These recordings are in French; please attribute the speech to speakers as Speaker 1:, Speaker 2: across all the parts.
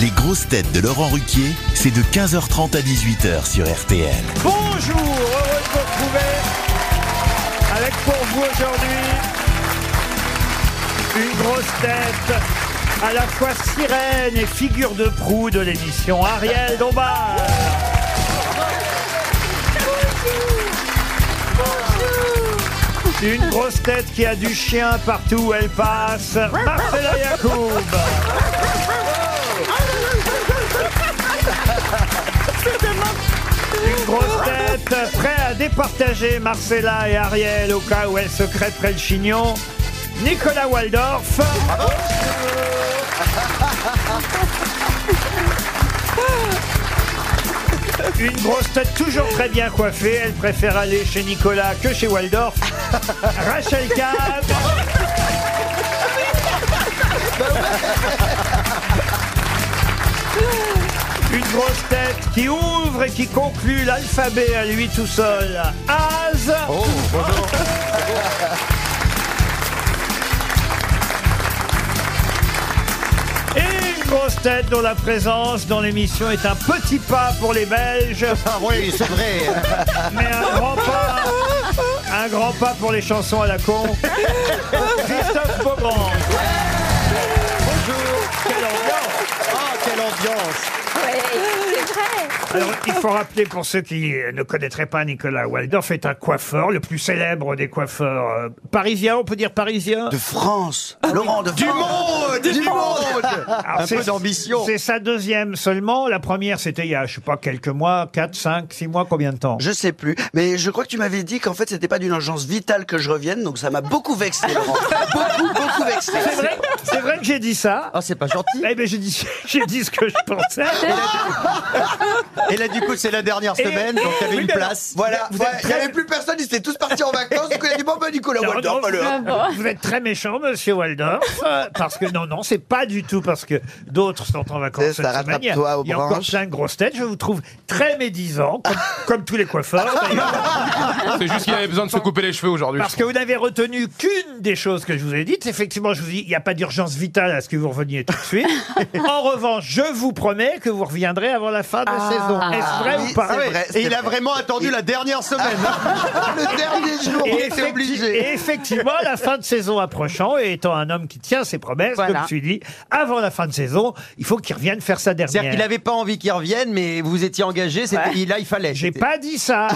Speaker 1: Les grosses têtes de Laurent Ruquier, c'est de 15h30 à 18h sur RTL.
Speaker 2: Bonjour, heureux de vous retrouver avec pour vous aujourd'hui une grosse tête à la fois sirène et figure de proue de l'émission Ariel Dombard. Une grosse tête qui a du chien partout où elle passe, Marcela Yacoub. Une grosse tête prêt à départager Marcella et Ariel au cas où elle se crêperait le chignon. Nicolas Waldorf. Une grosse tête toujours très bien coiffée. Elle préfère aller chez Nicolas que chez Waldorf. Rachel Kahn. Une grosse tête qui ouvre et qui conclut l'alphabet à lui tout seul. Az.
Speaker 3: Oh,
Speaker 2: Et une grosse tête dont la présence dans l'émission est un petit pas pour les Belges.
Speaker 3: Ah Oui, c'est vrai.
Speaker 2: Mais un grand pas, un grand pas pour les chansons à la con. Christophe Beaugrand. Bonjour. Quelle ambiance.
Speaker 3: Ah, quelle ambiance.
Speaker 2: Alors, il faut rappeler pour ceux qui ne connaîtraient pas Nicolas Waldorf est un coiffeur, le plus célèbre des coiffeurs euh, parisiens, on peut dire parisien.
Speaker 3: De France. Laurent, de
Speaker 4: Du
Speaker 3: France.
Speaker 4: monde Du
Speaker 5: Ah,
Speaker 4: monde
Speaker 2: Alors,
Speaker 3: Un
Speaker 2: c'est-
Speaker 3: peu d'ambition.
Speaker 2: C'est sa deuxième seulement. La première, c'était il y a, je sais pas, quelques mois, 4, 5, 6 mois, combien de temps
Speaker 5: Je sais plus, mais je crois que tu m'avais dit qu'en fait c'était pas d'une urgence vitale que je revienne, donc ça m'a beaucoup vexé, Laurent. beaucoup, beaucoup vexé.
Speaker 2: C'est vrai, c'est vrai que j'ai dit ça.
Speaker 3: Ah, c'est pas gentil.
Speaker 2: Eh ben, j'ai dit, j'ai dit ce que je pensais.
Speaker 3: Et là, du coup, c'est la dernière semaine, donc il y avait une place.
Speaker 5: Voilà,
Speaker 2: Vous
Speaker 5: ouais,
Speaker 2: êtes
Speaker 5: il n'y
Speaker 2: très-
Speaker 5: avait plus personne, ils étaient tous partis en vacances, donc il a dit bon, bah Nicolas
Speaker 2: Non,
Speaker 5: Waldorf,
Speaker 2: non,
Speaker 5: alors.
Speaker 2: Vous êtes très méchant, monsieur Waldorf, euh, parce que non, non, c'est pas du tout parce que d'autres sont en vacances
Speaker 5: C'est
Speaker 2: cette
Speaker 5: ça,
Speaker 2: semaine. Il y a,
Speaker 5: rattrape-toi aux
Speaker 2: il y a encore
Speaker 5: branches.
Speaker 2: plein de grosses têtes. Je vous trouve très médisant, comme, comme tous les coiffeurs. d'ailleurs,
Speaker 4: C'est juste qu'il avait besoin de se couper les cheveux aujourd'hui.
Speaker 2: parce que vous n'avez retenu qu'une des choses que je vous ai dites. Effectivement, je vous dis, il n'y a pas d'urgence vitale à ce que vous reveniez tout de suite. en revanche, je vous promets que vous reviendrez avant la fin de la saison. Est-ce vrai
Speaker 5: Ah. oui,
Speaker 2: ou pas
Speaker 5: c'est
Speaker 3: Ah ouais,
Speaker 5: vrai,
Speaker 3: Et
Speaker 5: c'était
Speaker 3: il a
Speaker 5: vrai.
Speaker 3: vraiment attendu la dernière semaine.
Speaker 5: Le dernier jour,
Speaker 2: Et,
Speaker 5: il était
Speaker 2: effecti-
Speaker 5: obligé.
Speaker 2: et effectivement, la fin de saison approchant, et étant un homme qui tient ses promesses, comme je suis dit, avant la fin de saison, il faut qu'il revienne faire sa
Speaker 3: C'est-à-dire
Speaker 2: dernière.
Speaker 3: qu'il n'avait pas envie qu'il revienne, mais vous étiez engagé, c'était- il- là, il fallait.
Speaker 2: J'ai pas dit ça.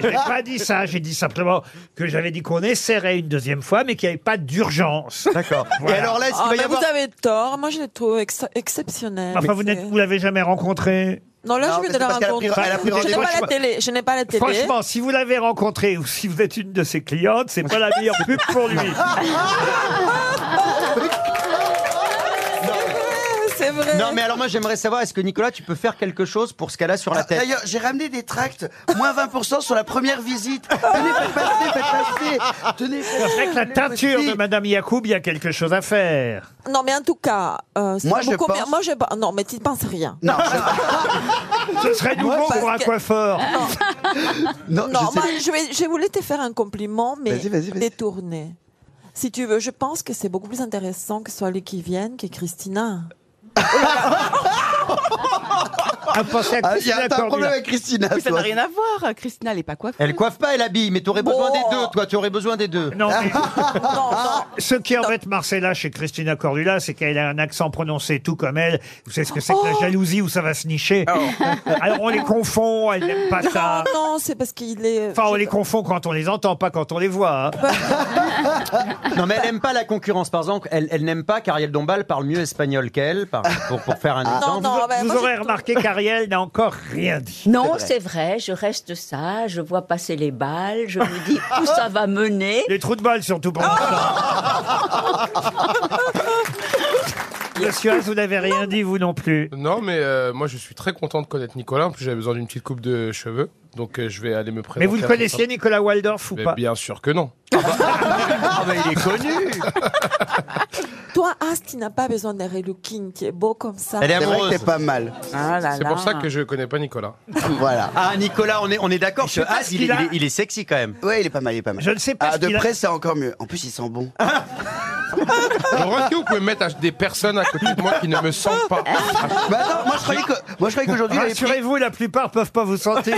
Speaker 2: J'ai pas dit ça. J'ai dit simplement que j'avais dit qu'on essaierait une deuxième fois, mais qu'il n'y avait pas d'urgence.
Speaker 3: D'accord.
Speaker 2: Voilà.
Speaker 3: Et alors là, est-ce qu'il
Speaker 6: Ah,
Speaker 3: va y
Speaker 6: mais
Speaker 3: avoir...
Speaker 6: Vous avez tort, moi je le trouve ex- exceptionnel.
Speaker 2: Enfin, vous
Speaker 6: C'est-
Speaker 2: n'êtes- vous l'avez jamais rencontré.
Speaker 6: Non, là
Speaker 5: Non,
Speaker 6: je
Speaker 5: mais
Speaker 6: vais
Speaker 5: c'est
Speaker 6: de la
Speaker 5: parce qu'elle a pris-
Speaker 6: rencontre.
Speaker 5: elle a pris
Speaker 6: Je n'ai pas
Speaker 2: rendez-vous.
Speaker 6: la télé, je n'ai pas la télé.
Speaker 2: Franchement, si vous l'avez rencontré ou si vous êtes une de ses clientes, c'est pas la meilleure pub pour lui.
Speaker 6: C'est vrai.
Speaker 3: Non, mais alors moi, j'aimerais savoir, est-ce que Nicolas, tu peux faire quelque chose pour ce cas-là sur
Speaker 2: Ah,
Speaker 3: la tête
Speaker 5: D'ailleurs, j'ai ramené des tracts, moins 20% sur la première visite. Tenez, faites passer, faites passer. Tenez, faites
Speaker 2: Avec la teinture de Madame Yacoub, il y a quelque chose à faire.
Speaker 6: Non, mais en tout cas, euh, c'est
Speaker 5: Moi, je
Speaker 6: beaucoup-
Speaker 5: pense-
Speaker 6: mais Moi je pas- Non, mais tu ne penses rien.
Speaker 5: Non,
Speaker 2: Ce serait nouveau
Speaker 6: parce
Speaker 2: pour un
Speaker 6: que-
Speaker 2: coiffeur.
Speaker 5: non,
Speaker 6: Non,
Speaker 5: je
Speaker 6: moi,
Speaker 5: sais-
Speaker 6: je, vais- je voulais te faire un compliment, mais
Speaker 5: Vas-y, vas-y, vas-y.
Speaker 6: détourné. Si tu veux, je pense que c'est beaucoup plus intéressant que ce soit lui qui vienne que Christina.
Speaker 2: Ah, pensez à
Speaker 5: Ah, Il y
Speaker 2: Christina
Speaker 5: a t'as un
Speaker 2: Cordula.
Speaker 5: problème avec Christina.
Speaker 7: Ça
Speaker 5: toi.
Speaker 7: n'a rien à voir. Christina, elle n'est pas coiffée.
Speaker 3: Elle coiffe pas, elle habille, mais t'aurais besoin
Speaker 6: Bon.
Speaker 3: des deux, toi, tu aurais besoin des deux.
Speaker 2: Non, mais
Speaker 6: Non, non.
Speaker 2: ce qui embête Marcella chez Christina Cordula, c'est qu'elle a un accent prononcé tout comme elle. Vous savez ce que c'est que la jalousie où ça va se nicher Alors on les confond, elle n'aime pas ça.
Speaker 6: Non, non, c'est parce qu'il est. euh,
Speaker 2: Enfin, on
Speaker 6: je-
Speaker 2: les confond quand on les entend, pas quand on les voit. hein.
Speaker 3: Non, mais elle aime pas la concurrence. Par exemple, elle, elle n'aime pas qu'Ariel Dombal parle mieux espagnol qu'elle, par- pour, pour faire un exemple.
Speaker 6: Ah, Non, non,
Speaker 8: ben,
Speaker 6: mais
Speaker 2: Ah, Vous
Speaker 6: moi, j'ai-
Speaker 2: aurez remarqué qu'Ariel n'a encore rien dit.
Speaker 8: Non, c'est vrai. je reste sage, je vois passer les balles, je me dis où ça va mener.
Speaker 2: Les trous de balle surtout pour l'instant. Monsieur Haas, vous n'avez rien dit, vous non plus.
Speaker 4: Non, mais euh, moi je suis très content de connaître Nicolas. En plus, j'avais besoin d'une petite coupe de cheveux. Donc euh, je vais aller me présenter.
Speaker 2: Mais vous le
Speaker 4: à
Speaker 2: connaissiez,
Speaker 4: Christophe.
Speaker 2: Nicolas bah, Waldorf, ou
Speaker 4: Mais
Speaker 2: pas
Speaker 4: Bien sûr que non.
Speaker 3: Ah, mais il est connu
Speaker 6: Toi, As, tu n'as pas besoin d'un relooking qui est beau comme ça.
Speaker 3: Elle est
Speaker 5: C'est vrai que
Speaker 3: amoureuse.
Speaker 5: t'es pas mal.
Speaker 7: Ah là
Speaker 4: C'est
Speaker 7: là.
Speaker 4: pour ça que je connais pas Nicolas.
Speaker 5: Voilà.
Speaker 3: Ah, Nicolas, on est, on est d'accord que
Speaker 2: sais pas
Speaker 3: As,
Speaker 2: ce
Speaker 3: il,
Speaker 2: qu'il
Speaker 3: est-
Speaker 2: a.
Speaker 3: il est- il est sexy quand même.
Speaker 5: Ouais, il est pas mal, il est pas mal.
Speaker 2: Je ne sais pas
Speaker 5: Ah,
Speaker 2: ce
Speaker 5: de
Speaker 2: qu'il a- Ah.
Speaker 5: près, c'est encore mieux. En plus, il sent bon.
Speaker 4: Laurent, est-ce que vous pouvez mettre à- des personnes à côté de moi qui ne me sentent pas
Speaker 5: Bah non, moi je croyais que, moi je croyais qu'aujourd'hui, il avait pris-
Speaker 2: Rassurez-vous, la plupart peuvent pas vous sentir.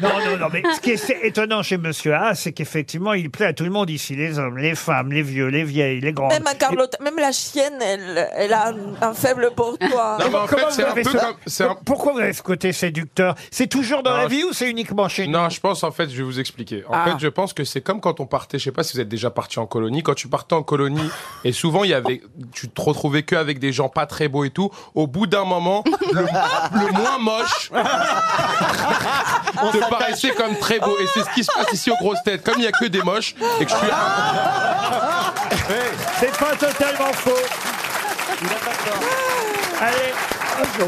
Speaker 2: non, non, non, mais ce qui est étonnant chez Monsieur A, c'est qu'effectivement, il plaît à tout le monde ici, les hommes, les femmes, les vieux, les vieilles, les grands.
Speaker 6: Même à Carlotta, même la chienne, elle, elle a un, un faible pour toi.
Speaker 4: Non, mais en fait, c'est un peu comme. c'est un-
Speaker 2: Pourquoi vous avez ce côté séducteur C'est toujours dans
Speaker 4: Non,
Speaker 2: la
Speaker 4: je-
Speaker 2: vie ou c'est uniquement chez nous Ah.
Speaker 4: Non, je pense en fait, je vais vous expliquer. En fait, je pense que c'est comme quand on partait, je sais pas si vous êtes déjà parti en colonie, quand tu partais en colonie et souvent il y avait tu te retrouvais que avec des gens pas très beaux et tout, au bout d'un moment, le, le moins moche
Speaker 5: Ah.
Speaker 4: te paraissait comme très beau et c'est ce qui se passe ici aux grosses têtes, comme il y a que des moches et que je suis
Speaker 3: Ah.
Speaker 2: C'est pas totalement faux. Allez,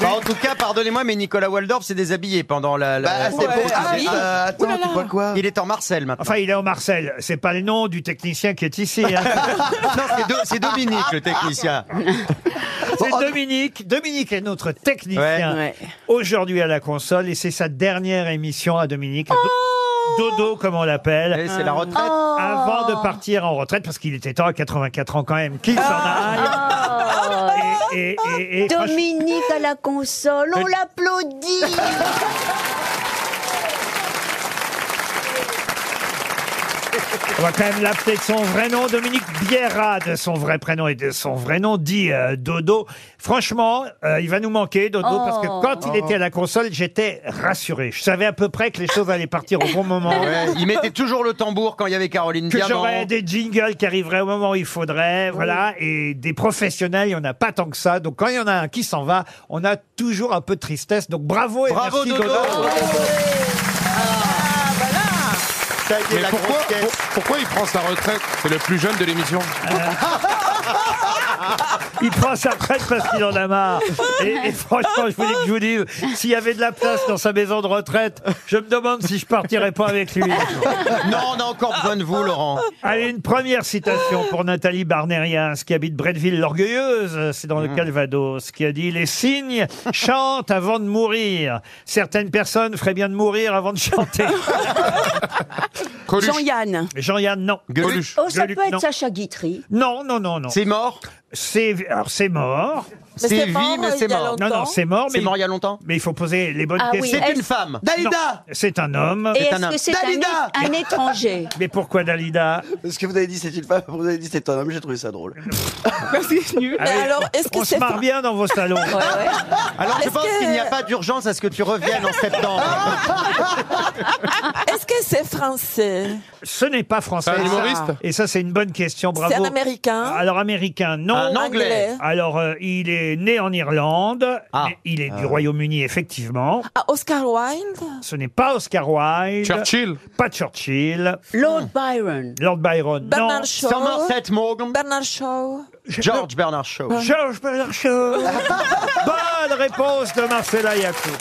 Speaker 3: Bah, en tout cas, pardonnez-moi, mais Nicolas Waldorf s'est déshabillé pendant la.
Speaker 5: Bah,
Speaker 3: la-
Speaker 5: à cette époque,
Speaker 6: ah
Speaker 5: tu sais,
Speaker 6: oui.
Speaker 5: euh,
Speaker 6: Ouh
Speaker 5: attends,
Speaker 6: là
Speaker 5: tu
Speaker 6: là.
Speaker 5: vois quoi
Speaker 3: Il est en Marseille maintenant.
Speaker 2: enfin, il est au Marcel. C'est pas le nom du technicien qui est ici. hein.
Speaker 3: non, c'est Do- c'est Dominique, le technicien.
Speaker 2: C'est Dominique. Dominique est notre technicien.
Speaker 7: Ouais.
Speaker 2: aujourd'hui à la console et c'est sa dernière émission à Dominique.
Speaker 4: Oh.
Speaker 2: Do- Dodo, comme on l'appelle.
Speaker 3: Et c'est la retraite.
Speaker 2: Avant de partir en retraite, parce qu'il était temps à 84 ans quand même, qu'il s'en
Speaker 4: Ah.
Speaker 8: Oh,
Speaker 2: aille. Et, et- Ah. et- et-
Speaker 8: Dominique à la console, on l'applaudit.
Speaker 2: on va quand même l'appeler de son vrai nom, Dominique Biera, de son vrai prénom et de son vrai nom, dit euh, Dodo. Franchement, euh, il va nous manquer, Dodo,
Speaker 8: Oh.
Speaker 2: parce que quand il était à la console, j'étais rassuré. Je savais à peu près que les choses allaient partir au bon moment.
Speaker 3: Ouais, il mettait toujours le tambour quand il y avait Caroline
Speaker 2: que
Speaker 3: Diamant.
Speaker 2: j'aurais des jingles qui arriveraient au moment où il faudrait, voilà, et des professionnels, il n'y en a pas tant que ça. Donc quand il y en a un qui s'en va, on a toujours un peu de tristesse. Donc bravo et
Speaker 3: Bravo,
Speaker 2: merci
Speaker 3: Dodo. Ça y est,
Speaker 4: Mais
Speaker 3: la
Speaker 4: pourquoi,
Speaker 3: grosse caisse.
Speaker 4: pour- pourquoi il prend sa retraite C'est le plus jeune de l'émission.
Speaker 2: Euh, Il prend sa retraite parce qu'il en a marre. Et, et franchement, je voulais que je vous dise, s'il y avait de la place dans sa maison de retraite, je me demande si je partirais pas avec lui.
Speaker 3: Non, on a encore besoin de vous, Laurent.
Speaker 2: Allez, une première citation pour Nathalie Barnérias, qui habite Bretteville-l'Orgueilleuse, c'est
Speaker 3: Mm.
Speaker 2: dans le Calvados, qui a dit « Les cygnes chantent avant de mourir. Certaines personnes feraient bien de mourir avant de chanter.
Speaker 4: Coluche,
Speaker 7: Jean-Yann. »
Speaker 2: Jean-Yann, non.
Speaker 4: Coluche.
Speaker 8: Oh, ça
Speaker 2: Gueuluc,
Speaker 8: peut être
Speaker 2: non.
Speaker 8: Sacha Guitry.
Speaker 2: Non, non, non, non.
Speaker 3: C'est mort.
Speaker 2: C'est alors, c'est mort.
Speaker 6: Mais
Speaker 3: C'est vie,
Speaker 8: euh,
Speaker 3: mais
Speaker 6: il y
Speaker 3: c'est
Speaker 6: a
Speaker 3: mort.
Speaker 2: Non, non,
Speaker 6: longtemps.
Speaker 2: c'est mort, mais,
Speaker 3: C'est mort il y a longtemps.
Speaker 2: mais il faut poser les bonnes
Speaker 8: Ah oui.
Speaker 2: questions.
Speaker 3: C'est une
Speaker 8: Est-ce-
Speaker 3: femme.
Speaker 5: Dalida
Speaker 2: C'est un homme.
Speaker 8: Et
Speaker 3: un
Speaker 8: est-ce
Speaker 3: homme.
Speaker 8: que c'est un,
Speaker 5: Dalida
Speaker 8: é- un étranger
Speaker 2: Mais pourquoi Dalida
Speaker 5: Parce que vous avez dit c'est une femme, vous avez dit c'est un homme, j'ai trouvé ça drôle.
Speaker 2: Ah
Speaker 6: Mais
Speaker 2: oui,
Speaker 6: alors, est-ce que
Speaker 2: On se
Speaker 6: c'est
Speaker 2: marre bien dans vos salons.
Speaker 3: Alors je
Speaker 6: Est-ce
Speaker 3: pense
Speaker 6: que- Ah,
Speaker 3: qu'il n'y a pas d'urgence à ce que tu reviennes en septembre.
Speaker 6: est-ce que c'est français
Speaker 2: Ce n'est pas français.
Speaker 4: C'est un humoriste
Speaker 2: Et ça, c'est une bonne question.
Speaker 6: C'est
Speaker 2: Bravo.
Speaker 6: un américain
Speaker 2: Alors américain, non.
Speaker 3: Un
Speaker 6: Anglais.
Speaker 3: anglais.
Speaker 2: Alors, euh, il est né en Irlande.
Speaker 3: Ah.
Speaker 2: mais il est du
Speaker 4: Euh.
Speaker 2: Royaume-Uni, effectivement.
Speaker 6: Ah, Oscar Wilde
Speaker 2: Ce n'est pas Oscar Wilde.
Speaker 4: Churchill.
Speaker 2: Pas Churchill.
Speaker 8: Lord Byron.
Speaker 2: Lord Byron.
Speaker 6: Bernard
Speaker 2: non.
Speaker 6: Shaw
Speaker 3: Somerset Maugham.
Speaker 6: Bernard Shaw
Speaker 3: George Bernard Shaw.
Speaker 2: George Bernard Shaw. Bonne réponse de Marcella Yacoub.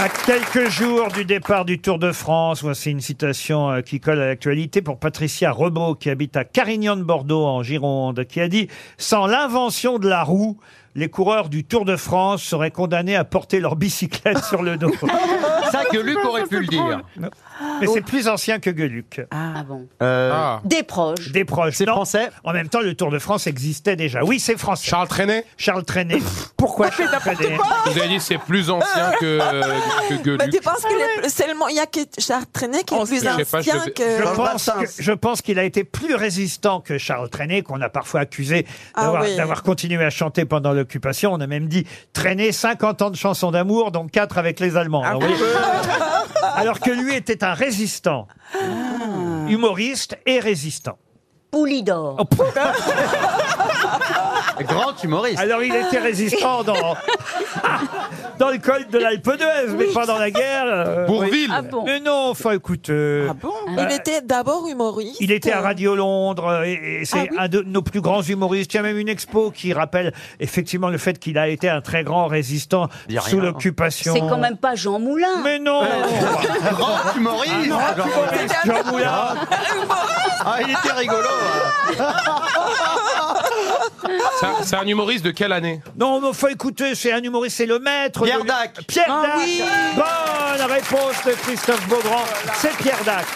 Speaker 2: À quelques jours du départ du Tour de France, voici une citation euh, qui colle à l'actualité pour Patricia Rebaud, qui habite à Carignan de Bordeaux, en Gironde, qui a dit « Sans l'invention de la roue, les coureurs du Tour de France seraient condamnés à porter leur bicyclette sur le dos.
Speaker 3: Ça que Luc aurait pu le dire. »
Speaker 2: Mais c'est plus ancien que Gueluc.
Speaker 8: Oh, Ah bon.
Speaker 3: Euh,
Speaker 4: Ah.
Speaker 8: Des proches.
Speaker 2: Des proches.
Speaker 3: C'est
Speaker 2: non.
Speaker 3: français.
Speaker 2: En même temps, le Tour de France existait déjà. Oui, c'est français.
Speaker 4: Charles Trenet
Speaker 2: Charles Trenet. Pourquoi Charles Trenet
Speaker 4: Vous avez dit c'est plus ancien que, que
Speaker 6: Mais
Speaker 4: Gueuluc.
Speaker 6: Bah, tu penses qu'il est seulement il y a que Charles Trenet qui est plus
Speaker 4: je sais pas, je
Speaker 6: ancien
Speaker 4: vais-
Speaker 2: Je
Speaker 6: que
Speaker 5: Georges
Speaker 2: pense, que-
Speaker 5: Brassens.
Speaker 2: je pense qu'il a été plus résistant que Charles Trenet, qu'on a parfois accusé
Speaker 6: Ah
Speaker 2: d'avoir
Speaker 6: oui.
Speaker 2: d'avoir continué à chanter pendant l'occupation. On a même dit Trenet 50 ans de chansons d'amour, dont 4 avec les Allemands.
Speaker 6: Ah
Speaker 2: Alors, vous voyez. Alors que lui était un résistant,
Speaker 6: Ah.
Speaker 2: humoriste et résistant.
Speaker 8: Poulidor.
Speaker 2: Oh, pouf.
Speaker 3: Grand humoriste.
Speaker 2: Alors il était résistant dans, dans le col de l'Alpe d'Huez, mais pas dans la guerre. euh,
Speaker 4: Bourville.
Speaker 8: Ah bon. Ah
Speaker 2: Mais non, enfin écoute. euh,
Speaker 6: il était d'abord humoriste.
Speaker 2: Il était à Radio Londres euh, et, et c'est
Speaker 6: Ah oui.
Speaker 2: un de nos plus grands humoristes. Il y a même une expo qui rappelle effectivement le fait qu'il a été un très grand résistant
Speaker 3: Dis rien.
Speaker 2: sous l'occupation.
Speaker 8: C'est quand même pas Jean Moulin.
Speaker 2: Mais non
Speaker 3: Euh,
Speaker 2: Ah,
Speaker 3: Grand humoriste.
Speaker 2: Humoriste, Jean Moulin.
Speaker 3: Ah, il était rigolo. hein.
Speaker 4: C'est un- C'est un humoriste de quelle année
Speaker 2: Non, mais faut écouter, c'est un humoriste, c'est le maître.
Speaker 3: Pierre
Speaker 2: de-
Speaker 3: Dac.
Speaker 2: Pierre
Speaker 6: Ah
Speaker 2: Dac.
Speaker 6: oui.
Speaker 2: Bonne réponse de Christophe Beaugrand, c'est Pierre Dac.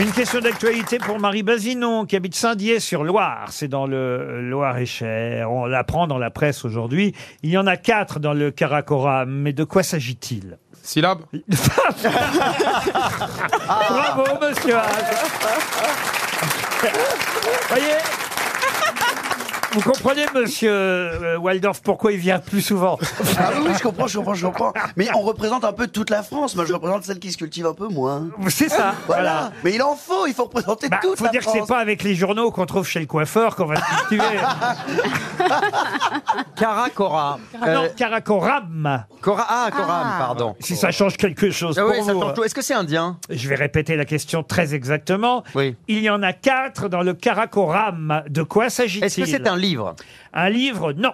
Speaker 2: Une question d'actualité pour Marie Bazinon, qui habite Saint-Dié-sur-Loire. C'est dans le Loir-et-Cher. On l'apprend dans la presse aujourd'hui. Il y en a quatre dans le Caracora. Mais de quoi s'agit-il
Speaker 4: Syllabe
Speaker 2: Bravo, monsieur Haas. Voyez Vous comprenez, monsieur euh, Waldorf, pourquoi il vient plus souvent
Speaker 5: Ah oui, oui, je comprends, je comprends, je comprends. Mais on représente un peu toute la France. Moi, je représente celle qui se cultive un peu moins.
Speaker 2: C'est ça.
Speaker 5: Voilà. Mais il en faut, il faut représenter
Speaker 2: Bah,
Speaker 5: toute
Speaker 2: faut
Speaker 5: la
Speaker 2: dire que c'est
Speaker 5: France.
Speaker 2: pas avec les journaux qu'on trouve chez le coiffeur qu'on va se cultiver.
Speaker 3: Caracora.
Speaker 2: non,
Speaker 3: Euh,
Speaker 2: Karakoram.
Speaker 3: Cora- ah, Coram, pardon.
Speaker 2: Si ça change quelque chose
Speaker 3: Ah
Speaker 2: pour
Speaker 3: oui, ça
Speaker 2: vous. euh.
Speaker 3: change tout. Est-ce que c'est indien
Speaker 2: Je vais répéter la question très exactement.
Speaker 3: Oui.
Speaker 2: Il y en a quatre dans le Karakoram. De quoi s'agit-il
Speaker 3: Est-ce que c'est un livre
Speaker 2: Un livre Non.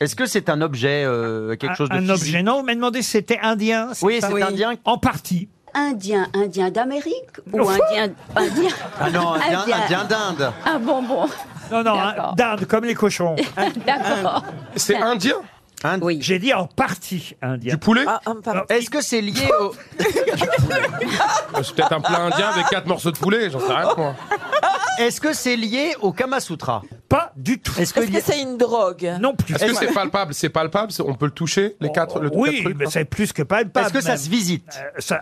Speaker 3: Est-ce que c'est un objet, euh, quelque
Speaker 2: Un-
Speaker 3: chose de
Speaker 2: un
Speaker 3: physique
Speaker 2: objet non. Vous m'avez demandé si c'était indien. c'est
Speaker 3: Oui,
Speaker 2: ça
Speaker 3: c'est indien.
Speaker 2: En partie.
Speaker 8: Indien, indien d'Amérique ou indien, indien
Speaker 3: Ah non, indien,
Speaker 8: Indien.
Speaker 3: indien d'Inde.
Speaker 8: Ah bon, bon,
Speaker 2: Non, non, hein,
Speaker 8: D'accord.
Speaker 2: d'Inde, comme les cochons.
Speaker 8: d'accord.
Speaker 4: C'est indien
Speaker 3: Inde.
Speaker 8: Oui.
Speaker 2: J'ai dit en partie indien.
Speaker 4: Du poulet
Speaker 6: Ah, ah, pardon.
Speaker 3: Est-ce que c'est lié au...
Speaker 4: Euh, C'est peut-être un plat indien avec quatre morceaux de poulet, j'en sais rien, moi.
Speaker 3: Est-ce que c'est lié au Kama Sutra
Speaker 2: Pas du tout.
Speaker 3: Est-ce que...
Speaker 6: Est-ce que c'est une drogue
Speaker 2: Non plus. Oh,
Speaker 4: Est-ce que c'est palpable C'est palpable c'est- On peut le toucher Les quatre le
Speaker 2: oui,
Speaker 4: quatre trucs,
Speaker 2: mais
Speaker 4: hein
Speaker 2: c'est plus que pas Euh,
Speaker 3: Est-ce que ça se visite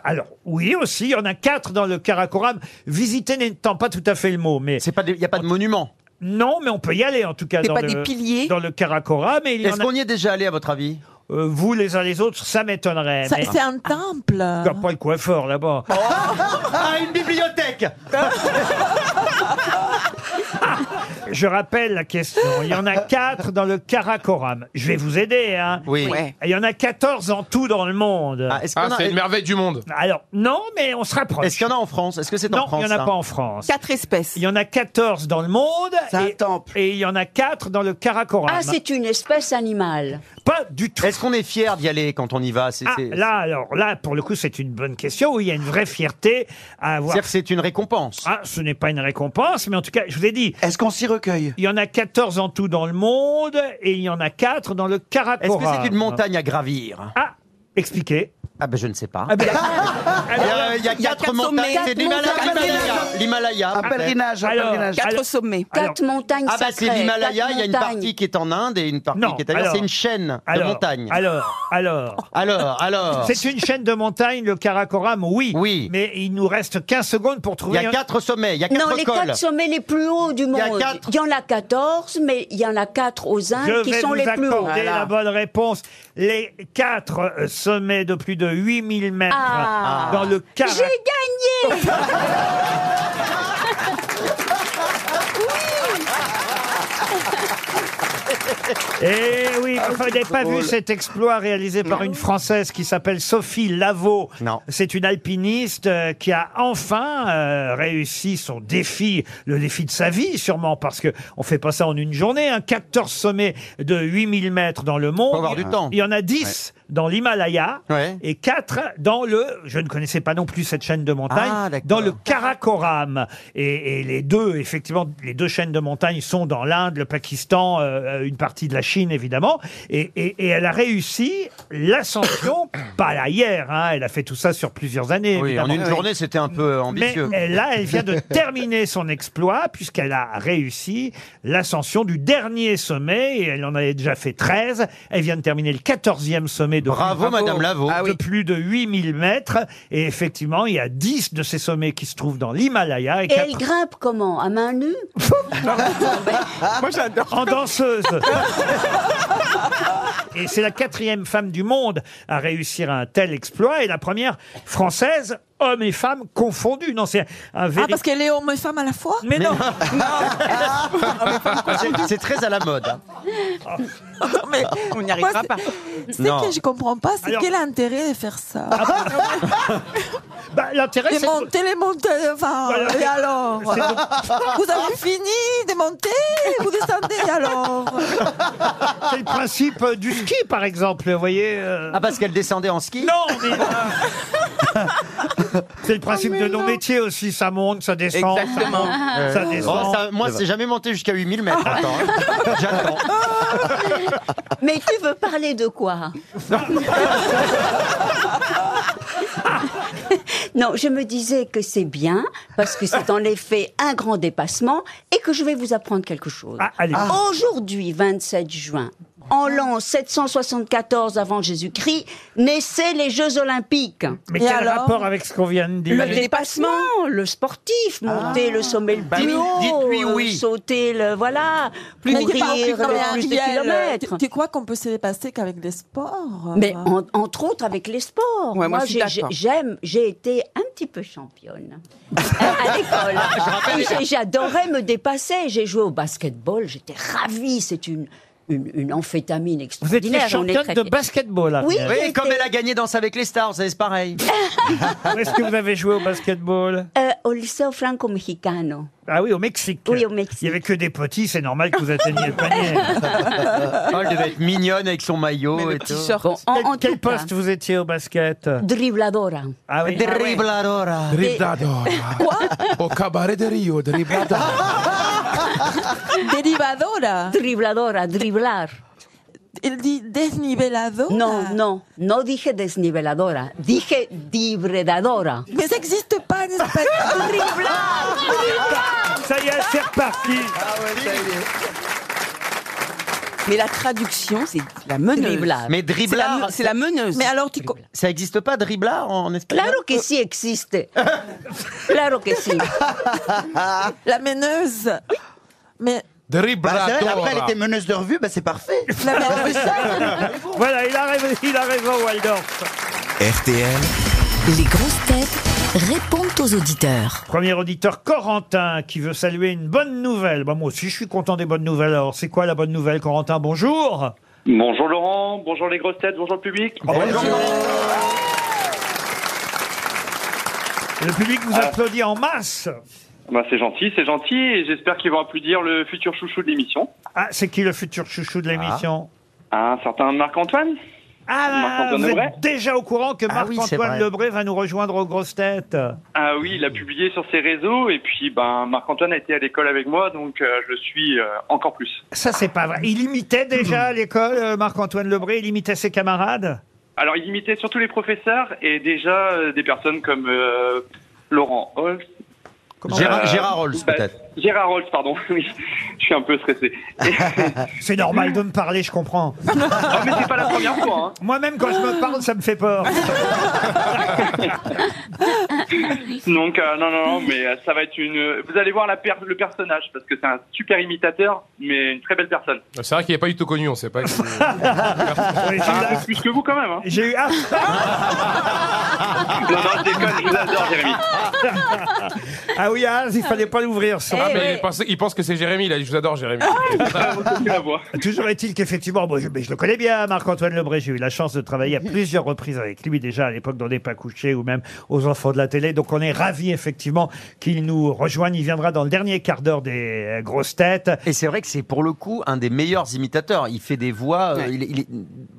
Speaker 2: alors, oui aussi, il y en a quatre dans le Karakoram. Visiter n'étant pas tout à fait le mot, mais
Speaker 3: C'est pas, des- y a pas de monument.
Speaker 2: non, mais on peut y aller en tout cas
Speaker 6: C'est
Speaker 2: dans
Speaker 6: pas
Speaker 2: le
Speaker 6: des piliers
Speaker 2: dans le Karakoram. Mais il y
Speaker 3: Est-ce
Speaker 2: en a,
Speaker 3: qu'on y est déjà allé à votre avis
Speaker 2: euh, vous les uns les autres, ça m'étonnerait.
Speaker 6: Ça-
Speaker 2: mais-
Speaker 6: C'est un Oh, temple.
Speaker 2: Encore pas le coiffeur là-bas.
Speaker 3: Ah, une bibliothèque
Speaker 2: Je rappelle la question. Il y en a quatre dans le Karakoram. Je vais vous aider. Hein.
Speaker 3: Oui.
Speaker 7: Ouais.
Speaker 2: Il y en a 14 en tout dans le monde.
Speaker 3: Ah, Est-ce
Speaker 4: Ah,
Speaker 3: qu'on a...
Speaker 4: c'est une merveille du monde.
Speaker 2: Alors, non, mais on se rapproche.
Speaker 3: Est-ce qu'il y en a en France Est-ce que c'est
Speaker 2: non,
Speaker 3: en France
Speaker 2: il n'y en a
Speaker 3: ça
Speaker 2: pas en France.
Speaker 7: Quatre espèces.
Speaker 2: Il y en a 14 dans le monde.
Speaker 5: C'est un
Speaker 2: et,
Speaker 5: temple.
Speaker 2: et il y en a 4 dans le Karakoram.
Speaker 8: Ah, c'est une espèce animale.
Speaker 2: Pas du tout.
Speaker 3: Est-ce qu'on est fier d'y aller quand on y va C'est
Speaker 2: Ah,
Speaker 3: c'est-
Speaker 2: là, alors, là, pour le coup, c'est une bonne question où il y a une vraie fierté à avoir.
Speaker 3: c'est-à-dire que c'est une récompense.
Speaker 2: Ah, ce n'est pas une récompense, mais en tout cas, je vous ai dit,
Speaker 5: Est-ce qu'on s'y recueille
Speaker 2: il y en a 14 en tout dans le monde et il y en a 4 dans le
Speaker 3: Est-ce
Speaker 2: Karakoram.
Speaker 3: que c'est une montagne à gravir
Speaker 2: Ah, expliquez.
Speaker 3: Ah ben je ne sais pas.
Speaker 2: Ah, ben,
Speaker 3: Il y
Speaker 2: alors,
Speaker 3: a, euh, il y a quatre montagnes, c'est l'Himalaya. l'Himalaya, L'Himalaya.
Speaker 5: Un pèlerinage, un
Speaker 2: alors-
Speaker 5: pèlerinage.
Speaker 7: Quatre
Speaker 2: Alors-
Speaker 7: sommets.
Speaker 2: alors-
Speaker 8: Quatre montagnes
Speaker 3: Ah bah c'est
Speaker 8: sacrées.
Speaker 3: l'Himalaya,
Speaker 8: quatre
Speaker 3: il y a une
Speaker 8: montagnes.
Speaker 3: partie qui est en Inde et une partie
Speaker 2: Non,
Speaker 3: qui est ailleurs.
Speaker 2: alors-
Speaker 3: C'est une chaîne de
Speaker 2: alors,
Speaker 3: montagnes.
Speaker 2: Alors, alors.
Speaker 3: Alors, alors,
Speaker 2: C'est une chaîne de montagne, le Karakoram, oui.
Speaker 3: Oh. Oui.
Speaker 2: Mais il nous reste 15 secondes pour
Speaker 3: il y
Speaker 2: trouver.
Speaker 3: a
Speaker 2: un-
Speaker 3: quatre sommets, il y a
Speaker 8: Non,
Speaker 3: quatre
Speaker 8: les
Speaker 3: cols.
Speaker 8: quatre sommets les plus hauts du
Speaker 3: y a
Speaker 8: monde.
Speaker 3: quatre.
Speaker 8: Il y en a 14, mais il y en a quatre aux Indes
Speaker 2: Je
Speaker 8: qui
Speaker 2: vais
Speaker 8: sont
Speaker 2: vous
Speaker 8: les plus hauts.
Speaker 2: accorder la bonne réponse. Les quatre euh, sommets de plus de 8000 mètres
Speaker 8: Ah.
Speaker 2: dans le
Speaker 8: J'ai
Speaker 2: Karakoram.
Speaker 8: gagné
Speaker 2: Eh oui,
Speaker 3: Ah,
Speaker 2: vous n'avez pas vu cet exploit réalisé par une Française qui s'appelle Sophie Lavaux.
Speaker 3: Non.
Speaker 2: C'est une alpiniste euh, qui a enfin euh, réussi son défi, le défi de sa vie sûrement, parce que on fait pas ça en une journée. Hein, 14 sommets de 8000 mètres dans le monde.
Speaker 3: Faut avoir du temps.
Speaker 2: Il y en a 10 dans l'Himalaya
Speaker 3: Ouais.
Speaker 2: et 4 dans le, je ne connaissais pas non plus cette chaîne de montagne,
Speaker 3: Ah, d'accord.
Speaker 2: dans le Karakoram. Et, et les deux, effectivement, les deux chaînes de montagne sont dans l'Inde, le Pakistan, euh, une partie de la Chine, évidemment. Et, et- et elle a réussi l'ascension, pas là hier, hein, elle a fait tout ça sur plusieurs années,
Speaker 3: Oui, en
Speaker 2: évidemment.
Speaker 3: une journée, c'était un peu
Speaker 2: Mais
Speaker 3: ambitieux.
Speaker 2: elle- là, elle vient de terminer son exploit puisqu'elle a réussi l'ascension du dernier sommet et elle en avait déjà fait 13. Elle vient de terminer le 14e sommet de Ah
Speaker 3: Bravo, Madame Lavaux.
Speaker 2: de plus de 8000 mètres. Et effectivement, il y a 10 de ces sommets qui se trouvent dans l'Himalaya et,
Speaker 8: Et
Speaker 2: quatre
Speaker 8: elle grimpe comment À main nue
Speaker 2: en danseuse. Et c'est la quatrième femme du monde à réussir un tel exploit et la première française, hommes et femmes confondus. Non, c'est un
Speaker 6: Ah,
Speaker 2: véritable.
Speaker 6: parce qu'elle est homme et femme à la fois
Speaker 2: mais non,
Speaker 3: C'est- C'est très à la mode. hein.
Speaker 6: Non, mais
Speaker 7: On n'y arrivera
Speaker 6: moi,
Speaker 7: pas.
Speaker 6: c'est- C'est
Speaker 3: Non.
Speaker 6: que je comprends pas, c'est
Speaker 2: Alors-
Speaker 6: quel intérêt de faire ça
Speaker 2: Bah, l'intérêt
Speaker 6: De
Speaker 2: c'est
Speaker 6: monter, les monter, enfin,
Speaker 2: Voilà.
Speaker 6: et alors Vous avez fini de monter, vous descendez, et alors
Speaker 2: c'est le principe euh, du ski, par exemple, vous voyez. euh.
Speaker 3: Ah, parce qu'elle descendait en ski
Speaker 2: Non, mais C'est le principe de nos métiers aussi, ça monte, ça descend. ça
Speaker 7: Exactement.
Speaker 2: monte, Ça descend. Ah.
Speaker 3: Oh, ça- moi, c'est jamais monté jusqu'à 8000 mètres. Attends, hein. J'attends.
Speaker 8: Mais tu veux parler de quoi Non, je me disais que c'est bien, parce que c'est en effet un grand dépassement, et que je vais vous apprendre quelque chose.
Speaker 2: Ah, allez.
Speaker 8: Aujourd'hui, 27 juin, en l'an 774 avant Jésus-Christ, naissaient les Jeux Olympiques.
Speaker 2: Mais
Speaker 6: Et
Speaker 2: quel
Speaker 6: alors
Speaker 2: rapport avec ce qu'on vient de dire
Speaker 8: Le dépassement, le sportif, monter le sommet le
Speaker 3: Bah oui,
Speaker 8: plus haut,
Speaker 3: dites-lui
Speaker 8: euh,
Speaker 3: oui.
Speaker 8: sauter le voilà,
Speaker 6: Mais
Speaker 8: courir
Speaker 6: t'es pas
Speaker 8: le
Speaker 6: inclus dans les
Speaker 8: plus de
Speaker 6: Ariel.
Speaker 8: kilomètres.
Speaker 6: Tu- Tu crois qu'on peut se dépasser qu'avec les sports
Speaker 8: Mais
Speaker 6: euh,
Speaker 8: en- entre autres avec les sports.
Speaker 7: Ouais, moi, je suis
Speaker 8: j'ai-
Speaker 7: d'accord.
Speaker 8: j'aime, j'ai été un petit peu championne à, à l'école.
Speaker 3: Ah,
Speaker 9: Ah,
Speaker 8: Et j'ai- J'adorais me dépasser. J'ai joué au basketball, j'étais ravie. C'est une, une, une amphétamine
Speaker 2: Vous êtes
Speaker 8: extraordinaire.
Speaker 2: les
Speaker 8: On est
Speaker 2: championne
Speaker 8: très-
Speaker 2: de basketball.
Speaker 8: Oui.
Speaker 2: Ariel.
Speaker 3: Oui, comme elle a gagné Danse avec les stars, c'est pareil.
Speaker 2: Où est-ce que vous avez joué au basketball
Speaker 8: Euh, au lycée franco-mexicano.
Speaker 2: Ah oui, au Mexique.
Speaker 8: Oui, au
Speaker 2: Il n'y
Speaker 8: Mexique. Ah
Speaker 2: avait que des petits, c'est normal que vous atteigniez le panier.
Speaker 3: Oh, elle devait être mignonne avec son maillot
Speaker 7: le
Speaker 3: et tout.
Speaker 7: t-shirt.
Speaker 8: Bon, en,
Speaker 2: Quel,
Speaker 8: en
Speaker 2: quel
Speaker 8: tout cas,
Speaker 2: poste vous étiez au basket
Speaker 8: dribladora.
Speaker 2: Ah oui.
Speaker 5: Ah
Speaker 3: Dribladora.
Speaker 4: Driblador. Au cabaret de Rio, driblador.
Speaker 6: Derivadora.
Speaker 8: Dribladora, driblar.
Speaker 6: Il dit desniveladora.
Speaker 8: No, no, no dije desniveladora, dije dibredadora.
Speaker 6: Mais ça n'existe pas en espagnol.
Speaker 2: Ah, Ça y est, c'est reparti.
Speaker 7: Mais la traduction, c'est la meneuse.
Speaker 8: Driblar.
Speaker 3: Mais
Speaker 7: C'est la,
Speaker 3: driblard,
Speaker 7: me- c'est la meneuse.
Speaker 6: Mais alors, tu. co-
Speaker 3: ça existe pas driblard en espagnol
Speaker 8: Claro que sí existe. Claro que sí.
Speaker 6: La meneuse. Mais.
Speaker 5: Bah, c'est vrai, après, elle
Speaker 4: Driblador.
Speaker 5: était meneuse de revue, bah, c'est parfait.
Speaker 6: La meneuse.
Speaker 2: Voilà, il a raison, il a raison Waldorf.
Speaker 1: RTL,
Speaker 10: Les grosses têtes répondent aux auditeurs.
Speaker 2: Premier auditeur Corentin qui veut saluer une bonne nouvelle. Bah, moi aussi, je suis content des bonnes nouvelles. Alors, c'est quoi la bonne nouvelle, Corentin Bonjour.
Speaker 11: Bonjour Laurent, bonjour les grosses têtes, bonjour le public.
Speaker 2: Le public vous
Speaker 3: Ah.
Speaker 2: applaudit en masse.
Speaker 11: Bah, c'est gentil, c'est gentil et j'espère qu'ils vont applaudir le futur chouchou de l'émission.
Speaker 2: Ah, c'est qui le futur chouchou de
Speaker 3: Ah.
Speaker 2: l'émission
Speaker 11: Un certain Marc-Antoine
Speaker 2: Ah,
Speaker 11: Marc-Antoine
Speaker 2: vous
Speaker 11: Lebray
Speaker 2: êtes déjà au courant que
Speaker 3: Ah oui, c'est
Speaker 2: Marc-Antoine
Speaker 3: vrai.
Speaker 2: Lebré va nous rejoindre aux grosses têtes.
Speaker 11: Ah oui, il a publié sur ses réseaux et puis ben Marc-Antoine a été à l'école avec moi donc euh, je le suis euh, encore plus.
Speaker 2: Ça, c'est pas vrai. Il imitait déjà à l'école, euh, Marc-Antoine Lebré, il imitait ses camarades.
Speaker 11: Alors il imitait surtout les professeurs et déjà euh, des personnes comme euh, Laurent Holtz.
Speaker 3: Gérard,
Speaker 11: Euh,
Speaker 3: Gérard Rolls,
Speaker 11: bah,
Speaker 3: peut-être.
Speaker 11: Gérard Holtz, pardon. Oui, je suis un peu stressé.
Speaker 2: C'est normal de me parler, je comprends.
Speaker 11: Ah, mais c'est pas la première fois. hein.
Speaker 2: Moi-même, quand je me parle, ça me fait peur.
Speaker 11: Donc euh, non non non mais euh, ça va être une vous allez voir la per- le personnage parce que c'est un super imitateur mais une très belle personne.
Speaker 4: C'est vrai qu'il n'est pas du tout connu, on sait pas.
Speaker 2: Oui,
Speaker 11: Un
Speaker 2: j'ai eu-
Speaker 11: peu Ah, plus que vous quand même hein.
Speaker 2: J'ai eu... ah,
Speaker 11: Non non je déconne, je vous adore Jérémy.
Speaker 2: ah oui, ah, il fallait pas l'ouvrir, ça.
Speaker 4: Ah, mais il pense, il pense que c'est Jérémy, il a dit Je vous adore, Jérémy.
Speaker 11: C'est la voix.
Speaker 2: Toujours est-il qu'effectivement, moi, je, mais je le connais bien, Marc-Antoine Lebré. J'ai eu la chance de travailler à plusieurs reprises avec lui, déjà à l'époque dans Des Pas Couchés ou même aux Enfants de la Télé. Donc on est ravis, effectivement, qu'il nous rejoigne. Il viendra dans le dernier quart d'heure des euh, grosses têtes.
Speaker 3: Et c'est vrai que c'est pour le coup un des meilleurs imitateurs. Il fait des voix, euh, il, est- il est,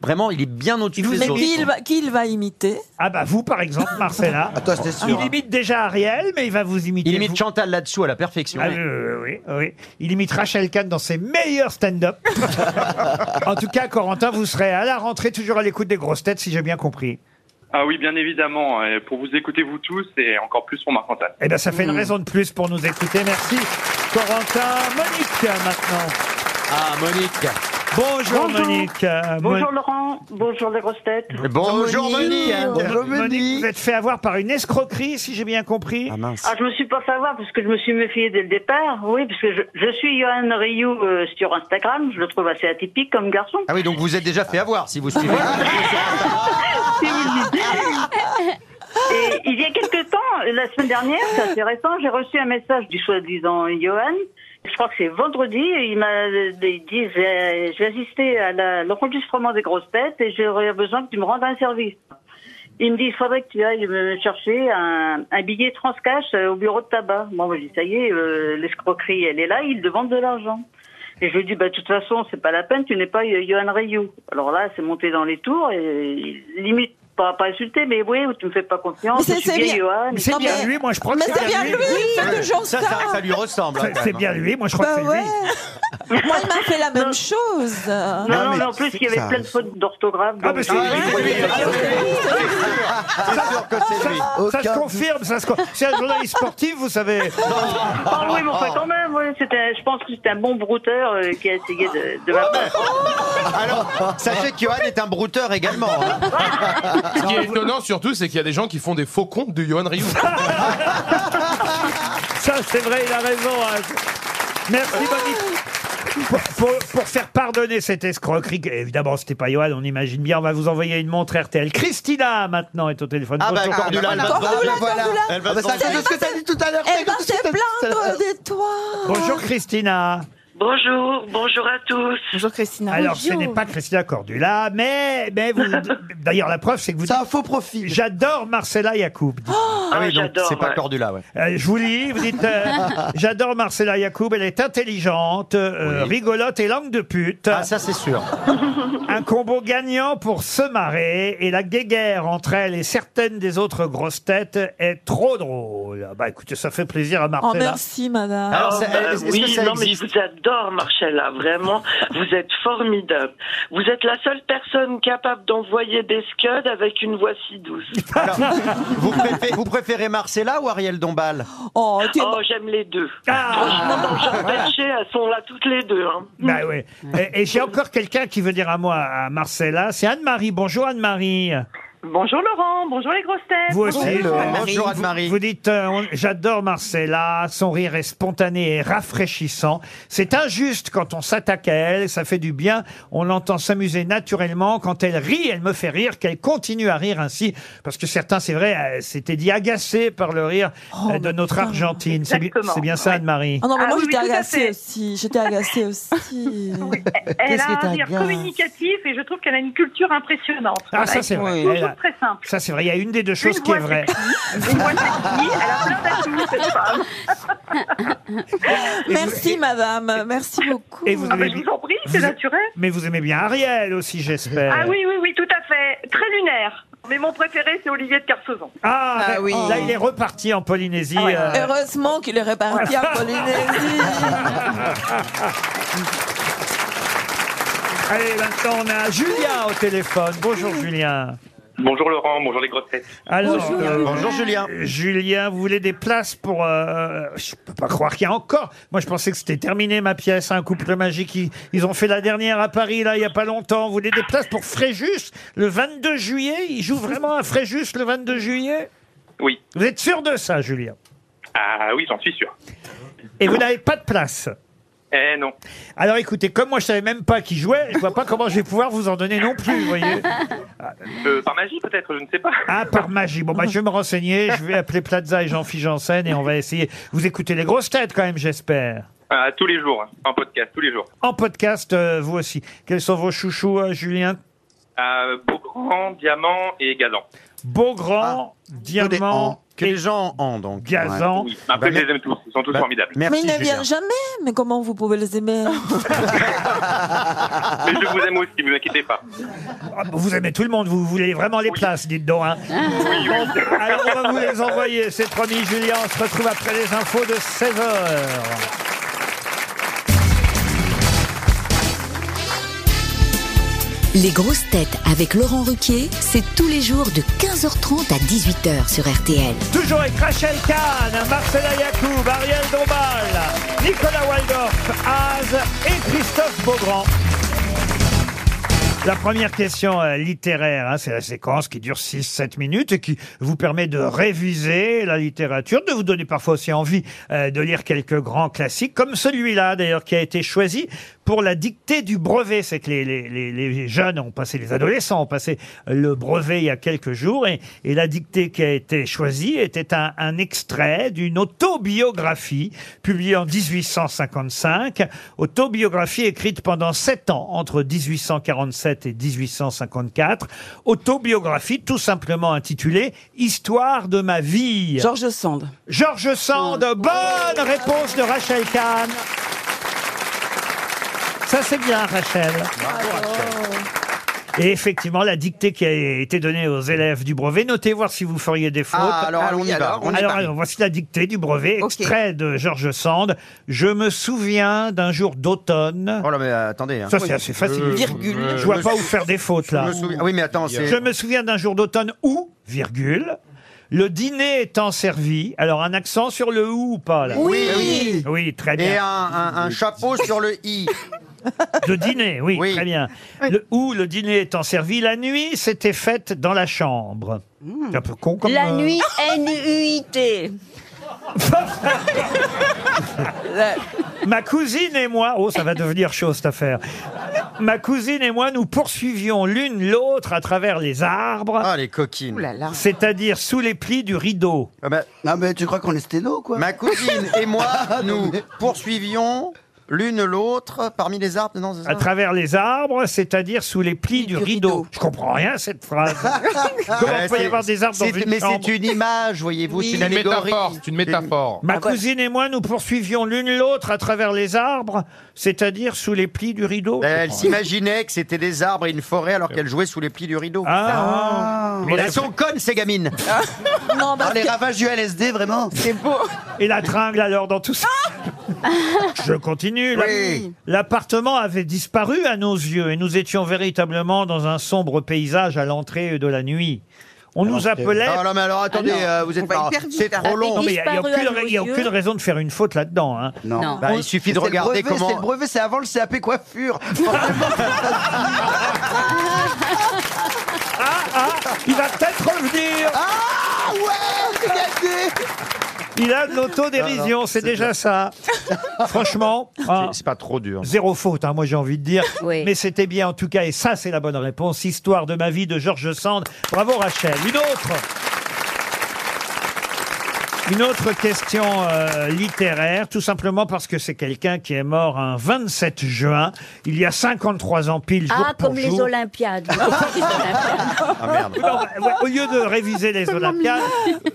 Speaker 3: vraiment, il est bien au-dessus
Speaker 2: Il vous
Speaker 3: des
Speaker 2: aime
Speaker 3: autres.
Speaker 6: Qui il va, qui il va imiter
Speaker 2: Ah bah vous, par exemple, Marcella.
Speaker 5: Ah, Toi, c'était sûr. hein.
Speaker 2: Il imite déjà Ariel, mais il va vous imiter.
Speaker 3: Il imite
Speaker 2: vous.
Speaker 3: Chantal là-dessous à la perfection.
Speaker 2: Ah, oui, oui, oui, oui. Il imite Rachel Kahn dans ses meilleurs stand-up. en tout cas, Corentin, vous serez à la rentrée toujours à l'écoute des grosses têtes, si j'ai bien compris.
Speaker 11: Ah oui bien évidemment euh, pour vous écouter vous tous et encore plus pour Marc Antoine.
Speaker 2: Eh bien, ça fait
Speaker 6: Mm.
Speaker 11: Mm.
Speaker 2: une raison de plus pour nous écouter. Merci, Corentin. Monique, maintenant.
Speaker 3: Ah, Monique.
Speaker 2: Bonjour,
Speaker 12: Bonjour.
Speaker 2: Monique. Euh,
Speaker 12: Bonjour
Speaker 2: Mon-
Speaker 12: Laurent, bonjour les grosses têtes.
Speaker 3: Bonjour Monique.
Speaker 5: Bonjour,
Speaker 2: Monique,
Speaker 5: Monique.
Speaker 2: vous êtes fait avoir par une escroquerie, si j'ai bien compris.
Speaker 3: Ah mince.
Speaker 12: Ah, je me suis pas fait avoir parce que je me suis méfiée dès le départ. Oui, parce que je, je suis Johan Rioux euh, sur Instagram. Je le trouve assez atypique comme garçon.
Speaker 3: Ah oui, donc vous êtes déjà fait avoir si vous suivez.
Speaker 12: Si vous le dites. Et il y a quelques temps, la semaine dernière, c'est intéressant, j'ai reçu un message du soi-disant Johan. Je crois que c'est vendredi. et Il m'a il dit j'ai j'ai assisté à la- l'enregistrement des grosses têtes et j'aurais besoin que tu me rendes un service. Il me dit, il faudrait que tu ailles me chercher un, un billet transcash euh, au bureau de tabac. Bon, moi, je dis, ça y est, euh, l'escroquerie, elle est là, il demande de l'argent. Et je lui dis, bah, de toute euh, façon, c'est pas la peine, tu n'es pas Yo- Johan Rayou. Alors là, c'est monté dans les tours et il- limite, pas, pas insulté, mais oui, ou tu me fais pas confiance,
Speaker 2: Mais
Speaker 12: je
Speaker 2: c'est-
Speaker 12: suis
Speaker 2: c'est
Speaker 12: vieille,
Speaker 2: bien-
Speaker 12: Johan.
Speaker 2: mais c'est Non, bien mais- lui, moi, je crois que Mais c'est c'est bien bien lui. lui, il fait Oui. toujours Ça, ça- ça. ça lui ressemble, hein,
Speaker 12: C'est-
Speaker 2: quand
Speaker 12: C'est
Speaker 2: même.
Speaker 12: bien lui, moi je crois que
Speaker 2: Bah
Speaker 12: c'est lui.
Speaker 6: Moi, il m'a fait la même chose.
Speaker 12: Non, non, mais en plus, il y avait plein de fautes d'orthographe.
Speaker 2: Ah,
Speaker 12: donc-
Speaker 2: mais c'est lui, oui, oui, oui,
Speaker 12: que c'est lui.
Speaker 2: Ça se confirme, ça se confirme. C'est un journaliste sportif, vous savez.
Speaker 12: Ah oui, mais enfin, quand même, oui, c'était- je pense que c'était un bon brouteur euh, qui a essayé de, de m'apprendre.
Speaker 13: Alors, sachez que Johan est un brouteur également. hein.
Speaker 4: Ce qui est étonnant surtout, c'est qu'il y a des gens qui font des faux comptes de Johan Rioux.
Speaker 2: Ah Ça, c'est vrai, il a raison. hein. Merci, Monique. Pour, pour- pour faire pardonner cette escroquerie, que- évidemment, c'était pas Johan, on imagine bien, on va vous envoyer une montre RTL. Christina, maintenant, est au téléphone.
Speaker 13: Ah, bah,
Speaker 2: Bonjour,
Speaker 13: Cordula, elle va se Cordula, plaindre. Cordula. Elle va Ah, bah, se c'est à plaindre. cause de ce que t'as dit tout à l'heure, c'est
Speaker 6: Elle va
Speaker 13: comme
Speaker 6: se
Speaker 13: si t'as-
Speaker 6: plaindre de toi.
Speaker 2: Bonjour, Christina.
Speaker 12: Bonjour, bonjour à tous.
Speaker 6: Bonjour, Christina.
Speaker 2: Alors, ce n'est pas Christina Cordula, mais, mais vous. D'ailleurs, la preuve, c'est que vous. C'est un faux profil. J'adore Marcella Yacoub. dites.
Speaker 13: Ah oui, donc c'est pas Cordula, ouais.
Speaker 2: Euh, je vous lis, vous dites euh, J'adore Marcella Yacoub, elle est intelligente, euh, rigolote et langue de pute. Ah, ça, c'est sûr. Un combo gagnant pour se marrer et la guéguerre entre elle et certaines des autres grosses têtes est trop drôle. Bah écoutez, ça fait plaisir à
Speaker 6: Oh,
Speaker 2: Marcella.
Speaker 6: merci, madame.
Speaker 2: Alors, euh,
Speaker 14: Ah,
Speaker 2: c'est-
Speaker 14: bah
Speaker 2: est-ce que
Speaker 14: oui,
Speaker 2: ça
Speaker 14: non, mais je
Speaker 2: existe
Speaker 14: vous adore, Marcella, vraiment. Vous êtes formidable. Vous êtes la seule personne capable d'envoyer des scuds avec une voix si douce.
Speaker 13: Alors, vous, préfé- vous préférez Marcella ou Ariel Dombal
Speaker 6: Oh,
Speaker 14: j'aime les deux.
Speaker 2: Ah.
Speaker 14: Franchement, dans Jean Perché, elles sont là toutes les deux. hein.
Speaker 2: Bah oui. Et, et j'ai encore quelqu'un qui veut dire à moi, à Marcella, c'est Anne-Marie. Bonjour Anne-Marie.
Speaker 12: Bonjour Laurent, bonjour les grosses têtes.
Speaker 2: Vous aussi.
Speaker 12: Bonjour.
Speaker 2: vous- vous- Vous, dites, euh, on- j'adore Marcella, son rire est spontané et rafraîchissant. C'est injuste quand on s'attaque à elle, ça fait du bien. On l'entend s'amuser naturellement. Quand elle rit, elle me fait rire, qu'elle continue à rire ainsi. Parce que certains, c'est vrai, euh, s'étaient dit agacés par le rire
Speaker 6: Oh,
Speaker 2: euh, de notre Argentine. C'est bien, c'est bien ça, Anne-Marie.
Speaker 6: Ah non, mais
Speaker 12: Ah
Speaker 6: moi,
Speaker 12: oui,
Speaker 6: j'étais
Speaker 12: oui, tout à
Speaker 6: agacée
Speaker 12: fait.
Speaker 6: aussi. J'étais agacée
Speaker 2: Oh,
Speaker 6: aussi.
Speaker 12: Elle
Speaker 6: Qu'est-ce que
Speaker 12: a
Speaker 6: t'as
Speaker 12: un rire
Speaker 6: bien
Speaker 12: communicatif et je trouve qu'elle a une culture impressionnante.
Speaker 2: Ah,
Speaker 12: Voilà,
Speaker 2: ça, c'est
Speaker 12: elle
Speaker 2: vrai.
Speaker 12: est toujours
Speaker 2: Elle a-
Speaker 12: très simple.
Speaker 2: Ah, Ça, c'est vrai. Il y a une des deux choses qui est vraie.
Speaker 12: Une voix sexy, elle a plein d'atouts, cette femme.
Speaker 6: Merci, madame. Merci beaucoup.
Speaker 2: Et
Speaker 12: Ah,
Speaker 2: vous avez-
Speaker 12: c'est
Speaker 2: vous-
Speaker 12: naturel.
Speaker 2: Mais vous aimez bien Ariel aussi, j'espère.
Speaker 12: Ah oui, oui, oui, tout à fait. Très lunaire. Mais mon préféré, c'est Olivier de Ah Kersauzon.
Speaker 2: Ah,
Speaker 6: Ah
Speaker 2: là,
Speaker 6: oui.
Speaker 2: là, il est reparti en Polynésie. euh,
Speaker 6: Ah Heureusement qu'il est reparti à Polynésie.
Speaker 2: Allez, maintenant, on a Julien au téléphone. Bonjour, Julien.
Speaker 11: Bonjour Laurent, bonjour les grosses têtes.
Speaker 2: Bonjour, Julien. Julien, vous voulez des places pour... euh, je peux pas croire qu'il y a encore... Moi, je pensais que c'était terminé, ma pièce, un couple magique. Ils, ils ont fait la dernière à Paris, là, il y a pas longtemps. Vous voulez des places pour Fréjus, le 22 juillet Ils jouent vraiment à Fréjus, le 22 juillet
Speaker 11: Oui.
Speaker 2: Vous êtes sûr de ça, Julien
Speaker 11: Ah oui, j'en suis sûr.
Speaker 2: Et vous n'avez pas de place
Speaker 11: Eh non.
Speaker 2: alors écoutez, comme moi je savais même pas qui jouait, je vois pas comment je vais pouvoir vous en donner non plus, vous voyez.
Speaker 11: Euh, par magie peut-être, je ne sais pas.
Speaker 2: Ah, par magie. Bon, bah, je vais me renseigner. Je vais appeler Plaza et Jean-Philippe Janssen et on va essayer. Vous écoutez les grosses têtes quand même, j'espère.
Speaker 11: Ah, tous les jours, en podcast, tous les jours.
Speaker 2: En podcast, euh, vous aussi. Quels sont vos chouchous, euh, Julien
Speaker 11: Euh, Beaugrand, Diamant et Gazan.
Speaker 2: Beaugrand, Diamant.
Speaker 13: Que les gens en, donc.
Speaker 2: Gazan.
Speaker 13: Ouais.
Speaker 11: Après,
Speaker 13: Bah,
Speaker 11: je les aime tous, ils sont tous
Speaker 13: bah,
Speaker 11: formidables.
Speaker 6: Mais ils
Speaker 13: Merci,
Speaker 6: ne
Speaker 13: Julien.
Speaker 6: viennent jamais. Mais comment vous pouvez les aimer
Speaker 11: Mais je vous aime aussi, ne vous inquiétez pas.
Speaker 2: Ah, bah, Vous aimez tout le monde, vous voulez vraiment les places, dites donc. hein. Bon, alors on va vous les envoyer, c'est promis, Julien. On se retrouve après les infos de 16h.
Speaker 10: Les grosses têtes avec Laurent Ruquier, c'est tous les jours de 15h30 à 18h sur RTL.
Speaker 2: Toujours avec Rachel Kahn, Marcela Yacoub, Ariel Dombal, Nicolas Waldorf, Az et Christophe Beaugrand. La première question euh, littéraire, hein, c'est la séquence qui dure 6-7 minutes et qui vous permet de réviser la littérature, de vous donner parfois aussi envie euh, de lire quelques grands classiques, comme celui-là d'ailleurs qui a été choisi pour la dictée du brevet. C'est que les, les- les- les jeunes ont passé, les adolescents ont passé le brevet il y a quelques jours et, et la dictée qui a été choisie était un, un extrait d'une autobiographie publiée en 1855, autobiographie écrite pendant sept ans entre 1847 et 1854, autobiographie tout simplement intitulée Histoire de ma vie.
Speaker 7: Georges Sand.
Speaker 2: Georges Sand, bonne réponse de Rachel Kahn. Ça c'est bien Rachel. Et effectivement, la dictée qui a été donnée aux élèves du brevet, notez voir si vous feriez des fautes.
Speaker 13: Ah, alors, Ah allons-y oui, alors, alors. on est
Speaker 2: alors,
Speaker 13: parti.
Speaker 2: alors, voici la dictée du brevet, extrait de Georges Sand. Je me souviens d'un jour d'automne. Oh là, mais attendez. Ça, c'est assez facile.
Speaker 13: Euh, virgule.
Speaker 2: Je vois
Speaker 13: Je
Speaker 2: pas où
Speaker 13: me
Speaker 2: faire des fautes,
Speaker 13: Je
Speaker 2: là.
Speaker 13: me souviens- ah oui, mais attends, c'est-
Speaker 2: Je me souviens d'un jour d'automne où, virgule, le dîner étant servi. Alors, un accent sur le ou ou pas, là
Speaker 13: Oui. Oui.
Speaker 2: Oui, très bien.
Speaker 13: Et un, un- un chapeau sur le i.
Speaker 2: De dîner, oui, très bien. Le, où le dîner étant servi, la nuit s'était faite dans la chambre.
Speaker 13: Hmm.
Speaker 2: C'est un peu con comme...
Speaker 8: La
Speaker 2: euh,
Speaker 8: nuit, N-U-I-T.
Speaker 2: Ma cousine et moi, oh ça va devenir chaud cette affaire. Ma cousine et moi, nous poursuivions l'une l'autre à travers les arbres. Ah les coquines. C'est-à-dire sous les plis du rideau.
Speaker 5: Non mais tu crois qu'on est sténo quoi
Speaker 13: Ah bah,
Speaker 5: Ah,
Speaker 13: Ma cousine et moi, nous poursuivions l'une l'autre parmi les arbres. Non, c'est ça
Speaker 2: À travers les arbres, c'est-à-dire sous les Ah. plis du, rideau. Je comprends rien à cette phrase. Comment
Speaker 13: Ouais,
Speaker 2: il peut y
Speaker 13: c'est-
Speaker 2: avoir des arbres dans
Speaker 13: c'est-
Speaker 2: une
Speaker 13: Mais
Speaker 2: chambre
Speaker 13: c'est une image, voyez-vous,
Speaker 2: Oui.
Speaker 13: c'est une
Speaker 2: Une
Speaker 13: allégorie.
Speaker 2: métaphore,
Speaker 4: c'est une métaphore.
Speaker 2: Ma cousine et moi, nous poursuivions l'une l'autre à travers les arbres, c'est-à-dire sous les plis du rideau.
Speaker 13: Elle s'imaginait que c'était des arbres et une forêt alors qu'elle jouait sous les plis du rideau.
Speaker 2: Ah. Mais Ah. là,
Speaker 13: Elles sont connes ces gamines.
Speaker 5: Non, bah, les ravages du LSD vraiment. C'est beau.
Speaker 2: Et la tringle alors dans tout ça Je continue. là.
Speaker 5: Oui.
Speaker 2: L'appartement avait disparu à nos yeux et nous étions véritablement dans un sombre paysage à l'entrée de la nuit. On nous appelait.
Speaker 13: Ah, non, mais alors, attendez, Ah, non. euh, vous êtes On va pas- hyper vite, c'est là. trop long.
Speaker 2: Non, mais Il n'y a,
Speaker 13: Disparu
Speaker 2: aucune-
Speaker 13: à nos
Speaker 2: il y a
Speaker 13: yeux.
Speaker 2: aucune raison de faire une faute là-dedans. hein.
Speaker 13: Bah, il suffit de
Speaker 5: C'est le
Speaker 13: regarder
Speaker 5: brevet, C'est
Speaker 13: comment.
Speaker 5: le brevet, c'est avant le CAP coiffure. Forcément.
Speaker 2: Ah, Il va peut-être revenir.
Speaker 5: Ah ouais, c'est gagné.
Speaker 2: Il a de
Speaker 13: Non,
Speaker 2: l'autodérision,
Speaker 13: non,
Speaker 2: c'est
Speaker 13: c'est
Speaker 2: déjà ça. Franchement. hein,
Speaker 13: C'est pas trop dur.
Speaker 2: Zéro faute, hein, moi j'ai envie de dire. Mais c'était bien en tout cas, et ça c'est la bonne réponse. Histoire de ma vie de Georges Sand. Bravo Rachel. Une autre. Une autre question euh, littéraire, tout simplement parce que c'est quelqu'un qui est mort un 27 juin, il y a 53 ans pile, jour
Speaker 8: Ah,
Speaker 2: pour Ah,
Speaker 8: comme les
Speaker 2: jour.
Speaker 8: Olympiades. Vous comprenez, les Olympiades.
Speaker 2: Non, ouais, au lieu de réviser les Olympiades,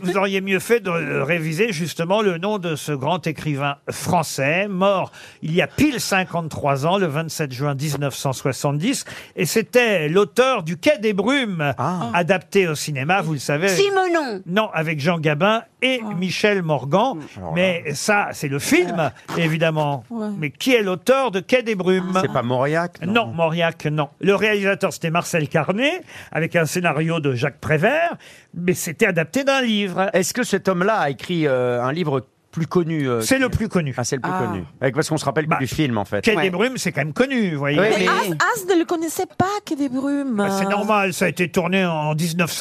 Speaker 2: vous auriez mieux fait de euh, réviser justement le nom de ce grand écrivain français, mort il y a pile 53 ans, le 27 juin 1970. Et c'était l'auteur du Quai des Brumes, adapté au cinéma, vous le savez.
Speaker 8: Simenon.
Speaker 2: Non, avec Jean Gabin et Michel Morgan. Mais ça, c'est le film, évidemment. Mais qui est l'auteur de Quai des Brumes C'est
Speaker 13: pas Mauriac
Speaker 2: non. Mauriac, non. Le réalisateur, c'était Marcel Carnet, avec un scénario de Jacques Prévert, mais c'était adapté d'un livre.
Speaker 13: Est-ce que cet homme-là a écrit euh, un livre plus connu euh,
Speaker 2: C'est
Speaker 13: qui-
Speaker 2: le plus connu.
Speaker 13: Ah, c'est le plus
Speaker 2: Ah.
Speaker 13: connu. Ouais, Parce qu'on se rappelle que du film, en fait.
Speaker 2: Quai
Speaker 13: Ouais. Ah,
Speaker 2: des Brumes, c'est quand même connu, vous voyez.
Speaker 13: Oui,
Speaker 6: Mais As, As
Speaker 13: Euh,
Speaker 6: ne le connaissait pas, que des brumes.
Speaker 2: Bah, C'est normal, ça a été tourné en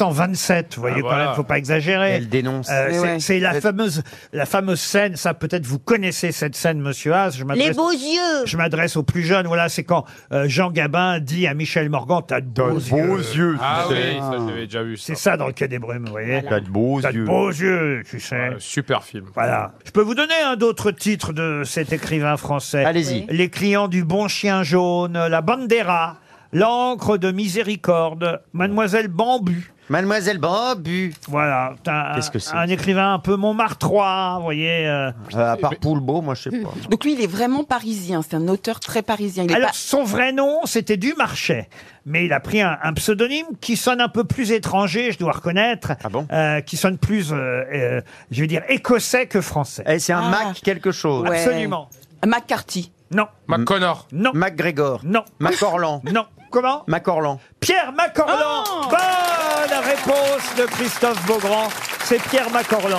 Speaker 2: 1927, vous voyez quand
Speaker 13: voilà.
Speaker 2: même, faut pas exagérer.
Speaker 13: Elle dénonce.
Speaker 2: Euh,
Speaker 13: Mais
Speaker 2: c'est
Speaker 13: ouais.
Speaker 2: c'est la
Speaker 13: Elle-
Speaker 2: fameuse, la fameuse scène, ça peut-être vous connaissez cette scène, monsieur Haas. Je m'adresse-
Speaker 8: Les beaux yeux.
Speaker 2: Je m'adresse aux plus jeunes, voilà, c'est quand euh, Jean Gabin dit à Michel Morgan, t'as de beaux yeux.
Speaker 4: Ah oui, ça je l'avais déjà vu.
Speaker 2: C'est ça dans le Quai des Brumes, vous voyez.
Speaker 4: T'as de beaux
Speaker 2: T'as de
Speaker 4: yeux.
Speaker 2: beaux yeux, tu sais.
Speaker 4: Super film.
Speaker 2: Voilà. Je peux vous donner un d'autres titres de cet écrivain français.
Speaker 13: Allez-y. Oui.
Speaker 2: Les clients du bon chien jaune, la bandera, l'encre de miséricorde, Mademoiselle Bambu.
Speaker 13: Mademoiselle Bambu.
Speaker 2: Voilà. T'as Un,
Speaker 13: Qu'est-ce que c'est
Speaker 2: un écrivain un peu Montmartrois, vous voyez. euh.
Speaker 13: Euh, à part Poulbeau, moi, je sais pas.
Speaker 7: Donc lui, il est vraiment parisien. C'est un auteur très parisien. Il est
Speaker 2: Alors,
Speaker 7: pas-
Speaker 2: son vrai nom, c'était Dumarchais. Mais il a pris un, un pseudonyme qui sonne un peu plus étranger, je dois reconnaître.
Speaker 13: Ah
Speaker 2: Euh, qui sonne plus, euh, euh, je veux dire, écossais que français.
Speaker 13: Et Eh, c'est un
Speaker 2: Ah.
Speaker 13: Mac quelque chose.
Speaker 2: Ouais. Absolument.
Speaker 7: McCarthy.
Speaker 2: Non.
Speaker 4: McConnor.
Speaker 2: Non.
Speaker 13: MacGregor.
Speaker 2: Non.
Speaker 13: MacOrlan.
Speaker 2: Non. Comment
Speaker 13: MacOrlan.
Speaker 2: Pierre Macorlan. Bonne réponse de Christophe Beaugrand. C'est Pierre Macorlan.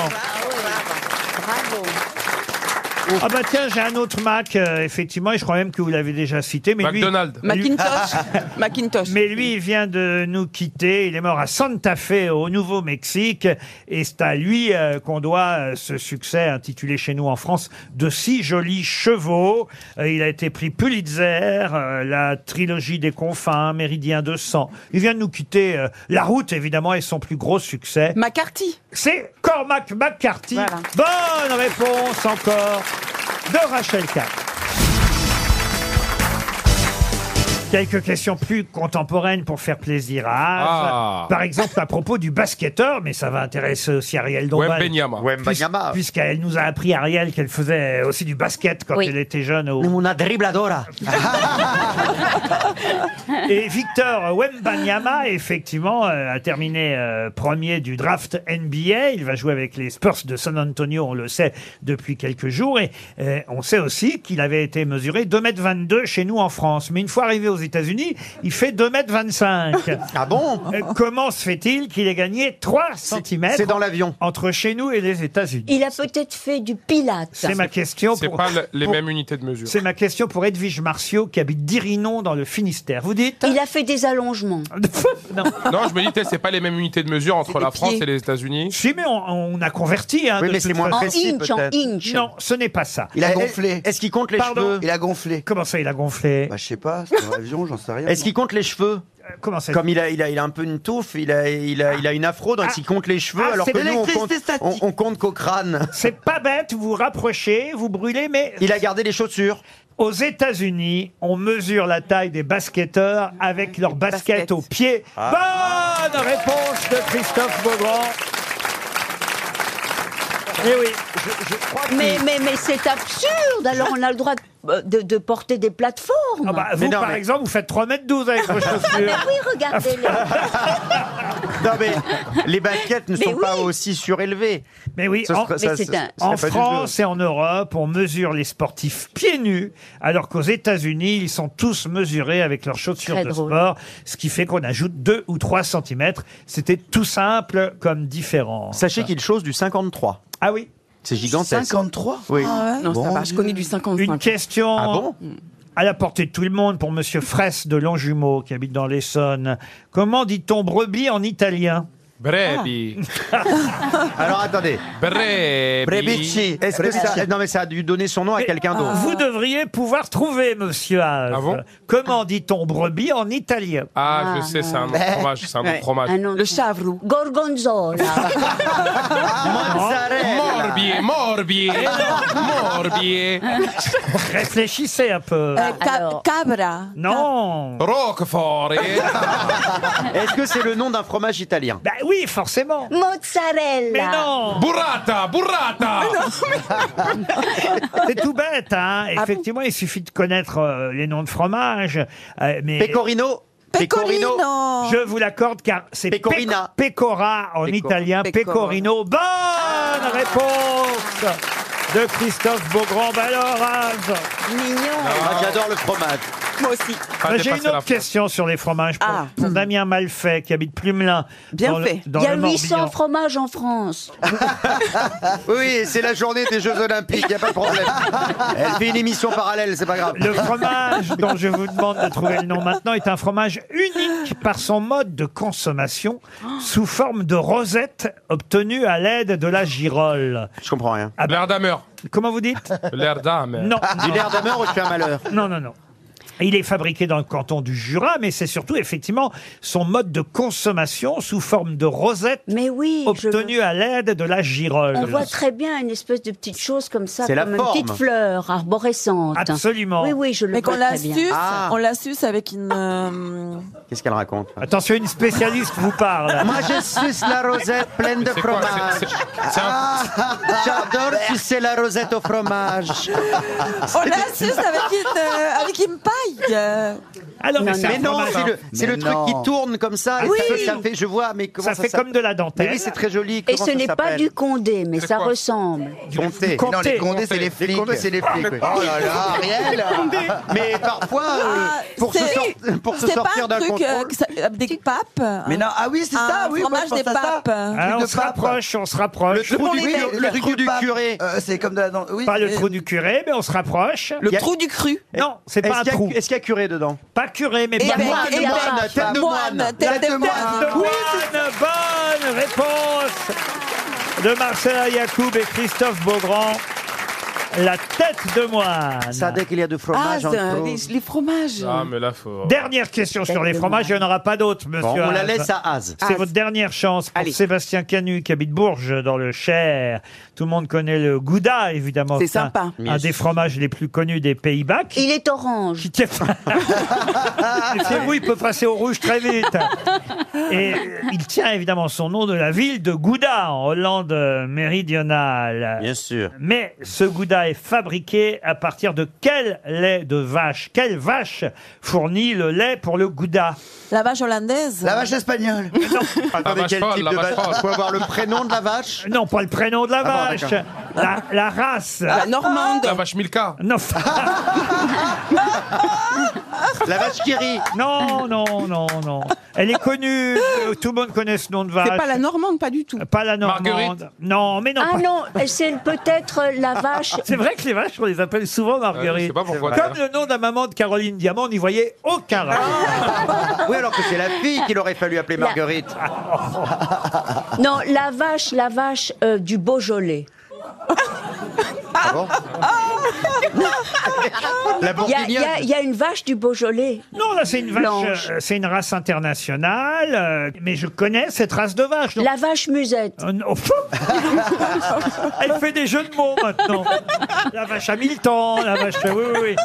Speaker 7: Bravo.
Speaker 2: Ah bah tiens, j'ai un autre Mac, euh, effectivement, et je crois même que vous l'avez déjà cité. Mais
Speaker 4: McDonald.
Speaker 2: Lui... lui-
Speaker 7: Macintosh. Macintosh.
Speaker 2: Mais lui, il vient de nous quitter. Il est mort à Santa Fe, au Nouveau-Mexique. Et c'est à lui euh, qu'on doit euh, ce succès intitulé chez nous en France de six jolis chevaux. Euh, il a été pris Pulitzer, euh, la trilogie des confins, Méridien de sang. Il vient de nous quitter. euh, la route, évidemment, est son plus gros succès.
Speaker 7: McCarthy.
Speaker 2: C'est Cormac McCarthy. Bonne réponse encore de Rachel Kahn. Quelques questions plus contemporaines pour faire plaisir à Ave.
Speaker 4: Ah.
Speaker 2: Par exemple, à propos du basketteur, mais ça va intéresser aussi Ariel Dombal.
Speaker 4: Wembenyama. Wembenyama.
Speaker 2: Puis- Puisqu'elle nous a appris, Ariel, qu'elle faisait aussi du basket quand elle était jeune. Au... Una dribladora. Et Victor Wembanyama, effectivement, euh, a terminé euh, premier du draft NBA. Il va jouer avec les Spurs de San Antonio, on le sait, depuis quelques jours. Et euh, on sait aussi qu'il avait été mesuré 2m22 chez nous en France. Mais une fois arrivé aux États-Unis, il fait 2m25. Ah bon Comment se fait-il qu'il ait gagné 3 cm C'est dans l'avion. Entre chez nous et les États-Unis.
Speaker 8: Il a peut-être fait du pilate.
Speaker 2: C'est ma question.
Speaker 4: C'est
Speaker 2: pour-
Speaker 4: pas le- les
Speaker 2: pour-
Speaker 4: mêmes unités de mesure.
Speaker 2: C'est ma question pour Edwige Martiaux qui habite Dirinon dans le Finistère. Vous dites
Speaker 8: Il a fait des allongements.
Speaker 4: Non, je me disais, c'est pas les mêmes unités de mesure entre la France
Speaker 2: pieds.
Speaker 4: et les États-Unis.
Speaker 2: Si, mais on, on a converti. Hein,
Speaker 4: Oui,
Speaker 2: de
Speaker 4: mais
Speaker 2: toute
Speaker 4: c'est moins
Speaker 2: façon.
Speaker 4: précis, En inch, en peut-être. inch.
Speaker 2: Non, ce n'est pas ça.
Speaker 5: Il a gonflé.
Speaker 2: Est-ce qu'il compte les
Speaker 5: Pardon
Speaker 2: cheveux
Speaker 5: Il a gonflé.
Speaker 2: Comment ça, il a gonflé
Speaker 5: Bah, je sais pas, c'est un avion, j'en sais rien.
Speaker 13: Est-ce qu'il compte les cheveux
Speaker 2: Comment ça
Speaker 13: Euh, Comme il a, il, a, il a un peu une touffe, il a, il a, il a une afro, donc il compte les cheveux,
Speaker 2: Ah,
Speaker 13: alors
Speaker 2: c'est
Speaker 13: que nous, on compte,
Speaker 2: l'électricité
Speaker 13: on, on compte qu'au crâne.
Speaker 2: C'est pas bête, vous vous rapprochez, vous brûlez, mais...
Speaker 13: Il a gardé les chaussures.
Speaker 2: Aux États-Unis, on mesure la taille des basketteurs avec leurs baskets aux pieds. Bonne réponse de Christophe Beaugrand. Eh oui.
Speaker 8: Mais, mais, mais c'est absurde. Alors on a le droit de, euh, de- de porter des plateformes.
Speaker 2: Ah, bah, Vous, par exemple, vous faites 3m12 avec vos
Speaker 8: Ah, mais
Speaker 2: chaussures.
Speaker 8: oui, regardez-les.
Speaker 13: Non, mais les baskets ne
Speaker 8: Mais
Speaker 13: sont
Speaker 8: oui.
Speaker 13: pas aussi surélevées.
Speaker 2: Mais oui,
Speaker 13: Ce
Speaker 2: en,
Speaker 13: serait- ça- ce- ce
Speaker 2: en
Speaker 13: serait pas du
Speaker 2: France
Speaker 13: jeu.
Speaker 2: et en Europe, on mesure les sportifs pieds nus, alors qu'aux États-Unis, ils sont tous mesurés avec leurs chaussures
Speaker 15: Très
Speaker 2: de
Speaker 15: drôle.
Speaker 2: sport, ce qui fait qu'on ajoute 2 ou 3 cm. C'était tout simple comme différence.
Speaker 13: Sachez qu'il chose du 53.
Speaker 2: Ah oui
Speaker 13: C'est gigantesque.
Speaker 5: 53
Speaker 13: Oui.
Speaker 2: Ah
Speaker 7: Non, ça
Speaker 13: Bon
Speaker 7: va, je connais du 55.
Speaker 2: Une question
Speaker 13: Ah bon
Speaker 2: à la portée de tout le monde pour Monsieur Fraisse de Longjumeau, qui habite dans l'Essonne. Comment dit-on brebis en italien Ah.
Speaker 4: Brebi.
Speaker 5: Ah.
Speaker 13: Alors attendez.
Speaker 4: Brebi.
Speaker 13: Brebici. Est-ce que ça.
Speaker 2: Brebici.
Speaker 13: Non, mais ça a dû donner son nom à quelqu'un d'autre.
Speaker 2: ah, Vous devriez pouvoir trouver, monsieur Haas. Comment dit-on brebis en italien
Speaker 4: Ah, je sais, c'est un nom de fromage. C'est un nom de fromage.
Speaker 8: Le chavro. Gorgonzola.
Speaker 4: Morbier, morbier, morbier.
Speaker 2: Réfléchissez hein. un
Speaker 6: Euh,
Speaker 2: peu.
Speaker 7: Cabra.
Speaker 2: Non.
Speaker 4: Roquefort.
Speaker 13: eh. Est-ce que c'est le nom d'un fromage italien
Speaker 2: Bah oui, forcément.
Speaker 8: Mozzarella.
Speaker 2: Mais non.
Speaker 4: Burrata, burrata. Ah,
Speaker 2: C'est tout bête, hein. Effectivement, il suffit de connaître euh, les noms de fromages. euh, mais...
Speaker 13: Pecorino.
Speaker 2: Pecorino.
Speaker 13: Pecorino.
Speaker 2: Je vous l'accorde car c'est
Speaker 13: Pecorina.
Speaker 2: pec- pecora en
Speaker 13: Pecor-
Speaker 2: italien. Pecorino.
Speaker 13: Pecorino.
Speaker 2: Bonne réponse de Christophe Beaugrand. Bah alors, Ah. Ave.
Speaker 13: Moi, Ah, j'adore le fromage.
Speaker 7: Moi aussi.
Speaker 2: Bah, J'ai une autre question sur les fromages pour, pour Damien Malfait qui habite Plumelin.
Speaker 8: Ah. Bien
Speaker 2: dans le-
Speaker 8: fait.
Speaker 2: dans
Speaker 8: Il y a
Speaker 2: le Morbihan.
Speaker 8: 800 fromages en France.
Speaker 13: Oui, c'est la journée des Jeux Olympiques, y a pas de problème. Elle fait une émission parallèle, c'est pas grave.
Speaker 2: Le fromage dont je vous demande de trouver le nom maintenant est un fromage unique par son mode de consommation sous forme de rosette obtenue à l'aide de la girole.
Speaker 13: Je comprends rien.
Speaker 4: L'air d'ameur.
Speaker 2: Comment vous dites
Speaker 4: L'air d'ameur.
Speaker 2: Non.
Speaker 13: Du l'air d'ameur au tueur malheur.
Speaker 2: Non, non, non. Il est fabriqué dans le canton du Jura, mais c'est surtout effectivement son mode de consommation sous forme de rosette obtenue à l'aide de la girole.
Speaker 8: On voit très bien une espèce de petite chose comme ça,
Speaker 2: C'est la
Speaker 8: comme une
Speaker 2: forme.
Speaker 8: petite fleur arborescente.
Speaker 2: Absolument.
Speaker 8: Oui, oui, je le
Speaker 6: Mais qu'on
Speaker 8: vois
Speaker 6: la
Speaker 8: très bien.
Speaker 6: suce,
Speaker 13: Ah.
Speaker 6: on la suce avec une. euh,
Speaker 13: Qu'est-ce qu'elle raconte
Speaker 2: Attention, une spécialiste vous parle.
Speaker 13: Moi, je suce la rosette pleine de
Speaker 2: C'est quoi,
Speaker 13: fromage.
Speaker 2: c'est- c'est-
Speaker 13: Ah, J'adore sucer la rosette au fromage.
Speaker 6: On la suce avec une, euh, avec une paille. euh.
Speaker 2: Alors,
Speaker 13: mais,
Speaker 2: mais c'est un
Speaker 13: non,
Speaker 2: fromage,
Speaker 13: c'est
Speaker 2: hein.
Speaker 13: le, c'est
Speaker 2: Mais
Speaker 13: le truc
Speaker 2: non.
Speaker 13: qui tourne comme ça. et
Speaker 2: Ah Oui.
Speaker 13: ça, ça fait, je vois, mais comment
Speaker 2: Ça
Speaker 13: ça,
Speaker 2: fait
Speaker 13: s'appelle
Speaker 2: comme de la dentelle.
Speaker 13: Mais oui, c'est très joli.
Speaker 8: Et
Speaker 13: Comment
Speaker 8: ce
Speaker 13: ça
Speaker 8: n'est pas
Speaker 13: s'appelle
Speaker 8: du condé, mais ça ressemble.
Speaker 13: Comté.
Speaker 8: Comté.
Speaker 13: Non, les Condés, c'est les
Speaker 8: Comté.
Speaker 13: flics. Les Condés, c'est les flics. oui.
Speaker 8: Ah,
Speaker 13: Oh là là, Ariel Mais parfois, euh, pour se,
Speaker 6: Ah, C'est-
Speaker 13: sor- pour se
Speaker 6: c'est pas
Speaker 13: sortir
Speaker 6: un
Speaker 13: d'un
Speaker 6: truc,
Speaker 13: contrôle...
Speaker 6: euh, que ça- avec des papes.
Speaker 13: Mais non, ah oui, c'est ça,
Speaker 6: Un
Speaker 13: oui, moi, je
Speaker 6: fromage
Speaker 13: pense
Speaker 6: des
Speaker 13: à ça.
Speaker 6: papes.
Speaker 2: Ah, on se rapproche, on se rapproche.
Speaker 13: Le trou du- le- le trou du euh, curé.
Speaker 5: c'est comme de la dent. Oui,
Speaker 2: Pas le
Speaker 5: mais-
Speaker 2: trou du curé, mais on se rapproche.
Speaker 13: Le Y a- trou du
Speaker 2: cru. Non, c'est
Speaker 13: Est-ce
Speaker 2: pas un
Speaker 13: qu'il y a-
Speaker 2: trou.
Speaker 13: Est-ce qu'il y a curé dedans
Speaker 2: Pas curé, mais
Speaker 13: Et
Speaker 2: pas
Speaker 13: avec- et avec-
Speaker 2: Tête de moine, tête de moine.
Speaker 13: Oui,
Speaker 2: Bonne réponse de Marcela Yacoub et Christophe Beaugrand. La tête de moine. Ça, dès qu'il y a du
Speaker 7: Ah,
Speaker 2: hein,
Speaker 7: euh, les, les fromages.
Speaker 4: Ah, mais là, faut.
Speaker 2: Dernière question sur les fromages, il n'y en aura pas d'autres, monsieur.
Speaker 4: Bon, on la
Speaker 2: Haas.
Speaker 4: laisse à Haas.
Speaker 2: C'est
Speaker 4: Haas.
Speaker 2: votre dernière chance pour Sébastien Canu, qui habite Bourges, dans le Cher. Tout le monde connaît le Gouda, évidemment.
Speaker 8: C'est
Speaker 2: un-
Speaker 8: sympa.
Speaker 2: Un des fromages les plus connus des Pays-Bas.
Speaker 8: Il est orange.
Speaker 2: C'est vous, il peut passer au rouge très vite. Et il tient évidemment son nom de la ville de Gouda, en Hollande euh, méridionale. Bien sûr. Mais ce Gouda est fabriqué à partir de quel lait de vache Quelle vache fournit le lait pour le Gouda
Speaker 6: La vache hollandaise. La vache espagnole.
Speaker 2: Attendez,
Speaker 13: quel folle, type Ah, la de vache vache folle. On peut avoir le
Speaker 2: prénom de la vache Non, pas le prénom de la
Speaker 13: Ah bon,
Speaker 2: vache.
Speaker 13: d'accord.
Speaker 2: la, la race.
Speaker 13: La normande.
Speaker 4: La vache Milka.
Speaker 2: Non.
Speaker 13: La vache qui rit.
Speaker 2: Non, non, non, non. Elle est connue. euh, Tout le monde connaît ce nom de vache.
Speaker 8: C'est pas la
Speaker 2: normande, pas du tout. Pas la normande.
Speaker 8: Marguerite.
Speaker 2: Non, mais non.
Speaker 8: Ah
Speaker 2: pas-
Speaker 8: non, c'est peut-être la vache.
Speaker 2: C'est vrai que les vaches, on les appelle souvent
Speaker 4: Ah oui, je
Speaker 2: Marguerite.
Speaker 4: sais pas pourquoi,
Speaker 2: Comme
Speaker 4: d'ailleurs.
Speaker 2: le nom de la maman de Caroline Diamant, on n'y voyait aucun rapport.
Speaker 13: Ah. Oui, alors que c'est la fille qu'il aurait fallu appeler
Speaker 8: La-
Speaker 13: Marguerite.
Speaker 8: Non, la vache, la vache euh, du Beaujolais. Il y a- il
Speaker 13: La
Speaker 8: y,
Speaker 2: bourguignonne.
Speaker 8: a- il y a une vache du Beaujolais.
Speaker 2: Non, là, c'est une vache.
Speaker 8: Blanche.
Speaker 2: euh, C'est une race internationale. euh, Mais je connais cette race de vache. donc-
Speaker 8: La vache musette.
Speaker 2: Euh, non. Elle fait des jeux de mots maintenant. La vache à mille temps, la vache. Oui, oui, oui.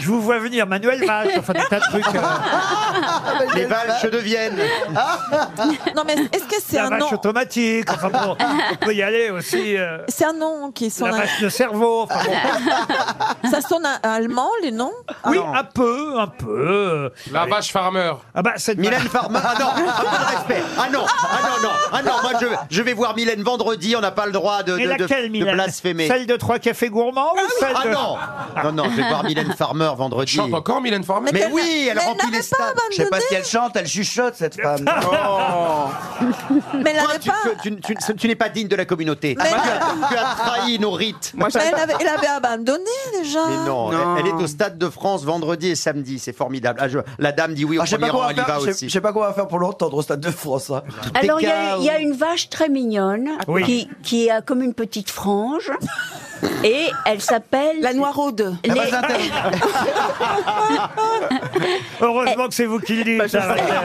Speaker 2: Je vous vois venir, Manuel Vache, enfin des tas de trucs. euh.
Speaker 13: Les vaches de Vienne.
Speaker 6: non, mais est-ce que c'est
Speaker 2: La
Speaker 6: un
Speaker 2: vache
Speaker 6: nom
Speaker 2: automatique, enfin bon, on peut y aller aussi. euh,
Speaker 6: C'est un nom qui sonne.
Speaker 2: la
Speaker 6: un-
Speaker 2: vache de cerveau, enfin bon.
Speaker 6: Ça sonne un- allemand, les noms
Speaker 2: Oui, un peu, un peu. euh.
Speaker 4: La vache farmer.
Speaker 2: Ah bah, cette
Speaker 13: Mylène Farmer. Ah non, un peu de respect. Ah non, ah non, non. Ah non, moi je, je vais voir Mylène vendredi, on n'a pas le droit de,
Speaker 2: Et
Speaker 13: de, de-
Speaker 2: laquelle,
Speaker 13: de
Speaker 2: Mylène
Speaker 13: blasphémer.
Speaker 2: Celle de Trois Cafés Gourmands ou celle
Speaker 13: Ah
Speaker 2: de...
Speaker 13: non Non, non, je vais voir Mylène Farmer vendredi.
Speaker 4: Chante encore, Mylène Farmer.
Speaker 13: Mais oui, elle remplit les stades.
Speaker 5: Je sais pas si elle chante, elle chuchote cette femme.
Speaker 4: Oh.
Speaker 6: Mais elle
Speaker 13: Toi,
Speaker 6: n'avait
Speaker 13: tu,
Speaker 6: pas.
Speaker 13: tu- tu- tu- tu- tu n'es pas digne de la communauté.
Speaker 6: Mais
Speaker 13: tu,
Speaker 6: non.
Speaker 13: as, tu as trahi nos rites.
Speaker 6: Mais elle, avait, elle avait abandonné déjà.
Speaker 13: Mais non,
Speaker 5: Non.
Speaker 13: Elle, elle est au Stade de France vendredi et samedi, c'est formidable. Ah, je- la dame dit oui au
Speaker 5: Ah, je sais pas
Speaker 13: premier
Speaker 5: quoi
Speaker 13: rang,
Speaker 5: on va
Speaker 13: elle y va
Speaker 5: faire- je sais-
Speaker 13: aussi.
Speaker 5: je sais pas quoi on va faire pour l'entendre au Stade de France. hein.
Speaker 8: Alors, il y, a- il y a une vache très mignonne
Speaker 2: Ah,
Speaker 5: Oui.
Speaker 8: qui, qui a comme une petite frange. Et elle s'appelle. La noiraude.
Speaker 2: Ah, bah, Heureusement que c'est vous qui le
Speaker 13: Ah,
Speaker 2: dites. Sarah Claire.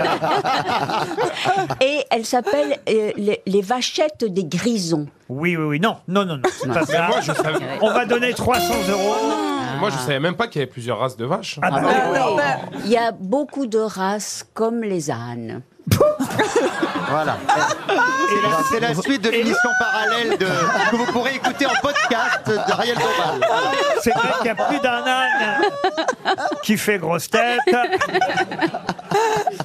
Speaker 8: et elle s'appelle euh, les, les vachettes des grisons.
Speaker 2: Oui, oui, oui, non, non, non, non, c'est pas
Speaker 4: Mais
Speaker 2: ça.
Speaker 4: moi, je savais-
Speaker 2: On va donner 300 euros.
Speaker 4: Moi, je savais même pas qu'il y avait plusieurs races de vaches.
Speaker 2: Ah, bah,
Speaker 8: Oui. Oh. Il y a beaucoup de races comme les ânes.
Speaker 13: Voilà. C'est la, c'est la suite de l'émission parallèle de- que vous pourrez écouter en podcast d'Ariel Dombal.
Speaker 2: C'est vrai qu'il y a plus d'un âne qui fait grosse tête.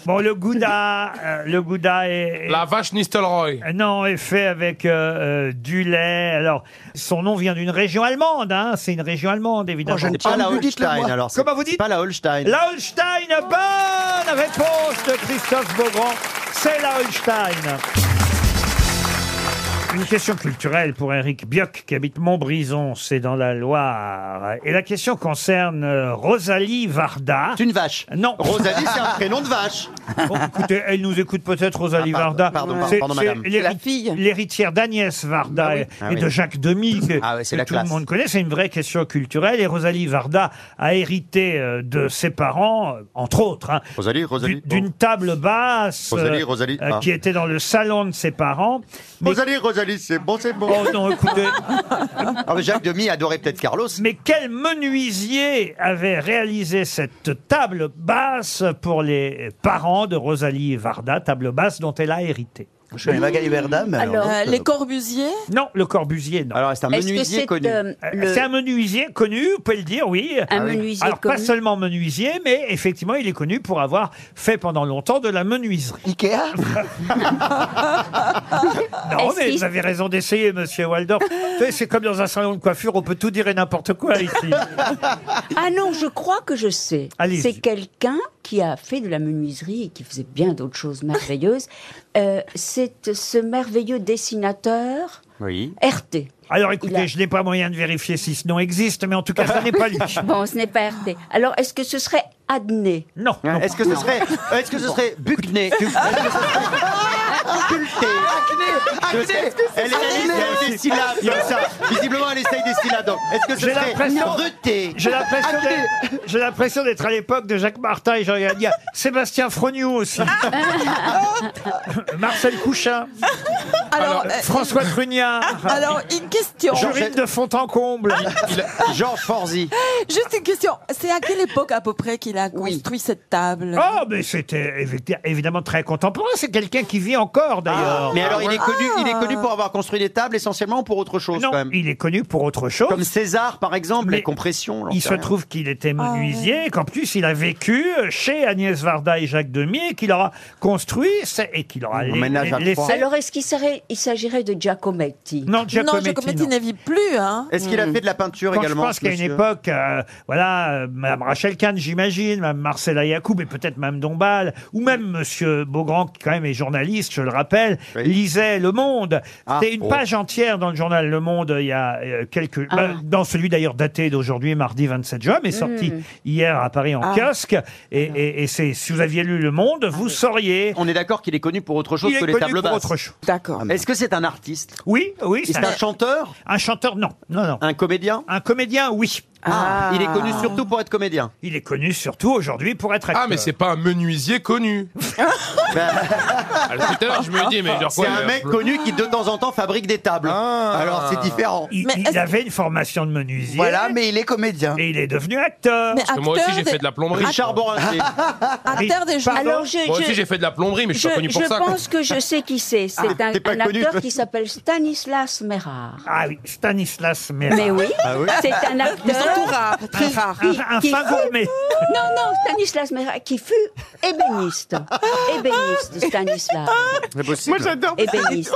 Speaker 2: Bon, le gouda, euh, le gouda est... Euh,
Speaker 4: La vache Nistelrooy.
Speaker 2: Non, est fait avec euh, euh, du lait. Alors, son nom vient d'une région allemande. Hein. C'est une région allemande, évidemment.
Speaker 13: C'est Oh, pas la Holstein, alors. c'est-
Speaker 2: Comment vous dites
Speaker 13: c'est Pas la Holstein.
Speaker 2: La Holstein, bonne réponse de Christophe Beaugrand. C'est la Holstein. Une question culturelle pour Eric Bioc qui habite Montbrison, c'est dans la Loire. Et la question concerne euh, Rosalie Varda. C'est
Speaker 13: une vache.
Speaker 2: Non.
Speaker 13: Rosalie, c'est un prénom de vache.
Speaker 2: Bon, écoutez, elle nous écoute peut-être, Rosalie
Speaker 13: Ah, pardon,
Speaker 2: Varda.
Speaker 13: pardon, pardon,
Speaker 2: C'est-
Speaker 13: pardon,
Speaker 2: c'est
Speaker 13: madame.
Speaker 2: l'hérit- L'héritière d'Agnès Varda et,
Speaker 13: Ah
Speaker 2: et
Speaker 13: oui.
Speaker 2: de Jacques Demy, que,
Speaker 13: Ah ouais, c'est
Speaker 2: que
Speaker 13: la
Speaker 2: tout
Speaker 13: classe.
Speaker 2: le monde connaît. C'est une vraie question culturelle. Et Rosalie Varda a hérité euh, de ses parents, euh, entre autres, hein,
Speaker 13: Rosalie, Rosalie.
Speaker 2: d'une table basse
Speaker 13: Rosalie, Rosalie,
Speaker 2: euh,
Speaker 13: ah.
Speaker 2: qui était dans le salon de ses parents. Mais-
Speaker 13: Rosalie, Rosalie, c'est bon, c'est bon.
Speaker 2: Oh non, écoutez.
Speaker 13: Ah, mais Jacques Demy adorait peut-être Carlos.
Speaker 2: Mais quel menuisier avait réalisé cette table basse pour les parents de Rosalie Varda, table basse dont elle a hérité
Speaker 5: Je connais Magali Verda, mais
Speaker 6: Alors, euh, les
Speaker 2: Corbusiers Non, le Corbusier, non.
Speaker 13: Alors, c'est un
Speaker 6: Est-ce que menuisier c'est, connu. euh,
Speaker 2: Euh,
Speaker 6: le-
Speaker 2: C'est un menuisier connu, vous pouvez le dire, oui.
Speaker 6: Un Ah oui. menuisier
Speaker 2: Alors, pas
Speaker 6: connu.
Speaker 2: seulement menuisier, mais effectivement, il est connu pour avoir fait pendant longtemps de la menuiserie.
Speaker 5: Ikea
Speaker 2: Non,
Speaker 5: Est-ce
Speaker 2: mais
Speaker 5: qu'il-
Speaker 2: vous avez raison d'essayer, monsieur Waldorf. Vous savez, c'est comme dans un salon de coiffure, on peut tout dire et n'importe quoi ici.
Speaker 8: Ah non, je crois que je sais.
Speaker 2: Allez-y.
Speaker 8: C'est quelqu'un qui a fait de la menuiserie et qui faisait bien d'autres choses merveilleuses. Euh, c'est ce merveilleux dessinateur
Speaker 13: Oui.
Speaker 8: RT.
Speaker 2: Alors
Speaker 8: Il a-
Speaker 2: écoutez, je n'ai pas moyen de vérifier si ce nom existe, mais en tout cas, ça n'est pas lui.
Speaker 8: Bon, ce n'est pas RT. Alors, est-ce que ce serait Adné
Speaker 2: Non.
Speaker 13: Hein, Est-ce que ce serait, est-ce que ce serait Buckney Est-ce que ce serait Culté Je sais,
Speaker 2: qu'est-ce que c'est
Speaker 13: elle,
Speaker 2: ça
Speaker 13: elle essaye des syllabes
Speaker 2: Il y a-
Speaker 13: comme ça. Visiblement, elle essaye des syllabes. Donc, Est-ce que ce
Speaker 2: J'ai l'impression,
Speaker 13: serait reté
Speaker 2: j'ai l'impression d'être- j'ai l'impression d'être à l'époque de Jacques Martin et Jean-Yann. Il y a Sébastien Frognou aussi.
Speaker 6: Ah.
Speaker 2: Marcel Couchin.
Speaker 6: Alors, euh,
Speaker 2: François Trugnard.
Speaker 6: Alors, une question.
Speaker 2: Jorine de Fontencomble.
Speaker 13: Ah. Georges Forzy.
Speaker 6: Eh, Juste une question. C'est à quelle époque à peu près qu'il a construit cette table
Speaker 2: Oh, mais c'était évi- évidemment très contemporain. C'est quelqu'un qui vit encore, d'ailleurs.
Speaker 13: Ah, Mais alors, il est connu, il est connu pour avoir construit des tables essentiellement ou pour autre chose
Speaker 2: Non,
Speaker 13: quand même.
Speaker 2: il est connu pour autre chose.
Speaker 13: Comme César, par exemple, les compressions. j'en
Speaker 2: Il
Speaker 13: sais
Speaker 2: se
Speaker 13: rien.
Speaker 2: trouve qu'il était menuisier, et qu'en plus il a vécu euh, chez Agnès Varda et Jacques Demier, et qu'il aura construit ce- et qu'il aura la- la- laissé.
Speaker 8: Alors, est-ce qu'il serait- il s'agirait de Giacometti
Speaker 2: Non, Giacometti, non.
Speaker 6: ne vit plus. Hein.
Speaker 2: Hmm. Quand Je pense qu'à une époque, euh, voilà, euh, Madame Rachel Kahn, j'imagine, Madame Marcella Yacoub et peut-être Madame Dombal, ou même Monsieur Beaugrand, qui quand même est journaliste, je le rappelle, lisait Le Monde. C'était une
Speaker 13: oh.
Speaker 2: page entière dans le journal Le Monde euh, il y a euh, quelques,
Speaker 13: Ah.
Speaker 2: bah, dans celui d'ailleurs daté d'aujourd'hui, mardi 27 juin, mais sorti
Speaker 13: Mm.
Speaker 2: hier à Paris en
Speaker 13: Ah.
Speaker 2: kiosque. Et, et- et c'est, si vous aviez lu Le Monde, vous sauriez.
Speaker 13: On est d'accord qu'il est connu pour autre chose
Speaker 2: Il est
Speaker 13: que les
Speaker 2: connu
Speaker 13: tables
Speaker 2: pour
Speaker 13: basses.
Speaker 2: autre chose.
Speaker 6: D'accord.
Speaker 13: Est-ce que c'est un artiste
Speaker 2: Oui, oui.
Speaker 13: Et c'est un chanteur
Speaker 2: Un chanteur, non. non, non.
Speaker 13: Un comédien
Speaker 2: Un comédien, oui.
Speaker 13: Ah,
Speaker 2: Ah.
Speaker 13: Il est connu surtout pour être comédien.
Speaker 2: Il est connu surtout aujourd'hui pour être acteur.
Speaker 4: Ah, mais c'est pas un menuisier connu. Alors, tout à l'heure, Ah, je me dis, mais genre
Speaker 13: Ben, C'est
Speaker 4: quoi,
Speaker 13: un
Speaker 4: mais- Ah.
Speaker 13: mec connu qui de temps en temps fabrique des tables. Alors c'est différent.
Speaker 2: Il, il avait une formation de menuisier.
Speaker 13: Voilà,
Speaker 2: mais il est comédien. Et il est devenu acteur.
Speaker 6: Mais Parce que moi acteur aussi, j'ai des- fait de la plomberie.
Speaker 13: Richard Boranger.
Speaker 6: Artère des gens.
Speaker 8: Alors, je,
Speaker 4: Moi
Speaker 8: je-
Speaker 4: aussi, j'ai fait de la plomberie, mais je suis pas connu pour
Speaker 8: je
Speaker 4: ça. quoi.
Speaker 8: pense que je sais qui c'est. C'est
Speaker 4: Ah,
Speaker 8: un,
Speaker 4: t'es pas
Speaker 8: un
Speaker 4: connu,
Speaker 8: acteur
Speaker 4: toi.
Speaker 8: qui s'appelle Stanislas Mérard.
Speaker 2: Ah oui, Stanislas Mérard.
Speaker 8: Mais oui, c'est un acteur.
Speaker 6: Mais surtout rare, très rare.
Speaker 2: Un- un fin gourmet.
Speaker 8: Non, non, Stanislas Mérard, qui fut ébéniste. Ébéniste, Stanislas.
Speaker 2: possible. Moi,
Speaker 8: Eh
Speaker 2: j'adore.
Speaker 8: Ébéniste.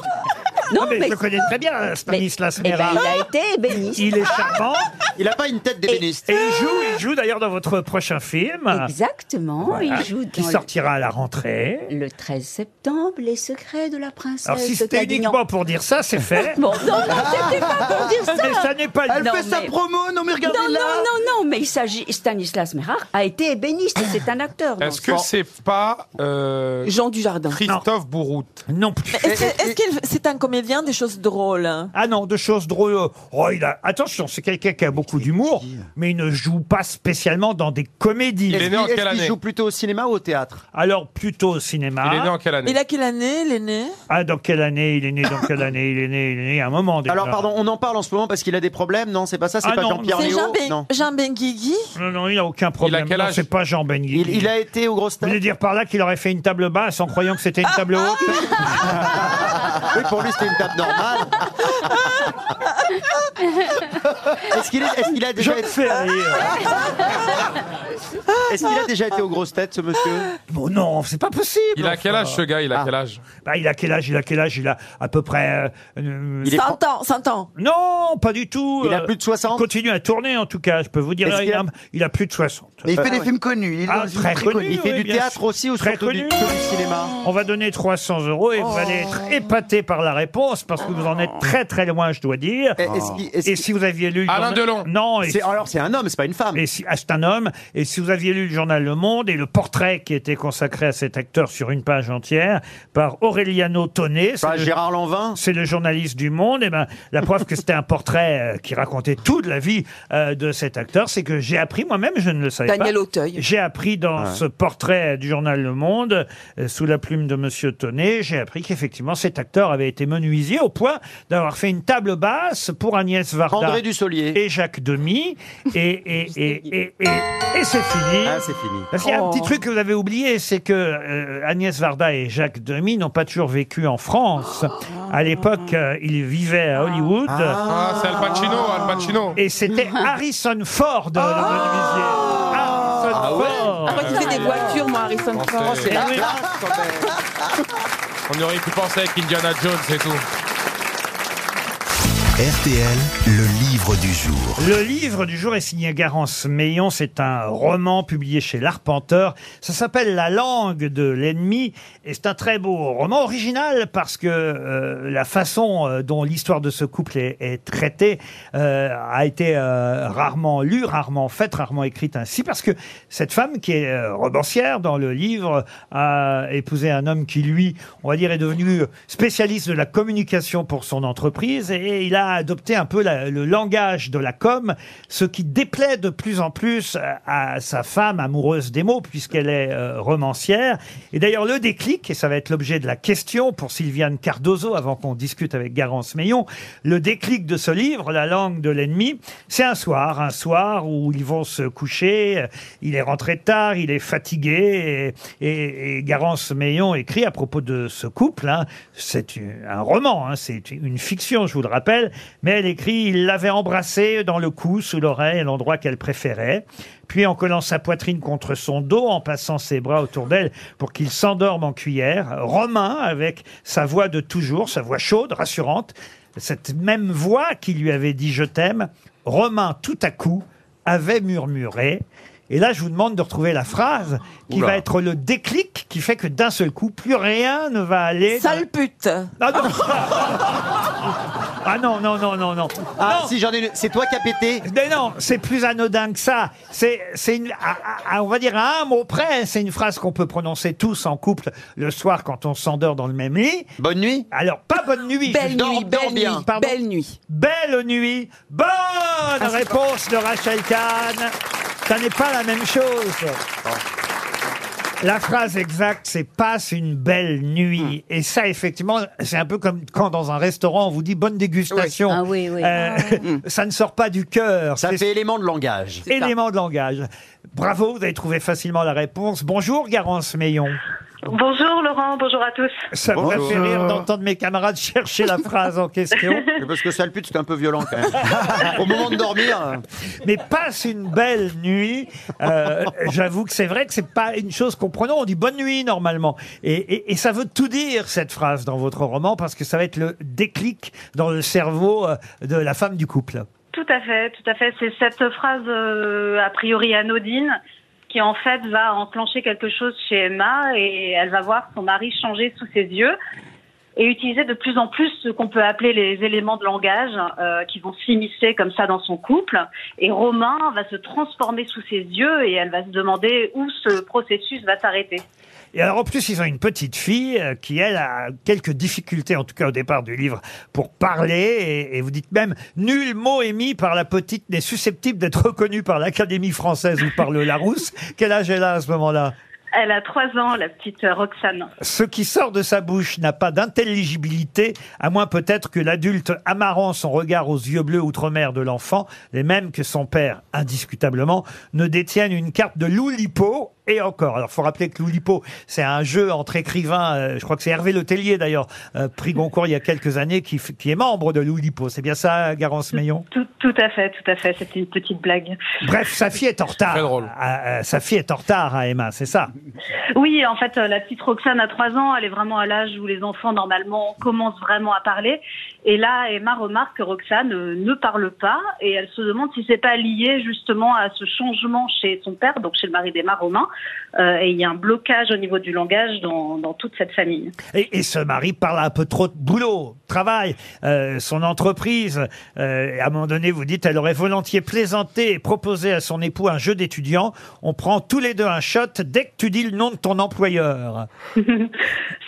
Speaker 2: Non, mais, je le connais très bien, euh, Stanislas
Speaker 8: Eh ben,
Speaker 2: Mérard.
Speaker 8: il a été ébéniste.
Speaker 2: Il est charmant.
Speaker 13: Il n'a pas une tête
Speaker 2: d'ébéniste. Et il joue, il joue d'ailleurs dans votre prochain film.
Speaker 8: Exactement,
Speaker 2: Voilà,
Speaker 8: il joue dans
Speaker 2: Qui
Speaker 8: le-
Speaker 2: sortira à la rentrée.
Speaker 8: Le 13 septembre, Les secrets de la princesse.
Speaker 2: Alors si c'était
Speaker 8: Cadignan.
Speaker 2: uniquement pour dire ça, c'est fait. Ah.
Speaker 8: Bon, non, non, c'était pas pour dire ça.
Speaker 2: Mais ça n'est pas dit.
Speaker 8: Non, mais- non, Non, non, non, mais il s'agit. Stanislas Mérard a été ébéniste, c'est un acteur. dans
Speaker 4: Est-ce
Speaker 8: ce
Speaker 4: que
Speaker 8: genre.
Speaker 4: c'est pas. euh,
Speaker 6: Jean Dujardin.
Speaker 4: Christophe Bourroute.
Speaker 2: Non
Speaker 6: Est-ce que- est-ce qu'il c'est un comédien des choses drôles hein
Speaker 2: Ah non, de choses drôles. Oh, il a... Attention, c'est quelqu'un qui a beaucoup d'humour, mais il ne joue pas spécialement dans des comédies.
Speaker 4: Il est né en Est-ce qu'il- quelle est-ce qu'il année
Speaker 2: joue
Speaker 4: joue
Speaker 2: plutôt au cinéma ou au théâtre Alors, plutôt au cinéma.
Speaker 4: Il est né en quelle année
Speaker 6: Il a quelle année, l'aîné
Speaker 2: Ah, dans quelle année Il est né dans quelle année Il est né, il est né à un moment déjà.
Speaker 13: Alors pardon, on en parle en ce moment parce qu'il a des problèmes, non C'est pas ça, c'est
Speaker 2: Ah
Speaker 13: pas
Speaker 2: non,
Speaker 13: Jean-Pierre
Speaker 2: c'est
Speaker 13: Léo
Speaker 2: Jean Ben-
Speaker 13: Non.
Speaker 6: Jean Benguigui
Speaker 2: Non, non, il n'a aucun problème.
Speaker 13: quel
Speaker 2: Non,
Speaker 13: âge
Speaker 2: c'est pas Jean Benguigui.
Speaker 13: Il, il a été au gros
Speaker 2: Vous voulez dire par là qu'il aurait fait une table basse en croyant que c'était une table haute
Speaker 13: Oui, pour lui, c'était une table normale. Est-ce qu'il est- est-ce qu'il a déjà été...
Speaker 2: euh,
Speaker 13: Est-ce qu'il a déjà été aux grosses têtes, ce monsieur Ah.
Speaker 2: Bon, non, c'est pas possible.
Speaker 4: Il a quel âge ce gars Il a quel âge
Speaker 2: Bah, il a quel âge Il a quel âge Il a à peu près. euh, euh,
Speaker 6: 100 ans, 100 ans.
Speaker 2: Non, pas du tout.
Speaker 13: Il a
Speaker 2: plus de 60 Il continue à tourner, en tout cas, je peux vous dire.
Speaker 13: Est-ce
Speaker 2: Il
Speaker 13: qu'il
Speaker 2: a,
Speaker 13: a- Euh,
Speaker 2: il a plus de 60.
Speaker 5: Mais il fait
Speaker 2: Ah,
Speaker 5: des
Speaker 2: ouais.
Speaker 5: films connus. Il est
Speaker 2: Ah,
Speaker 5: dans une
Speaker 2: très connu,
Speaker 13: Il fait
Speaker 2: oui,
Speaker 13: du
Speaker 2: bien
Speaker 13: théâtre
Speaker 2: sûr.
Speaker 13: aussi ou
Speaker 2: Très
Speaker 13: surtout du,
Speaker 2: connu.
Speaker 13: que du cinéma Oh.
Speaker 2: On va donner 300 euros et vous allez être épaté par la réponse parce que vous en êtes très très loin, je dois dire.
Speaker 13: Et est-ce qu'il-
Speaker 2: et si vous aviez lu. le
Speaker 4: Alain
Speaker 2: journal-
Speaker 4: Delon.
Speaker 2: Non.
Speaker 13: C'est- alors, c'est un homme, c'est pas une femme.
Speaker 2: Et si, ah, c'est un homme. Et si vous aviez lu le journal Le Monde et le portrait qui était consacré à cet acteur sur une page entière par Aureliano Tonnet. c'est
Speaker 13: Pas
Speaker 2: le-
Speaker 13: Gérard Lanvin
Speaker 2: c'est le journaliste du Monde. Et ben, la preuve que c'était un portrait euh, qui racontait toute la vie euh, de cet acteur, c'est que j'ai appris moi-même, je ne le savais pas.
Speaker 6: Daniel Auteuil.
Speaker 2: J'ai appris dans
Speaker 13: Ouais.
Speaker 2: ce portrait du journal Le Monde, euh, sous la plume de Monsieur Tonnet, j'ai appris qu'effectivement cet acteur avait été menuisier au point d'avoir fait une table basse pour Agnès Varda.
Speaker 13: André Dussolier.
Speaker 2: Et Jacques Demy. Et, et, et, et, et, et c'est fini.
Speaker 13: Ah, c'est fini.
Speaker 2: Parce qu'il y a un
Speaker 13: Oh.
Speaker 2: petit truc que vous avez oublié, c'est que euh, Agnès Varda et Jacques Demy n'ont pas toujours vécu en France. À l'époque, euh, ils vivaient à Hollywood.
Speaker 4: Ah, c'est Al Pacino, Al Pacino.
Speaker 2: Et c'était Harrison Ford, le menuisier. Harrison
Speaker 4: Ah ouais
Speaker 2: Ford.
Speaker 4: Ah, moi, qui fais des voitures,
Speaker 6: moi, Harrison hein,
Speaker 4: Ford. Oh, c'est la classe, On y aurait pu penser avec Indiana Jones et tout.
Speaker 1: RTL, le livre du jour.
Speaker 2: Le livre du jour est signé Garance Meillon. C'est un roman publié chez L'Arpenteur. Ça s'appelle La langue de l'ennemi. Et c'est un très beau roman original parce que euh, la façon euh, dont l'histoire de ce couple est, est traitée euh, a été euh, rarement lue, rarement faite, rarement écrite ainsi. Parce que cette femme qui est euh, romancière dans le livre a épousé un homme qui, lui, on va dire, est devenu spécialiste de la communication pour son entreprise et il a adopté un peu la- le langage de la com, ce qui déplaît de plus en plus à, à sa femme amoureuse des mots puisqu'elle est euh, romancière. Et d'ailleurs, le déclic, et ça va être l'objet de la question pour Sylviane Cardozo avant qu'on discute avec Garance Meillon, le déclic de ce livre, La langue de l'ennemi, c'est un soir, un soir où ils vont se coucher, euh, il est rentré tard, il est fatigué, et, et- et Garance Meillon écrit à propos de ce couple, hein, c'est une- un roman, hein, c'est une fiction, je vous le rappelle, mais elle écrit, il l'avait embrassée dans le cou, sous l'oreille, à l'endroit qu'elle préférait, puis en collant sa poitrine contre son dos, en passant ses bras autour d'elle pour qu'il s'endorme en cuillère, Romain, avec sa voix de toujours, sa voix chaude, rassurante, cette même voix qui lui avait dit je t'aime, Romain tout à coup avait murmuré. Et là, je vous demande de retrouver la phrase qui
Speaker 15: Oula.
Speaker 2: va être le déclic qui fait que d'un seul coup, plus rien ne va aller. Sale pute Ah non Ah non, non, non, non, non. Ah, si j'en ai C'est toi qui as pété Mais non, c'est plus anodin que ça. C'est, c'est une, à- à- à- on va dire à un mot près, c'est une phrase qu'on peut prononcer tous en couple le soir quand on s'endort dans le même lit. Bonne nuit Alors, pas bonne nuit.
Speaker 7: Belle
Speaker 2: je-
Speaker 7: nuit, belle nuit,
Speaker 2: Belle nuit. Belle nuit. Bonne réponse de Rachel Kahn. Ça n'est pas la même chose. La phrase exacte, c'est passe une belle nuit. Et ça, effectivement, c'est un peu comme quand dans un restaurant, on vous dit bonne dégustation. Euh,
Speaker 8: Oui. Ah oui, oui.
Speaker 2: ça ne sort pas du cœur.
Speaker 3: Ça
Speaker 2: C'est-
Speaker 3: fait élément de langage.
Speaker 2: Élément de langage. Bravo, vous avez trouvé facilement la réponse. Bonjour, Garance Meillon.
Speaker 12: Bonjour Laurent, bonjour à tous.
Speaker 2: Ça me fait rire d'entendre mes camarades chercher la phrase en question.
Speaker 13: Parce que sale pute, c'est un peu violent quand même. Au moment de dormir. euh.
Speaker 2: Mais passe une belle nuit. Euh, J'avoue que c'est vrai que c'est pas une chose qu'on prononce. On dit bonne nuit normalement. Et, et- et ça veut tout dire cette phrase dans votre roman parce que ça va être le déclic dans le cerveau euh, de la femme du couple.
Speaker 12: Tout à fait, tout à fait. C'est cette phrase euh, a priori anodine qui en fait va enclencher quelque chose chez Emma et elle va voir son mari changer sous ses yeux et utiliser de plus en plus ce qu'on peut appeler les éléments de langage euh, qui vont s'immiscer comme ça dans son couple. Et Romain va se transformer sous ses yeux et elle va se demander où ce processus va s'arrêter.
Speaker 2: Et alors en plus, ils ont une petite fille euh, qui, elle, a quelques difficultés, en tout cas au départ du livre, pour parler. Et, et vous dites même, nul mot émis par la petite n'est susceptible d'être reconnu par l'Académie française ou par le Larousse. Quel âge elle a à ce moment-là
Speaker 12: Elle a trois ans, la petite euh, Roxane.
Speaker 2: Ce qui sort de sa bouche n'a pas d'intelligibilité, à moins peut-être que l'adulte amarrant son regard aux yeux bleus outre-mer de l'enfant, les mêmes que son père, indiscutablement, ne détienne une carte de Loulipo. Et encore, alors faut rappeler que Loulipo, c'est un jeu entre écrivains, euh, je crois que c'est Hervé Letellier d'ailleurs, euh, prix Goncourt il y a quelques années, qui, f- qui est membre de Loulipo. C'est bien ça, Garance Meillon
Speaker 12: Tout, tout à fait, tout à fait. C'était une petite blague.
Speaker 2: Bref, sa fille est en retard. Ah, ah, sa fille est en retard à Emma, c'est ça
Speaker 12: Oui, en fait, euh, la petite Roxane a 3 ans, elle est vraiment à l'âge où les enfants, normalement, commencent vraiment à parler. Et là, Emma remarque que Roxane euh, ne parle pas et elle se demande si c'est pas lié justement à ce changement chez son père, donc chez le mari d'Emma, Romain. Euh, et il y a un blocage au niveau du langage dans, dans toute cette famille.
Speaker 2: Et, et ce mari parle un peu trop de boulot, travail, euh, son entreprise. Euh, et à un moment donné, vous dites, elle aurait volontiers plaisanté et proposé à son époux un jeu d'étudiant. On prend tous les deux un shot dès que tu dis le nom de ton employeur.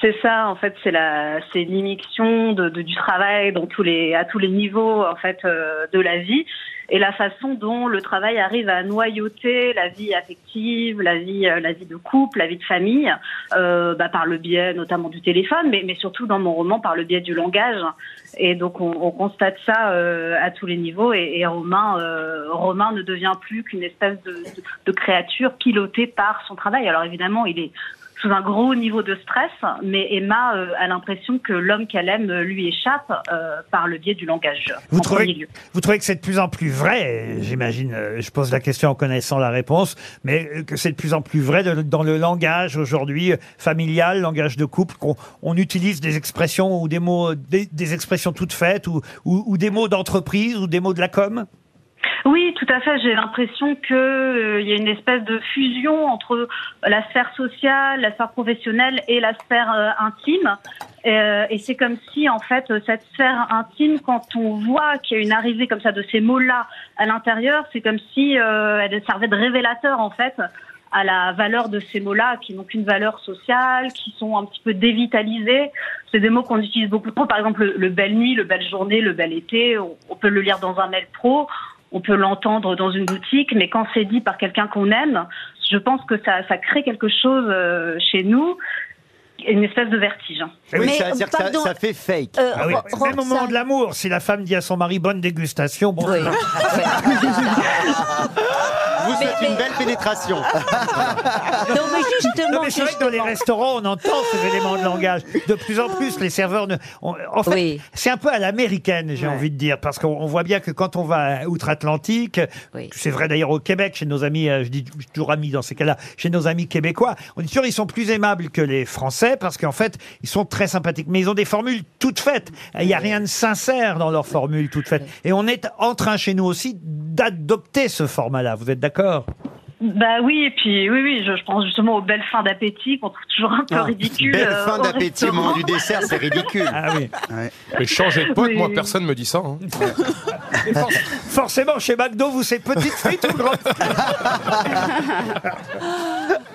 Speaker 12: C'est ça, en fait, c'est la, c'est l'immixion de, de- du travail dans tous les, à tous les niveaux, en fait, euh, de la vie et la façon dont le travail arrive à noyauter la vie affective, la vie, euh, la vie de couple, la vie de famille, euh, bah, par le biais notamment du téléphone, mais, mais surtout dans mon roman par le biais du langage. Et donc, on, on constate ça euh, à tous les niveaux et, et Romain, euh, Romain ne devient plus qu'une espèce de, de- de créature pilotée par son travail. Alors évidemment, il est sous un gros niveau de stress, mais Emma euh, a l'impression que l'homme qu'elle aime euh, lui échappe euh, par le biais du langage.
Speaker 2: Vous
Speaker 12: en premier
Speaker 2: trouvez,
Speaker 12: lieu.
Speaker 2: vous trouvez que c'est de plus en plus vrai, euh, j'imagine, euh, je pose la question en connaissant la réponse, mais euh, que c'est de plus en plus vrai de- dans le langage aujourd'hui euh, familial, langage de couple, qu'on on utilise des expressions ou des mots, des, des expressions toutes faites ou, ou- ou des mots d'entreprise ou des mots de la com
Speaker 12: Oui, tout à fait. J'ai l'impression que euh, il y a une espèce de fusion entre la sphère sociale, la sphère professionnelle et la sphère euh, intime. Euh, et c'est comme si, en fait, euh, cette sphère intime, quand on voit qu'il y a une arrivée comme ça de ces mots-là à l'intérieur, c'est comme si euh, elle servait de révélateur, en fait, à la valeur de ces mots-là, qui n'ont qu'une valeur sociale, qui sont un petit peu dévitalisés. C'est des mots qu'on utilise beaucoup trop. Par exemple, le, le belle nuit, le belle journée, le bel été, on, on peut le lire dans un mail pro, on peut l'entendre dans une boutique, mais quand c'est dit par quelqu'un qu'on aime, je pense que ça, ça crée quelque chose euh, chez nous, une espèce de vertige.
Speaker 2: Eh oui, c'est-à-dire que ça- ça
Speaker 13: fait fake.
Speaker 2: Ah
Speaker 12: euh,
Speaker 2: oui, Même au moment de l'amour, si la femme dit à son mari bonne dégustation, bon.
Speaker 13: Vous faites une belle pénétration.
Speaker 8: Non, mais justement,
Speaker 2: Non, mais c'est vrai que dans les restaurants, on entend ces éléments de langage. De plus en plus, les serveurs ne. on- en fait, c'est un peu à l'américaine, j'ai envie de dire, parce qu'on on voit bien que quand on va à outre-Atlantique, c'est vrai d'ailleurs au Québec, chez nos amis, euh, je dis je dis toujours amis dans ces cas-là, chez nos amis québécois, on est sûr ils sont plus aimables que les Français, parce qu'en fait, ils sont très sympathiques. Mais ils ont des formules toutes faites. Il n'y a rien de sincère dans leurs formules toutes faites. Et on est en train chez nous aussi d'adopter ce format-là. Vous êtes d'accord
Speaker 12: Bah oui, et puis oui, oui, je, je pense justement aux belles fins d'appétit qu'on trouve toujours un peu
Speaker 13: Ah,
Speaker 12: ridicule.
Speaker 13: belle
Speaker 12: euh,
Speaker 13: fin
Speaker 12: au
Speaker 13: d'appétit,
Speaker 12: restaurant.
Speaker 13: moment du dessert, c'est ridicule.
Speaker 2: Ah oui.
Speaker 4: Mais changer de pote,
Speaker 12: Oui.
Speaker 4: moi, personne me dit ça. hein.
Speaker 2: Forcément, chez McDo, vous, c'est petite frites ou grande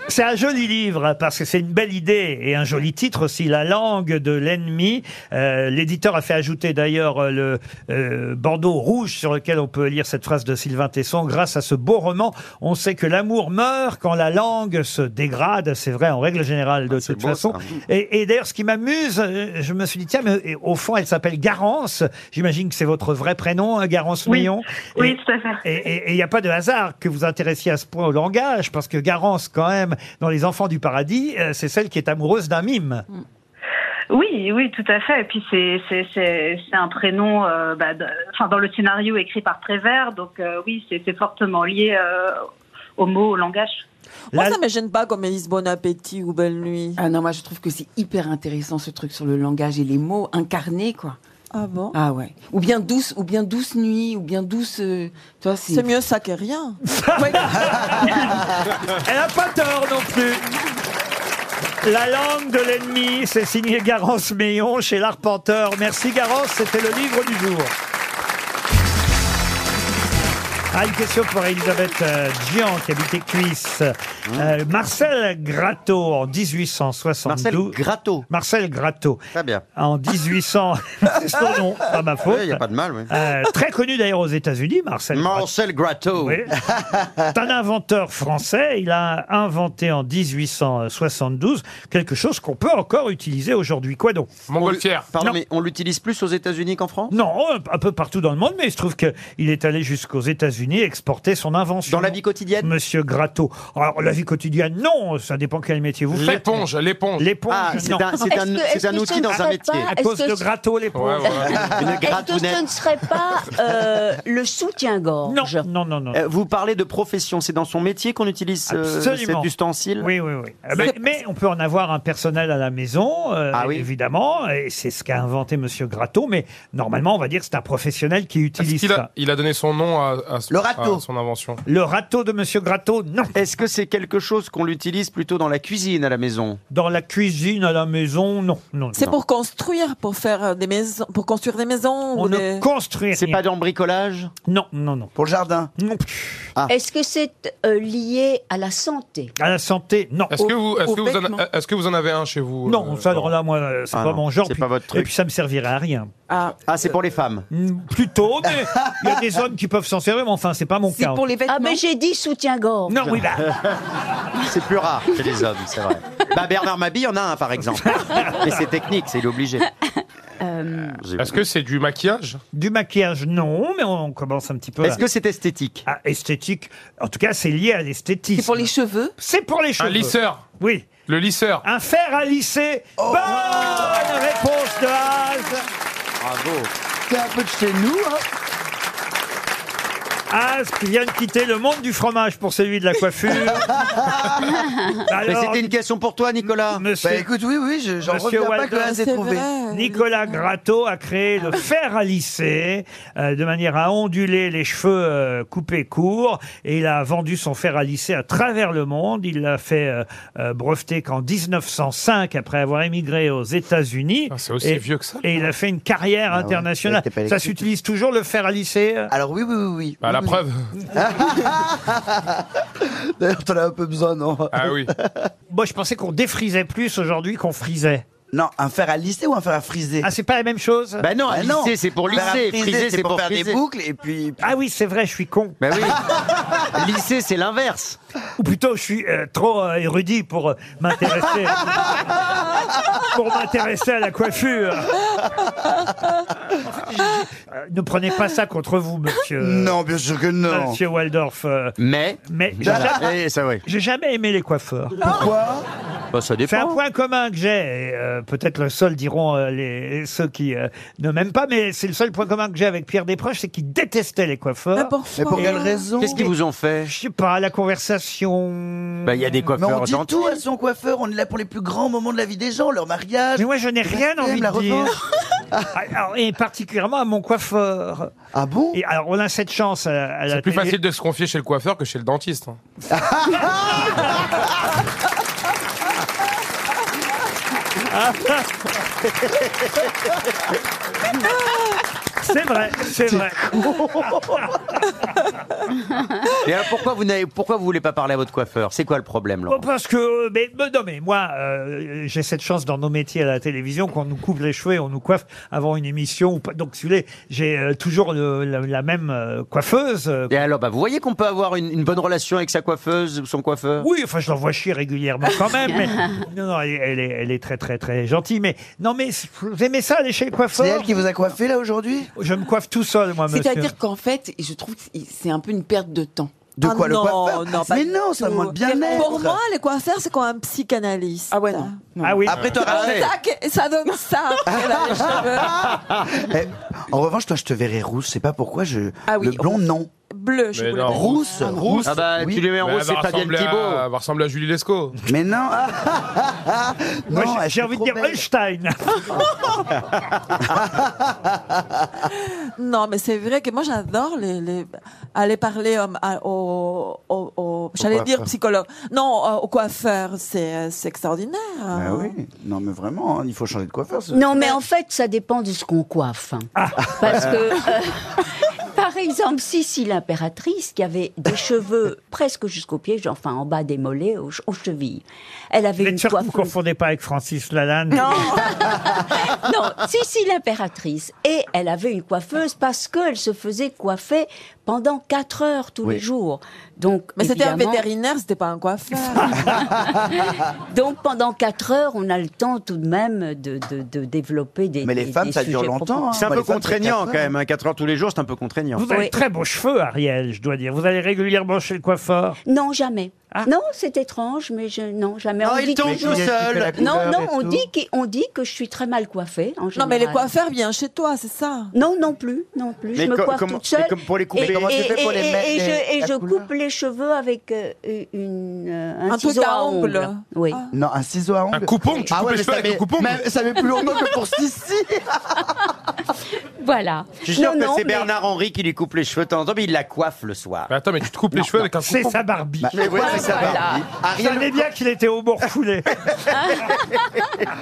Speaker 2: C'est un joli livre parce que c'est une belle idée et un joli titre aussi. La langue de l'ennemi. Euh, L'éditeur a fait ajouter d'ailleurs euh, le euh, bandeau rouge sur lequel on peut lire cette phrase de Sylvain Tesson. Grâce à ce beau roman, on sait que l'amour meurt quand la langue se dégrade. C'est vrai en règle générale de toute
Speaker 13: Ah, beau,
Speaker 2: façon.
Speaker 13: ça.
Speaker 2: Et, et d'ailleurs, ce qui m'amuse, euh, je me suis dit tiens, mais euh, au fond, elle s'appelle Garance. J'imagine que c'est votre vrai prénom, hein, Garance
Speaker 12: Oui.
Speaker 2: Meillon.
Speaker 12: Oui,
Speaker 2: Et-
Speaker 12: tout à fait.
Speaker 2: et il n'y a pas de hasard que vous intéressiez à ce point au langage, parce que Garance, quand même, dans Les Enfants du Paradis, euh, c'est celle qui est amoureuse d'un mime.
Speaker 12: Oui, oui, tout à fait. Et puis c'est c'est c'est c'est un prénom. euh, bah, de- Enfin, dans le scénario écrit par Prévert, donc euh, oui, c'est c'est fortement lié euh, au mot, au langage.
Speaker 6: Moi, ça me gêne pas comme Élise Bon Appétit ou Ben Belle Nuit.
Speaker 7: Ah non, moi je trouve que c'est hyper intéressant ce truc sur le langage et les mots incarnés, quoi.
Speaker 6: Ah bon
Speaker 7: Ah ouais. Ou bien douce, ou bien douce nuit, ou bien douce. euh, tu vois,
Speaker 6: C'est mieux ça que rien.
Speaker 2: Elle n'a pas tort non plus La langue de l'ennemi, c'est signé Garance Meillon chez l'Arpenteur. Merci Garance, c'était le livre du jour. Ah, une question pour Elisabeth euh, Gian, qui habitait Cuisse. Euh,
Speaker 13: Hein
Speaker 2: Marcel Gratto, en 1872.
Speaker 13: Marcel Gratto.
Speaker 2: Marcel Gratto.
Speaker 13: Très bien.
Speaker 2: En 1800. c'est son nom, pas ma faute.
Speaker 13: Oui, il y a pas de mal, oui.
Speaker 2: Euh, très connu d'ailleurs aux États-Unis, Marcel
Speaker 13: Marcel Gratto.
Speaker 2: oui. C'est un inventeur français. Il a inventé en 1872 quelque chose qu'on peut encore utiliser aujourd'hui. Quoi donc
Speaker 4: Montgolfière.
Speaker 13: Pardon,
Speaker 2: Non.
Speaker 13: mais on l'utilise plus aux États-Unis qu'en France
Speaker 2: Non, un peu partout dans le monde, mais il se trouve qu'il est allé jusqu'aux États-Unis exporter son invention. Dans la vie
Speaker 13: quotidienne
Speaker 2: Monsieur Gratto. Alors, la vie quotidienne, non, ça dépend quel métier vous faites.
Speaker 4: L'éponge, l'éponge.
Speaker 2: L'éponge,
Speaker 13: Ah, c'est
Speaker 2: non.
Speaker 13: un- c'est un- Est-ce que- c'est est-ce un que outil ce ne dans un serait métier. pas-
Speaker 2: À cause
Speaker 8: est-ce que
Speaker 2: de
Speaker 8: ce-
Speaker 2: Gratto, l'éponge.
Speaker 4: Ouais, ouais.
Speaker 8: Est-ce que ce ne serait pas euh, le soutien-gorge
Speaker 2: Non, non, non.
Speaker 13: Euh, Vous parlez de profession, c'est dans son métier qu'on utilise euh,
Speaker 2: Absolument.
Speaker 13: cet ustensile
Speaker 2: Oui, oui, oui. Euh, Mais, mais on peut en avoir un personnel à la maison, euh,
Speaker 13: Ah
Speaker 2: évidemment, et c'est ce qu'a inventé Monsieur Gratto, mais normalement, on va dire que c'est un professionnel qui utilise
Speaker 4: Il
Speaker 2: ça.
Speaker 4: a, il a donné son nom à, à son-
Speaker 13: Le râteau.
Speaker 4: à son invention.
Speaker 2: Le râteau de Monsieur Gratto, non.
Speaker 13: Est-ce que c'est quelque chose qu'on l'utilise plutôt dans la cuisine à la maison
Speaker 2: Dans la cuisine, à la maison, non. non
Speaker 6: C'est
Speaker 2: non.
Speaker 6: pour construire, pour faire euh, des maisons, pour construire des maisons.
Speaker 2: On
Speaker 6: ou
Speaker 2: ne
Speaker 6: des-
Speaker 2: construit
Speaker 13: C'est
Speaker 2: rien.
Speaker 13: pas dans le bricolage
Speaker 2: Non, non, non.
Speaker 5: Pour le jardin
Speaker 2: Non.
Speaker 13: Ah.
Speaker 8: Est-ce que c'est euh, lié à la santé
Speaker 2: À la santé, non.
Speaker 4: Est-ce que, vous, est-ce,
Speaker 6: au
Speaker 4: que vous en,
Speaker 6: vêtement.
Speaker 4: est-ce que vous en avez un chez vous
Speaker 2: Non,
Speaker 4: euh,
Speaker 2: ça, alors
Speaker 4: Laurent
Speaker 2: là, moi, euh, c'est pas mon genre.
Speaker 13: Ah c'est
Speaker 2: puis-
Speaker 13: pas votre
Speaker 2: Et
Speaker 13: truc.
Speaker 2: puis ça me servirait à rien.
Speaker 6: Ah,
Speaker 13: Ah, c'est pour les femmes.
Speaker 2: Mm, Plutôt, mais il y a des hommes qui peuvent s'en servir, mais enfin, c'est pas mon cas.
Speaker 6: les vêtements.
Speaker 8: Ah ben j'ai dit soutien-gorge.
Speaker 2: Non, oui, bah,
Speaker 13: C'est plus rare chez les hommes, c'est vrai. Bah, Bernard Mabille en a un, par exemple. Mais c'est technique, c'est il est obligé.
Speaker 7: Euh,
Speaker 4: Est-ce que c'est du maquillage
Speaker 2: Du maquillage, non, mais on commence un petit peu.
Speaker 4: Est-ce que
Speaker 2: c'est esthétique Esthétique. En tout cas, c'est lié à l'esthétisme. C'est pour les cheveux C'est pour les cheveux.
Speaker 4: Un lisseur
Speaker 2: Oui.
Speaker 4: Le lisseur
Speaker 2: Un fer à lisser.
Speaker 5: Oh.
Speaker 2: Bonne réponse de Haas. Bravo.
Speaker 5: T'es un peu de chez nous, hein
Speaker 2: Haas qui vient de quitter le monde du fromage pour celui de la coiffure.
Speaker 13: Mais c'était
Speaker 2: une question pour toi, Nicolas. Monsieur,
Speaker 5: Bah, écoute, oui, oui, je- j'en reviens
Speaker 2: Monsieur
Speaker 5: pas
Speaker 2: Waldorf,
Speaker 5: que Haas ait C'est trouvé. vrai.
Speaker 2: Nicolas Gratto a créé le fer à lisser euh, de manière à onduler les cheveux euh, coupés courts. Et il a vendu son fer à lisser à travers le monde. Il l'a fait euh, euh, breveter qu'en 1905, après avoir émigré aux États-Unis. C'est
Speaker 4: Ah, aussi vieux que ça,
Speaker 2: Et il a fait une carrière
Speaker 4: Ah ouais,
Speaker 2: internationale.
Speaker 4: t'es pas
Speaker 2: ça
Speaker 4: électrique.
Speaker 2: s'utilise toujours le fer à lisser euh
Speaker 5: Alors oui, oui, oui. Ah,
Speaker 4: Bah, la preuve.
Speaker 5: D'ailleurs, t'en as un peu besoin, non
Speaker 4: Ah oui.
Speaker 2: Moi, je pensais qu'on défrisait plus aujourd'hui qu'on frisait.
Speaker 5: Non, un fer à lisser ou un fer à friser
Speaker 2: Ah, c'est pas la même chose
Speaker 5: Bah non, à lisser, c'est pour
Speaker 2: Fer à
Speaker 5: lisser, friser, c'est pour faire des boucles et puis...
Speaker 2: Ah oui, c'est vrai, je suis con.
Speaker 5: Bah oui.
Speaker 2: Lycée, c'est l'inverse. Ou plutôt, je suis euh, trop euh, érudit pour euh, m'intéresser pour m'intéresser à la coiffure. Euh, ne prenez pas ça contre vous, monsieur.
Speaker 5: Non, bien sûr que non.
Speaker 2: Monsieur Waldorf. euh.
Speaker 13: Mais
Speaker 2: Mais j'ai
Speaker 13: Voilà.
Speaker 2: jamais,
Speaker 13: Eh, ça, oui.
Speaker 2: j'ai jamais aimé les coiffeurs.
Speaker 5: Pourquoi
Speaker 13: Bah, ça
Speaker 2: C'est un
Speaker 13: dépend.
Speaker 2: point commun que j'ai. et, euh, Peut-être le seul diront euh, les, ceux qui euh, ne m'aiment pas, mais c'est le seul point commun que j'ai avec Pierre Desproges, c'est qu'il détestait les coiffeurs.
Speaker 13: Mais pour quelle raison Qu'est-ce qu'ils vous ont fait
Speaker 2: Je sais pas, la conversation.
Speaker 13: Bah, il y a des
Speaker 5: Mais on
Speaker 13: coiffeurs
Speaker 5: dit
Speaker 13: gentils.
Speaker 5: tout à son coiffeur, on est là pour les plus grands moments de la vie des gens, leur mariage.
Speaker 2: Mais moi, je n'ai
Speaker 5: le
Speaker 2: rien
Speaker 5: baptême,
Speaker 2: envie
Speaker 5: la
Speaker 2: de dire. Ah,
Speaker 5: revanche.
Speaker 2: Alors, et particulièrement à mon coiffeur.
Speaker 5: Ah bon
Speaker 2: et Alors, on a cette chance à, à la
Speaker 4: C'est plus
Speaker 2: télé.
Speaker 4: facile de se confier chez le coiffeur que chez le dentiste. hein.
Speaker 2: C'est vrai, c'est vrai.
Speaker 13: Et alors pourquoi vous n'avez pourquoi vous voulez pas parler à votre coiffeur C'est quoi le problème
Speaker 2: Bon,
Speaker 13: Laurent
Speaker 2: parce que, euh, mais, mais non, mais moi, euh, j'ai cette chance dans nos métiers à la télévision qu'on nous coupe les cheveux et on nous coiffe avant une émission. ou pas. Donc, si vous voulez, j'ai euh, toujours le- la, la même euh, coiffeuse. euh,
Speaker 13: Et alors bah vous voyez qu'on peut avoir une, une bonne relation avec sa coiffeuse ou son coiffeur
Speaker 2: Oui, enfin, je l'envoie chier régulièrement quand même. mais- non, non, elle, est- elle est, elle est très, très, très gentille. Mais non, mais vous aimez ça, aller chez le coiffeur
Speaker 5: C'est elle qui vous a coiffé là aujourd'hui
Speaker 2: Je me coiffe tout seul, moi, monsieur.
Speaker 7: C'est-à-dire qu'en fait, je trouve que c'est un peu une perte de temps.
Speaker 5: De quoi, Ah le non, coiffeur non, pas Mais
Speaker 7: Mais
Speaker 5: du non,
Speaker 7: non,
Speaker 5: ça
Speaker 7: ça
Speaker 5: tout. demande
Speaker 7: demande bien
Speaker 5: bien-être.
Speaker 6: Pour moi, les coiffeurs, c'est comme un psychanalyste. Ah ouais, non.
Speaker 2: Ah oui.
Speaker 5: Après, t'auras-
Speaker 6: ça, que- ça donne ça. après, là, les cheveux.
Speaker 5: Eh, en revanche, toi, je te verrai rousse. C'est pas pourquoi je.
Speaker 6: Ah oui,
Speaker 5: le blond, non.
Speaker 6: Bleu, je
Speaker 4: Mais
Speaker 6: voulais
Speaker 4: non,
Speaker 6: dire.
Speaker 5: Rousse,
Speaker 6: Ah non.
Speaker 5: rousse.
Speaker 13: Ah bah, tu les mets en
Speaker 4: Mais
Speaker 13: rousse,
Speaker 4: elle
Speaker 13: c'est
Speaker 4: va
Speaker 13: Fabienne
Speaker 4: ressembler à-
Speaker 13: Thibault. Ah.
Speaker 4: Elle va ressembler à Julie Lescaut.
Speaker 5: Mais non.
Speaker 2: Moi,
Speaker 5: Non,
Speaker 2: j'ai-
Speaker 5: elle
Speaker 2: j'ai
Speaker 5: fait
Speaker 2: envie de
Speaker 5: trop
Speaker 2: dire
Speaker 5: belle.
Speaker 2: Einstein.
Speaker 6: Non, mais c'est vrai que moi, j'adore les, les- aller parler euh, à- au, au- au- j'allais dire
Speaker 5: coiffeur.
Speaker 6: psychologue. Non, euh, au coiffeur, c'est euh, c'est extraordinaire.
Speaker 13: Bah
Speaker 5: Ah oui. Non, mais vraiment, hein, il faut changer de coiffeur. ce-
Speaker 8: Non,
Speaker 2: Bah.
Speaker 8: mais en fait, ça dépend de ce qu'on coiffe. hein.
Speaker 2: Ah.
Speaker 8: Parce que, euh, par exemple, Sissi l'impératrice, qui avait des cheveux presque jusqu'aux pieds, enfin en bas des mollets, aux, aux chevilles, elle avait
Speaker 2: Vous
Speaker 8: une
Speaker 2: êtes sûr que vous ne
Speaker 8: coiffure.
Speaker 2: confondez pas avec Francis Lalanne
Speaker 8: non, Sissi l'impératrice. Et elle avait une coiffeuse parce qu'elle se faisait coiffer pendant 4 heures tous les jours. Donc,
Speaker 6: Mais c'était un
Speaker 8: évidemment-
Speaker 6: vétérinaire, c'était pas un coiffeur.
Speaker 8: Donc pendant 4 heures, on a le temps tout de même de, de- de développer des.
Speaker 5: Mais les
Speaker 8: des-
Speaker 5: femmes,
Speaker 8: des
Speaker 5: ça dure
Speaker 8: sujets
Speaker 5: longtemps,
Speaker 8: profonds.
Speaker 5: hein.
Speaker 13: C'est un
Speaker 5: Bah,
Speaker 13: peu
Speaker 5: les femmes, c'est
Speaker 13: contraignant
Speaker 5: quatre
Speaker 13: quand
Speaker 5: heures.
Speaker 13: même, hein, 4 heures tous les jours, c'est un peu contraignant.
Speaker 2: Vous avez
Speaker 8: Oui.
Speaker 2: très beaux cheveux, Ariel, je dois dire. Vous allez régulièrement chez le coiffeur
Speaker 8: Non, jamais. Non, c'est étrange, mais je non jamais.
Speaker 13: Oh,
Speaker 8: On
Speaker 13: Ah. il
Speaker 8: dit que-
Speaker 13: tombe tout seul.
Speaker 8: Non, non, on dit que on dit que je suis très mal coiffée en
Speaker 6: non,
Speaker 8: général.
Speaker 6: mais les coiffeurs viennent chez toi, c'est ça
Speaker 8: Non, non plus, non plus.
Speaker 13: Mais
Speaker 8: je me
Speaker 13: co-
Speaker 8: coiffe
Speaker 13: comment-
Speaker 8: toute seule.
Speaker 13: mais comme pour les couper,
Speaker 8: et,
Speaker 13: comment tu
Speaker 8: et-
Speaker 13: fais pour
Speaker 8: et-
Speaker 13: les
Speaker 8: et-
Speaker 13: mettre
Speaker 8: et je,
Speaker 13: les-
Speaker 8: et
Speaker 13: la
Speaker 8: je
Speaker 13: couleur
Speaker 8: coupe les cheveux avec euh, une euh, un,
Speaker 6: Un truc
Speaker 8: ciseau
Speaker 6: à
Speaker 8: à
Speaker 6: ongles.
Speaker 8: ongles. Oui.
Speaker 5: Non, un ciseau à ongles.
Speaker 4: Un coupon, tu
Speaker 5: Ah
Speaker 4: coupes
Speaker 5: ouais,
Speaker 4: les
Speaker 5: mais
Speaker 4: cheveux
Speaker 5: ça
Speaker 4: avec un
Speaker 5: met-
Speaker 4: coupon.
Speaker 5: mais ça met plus longtemps que pour Sissi.
Speaker 8: Voilà.
Speaker 13: Je suis sûr
Speaker 8: Non,
Speaker 13: que
Speaker 8: non,
Speaker 13: c'est
Speaker 8: mais-
Speaker 13: Bernard Henry qui lui coupe les cheveux de temps en temps, mais il la coiffe le soir.
Speaker 4: Mais attends, mais tu te coupes les cheveux avec un
Speaker 2: C'est
Speaker 4: coupon.
Speaker 2: sa Barbie.
Speaker 13: Mais ouais, c'est ça.
Speaker 7: Voilà.
Speaker 13: Barbie.
Speaker 2: Je
Speaker 13: Ariel
Speaker 2: savais bien qu'il était au bord foulé.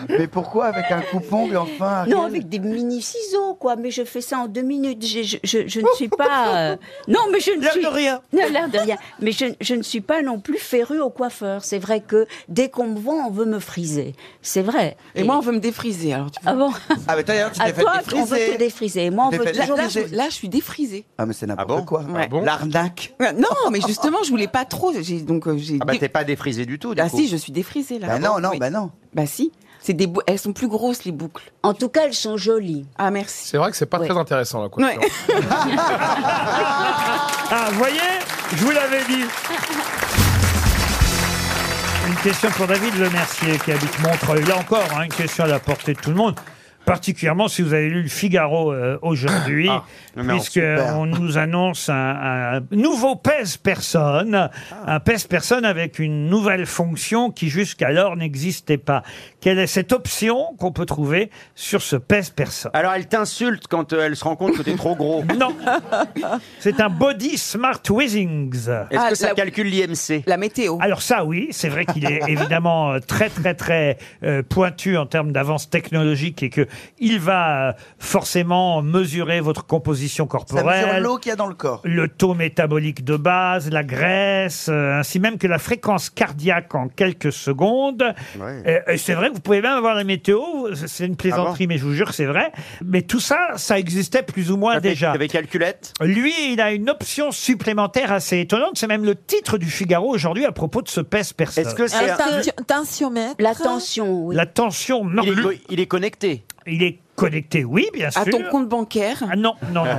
Speaker 5: Mais pourquoi avec un coupon, mais enfin.
Speaker 8: Non,
Speaker 5: Ariel
Speaker 8: avec des mini ciseaux, quoi. Mais je fais ça en deux minutes. Je, je, je, je ne suis pas. euh, Non, mais je ne
Speaker 2: L'air
Speaker 8: suis.
Speaker 2: de rien.
Speaker 8: Non, l'air de rien. Mais je, je ne suis pas non plus férue au coiffeur. C'est vrai que dès qu'on me voit, on veut me friser. C'est vrai.
Speaker 7: Et moi, on veut me défriser. Alors, tu vois.
Speaker 8: Ah bon
Speaker 5: Ah, mais d'ailleurs, tu
Speaker 8: À
Speaker 5: t'es fait
Speaker 8: toi, on veut te
Speaker 5: défriser.
Speaker 8: défriser. Et Moi, on
Speaker 5: T'es
Speaker 8: veut
Speaker 5: fait
Speaker 8: toujours.
Speaker 7: Là,
Speaker 5: défriser.
Speaker 7: je, là, je suis défrisée.
Speaker 5: Ah, mais c'est n'importe quoi.
Speaker 7: Ouais.
Speaker 4: bon
Speaker 5: L'arnaque.
Speaker 7: Ouais, Non, mais justement, je voulais pas trop. J'ai donc euh, j'ai.
Speaker 13: Ah bah
Speaker 7: dé-
Speaker 13: t'es pas défrisé du tout. Du
Speaker 7: Ah
Speaker 13: coup.
Speaker 7: si, je suis défrisée là.
Speaker 5: Bah non,
Speaker 7: Oui.
Speaker 5: non, bah non.
Speaker 7: Bah si. C'est des bou- elles sont plus grosses, les boucles.
Speaker 8: En tout cas, elles sont jolies.
Speaker 7: Ah, merci.
Speaker 4: C'est vrai que c'est pas très intéressant la
Speaker 7: Ouais.
Speaker 4: coiffure.
Speaker 2: Ah, vous voyez Je vous l'avais dit. Une question pour David Lemercier qui habite Montreuil. Là encore, hein, une question à la portée de tout le monde. Particulièrement si vous avez lu le Figaro euh, aujourd'hui,
Speaker 13: Ah, mais on se
Speaker 2: puisque
Speaker 13: perd.
Speaker 2: on nous annonce un, un nouveau
Speaker 13: Ah.
Speaker 2: pèse-personne, un pèse-personne avec une nouvelle fonction qui jusqu'alors n'existait pas. Quelle est cette option qu'on peut trouver sur ce pèse-personne
Speaker 13: Alors elle t'insulte quand euh, elle se rend compte que t'es trop gros.
Speaker 2: Non. C'est un body smart whizzings.
Speaker 13: Est-ce
Speaker 5: Ah,
Speaker 13: que ça calcule l'IMC
Speaker 7: La météo.
Speaker 2: Alors ça, oui, c'est vrai qu'il est évidemment euh, très très très euh, pointu en termes d'avance technologique et que il va euh, forcément mesurer votre composition
Speaker 5: Ça mesure
Speaker 2: corporelle.
Speaker 5: l'eau qu'il y a dans le corps.
Speaker 2: Le taux métabolique de base, la graisse, euh, ainsi même que la fréquence cardiaque en quelques secondes. Euh, euh, c'est vrai que vous pouvez même avoir la météo, c'est- c'est une
Speaker 13: Ah
Speaker 2: plaisanterie, mais je vous jure que c'est vrai. Mais tout ça, ça existait plus ou moins déjà.
Speaker 13: Avec calculette
Speaker 2: Lui, il a une option supplémentaire assez étonnante. C'est même le titre du Figaro aujourd'hui à propos de ce pèse-personne.
Speaker 13: Est-ce que c'est
Speaker 6: Un tensio- tensiomètre.
Speaker 8: La tension, oui.
Speaker 2: La tension, non.
Speaker 13: il est,
Speaker 2: Lui-
Speaker 13: co- il est connecté
Speaker 2: Il est connecté, oui, bien sûr.
Speaker 7: À ton compte bancaire
Speaker 2: Ah non, non, non.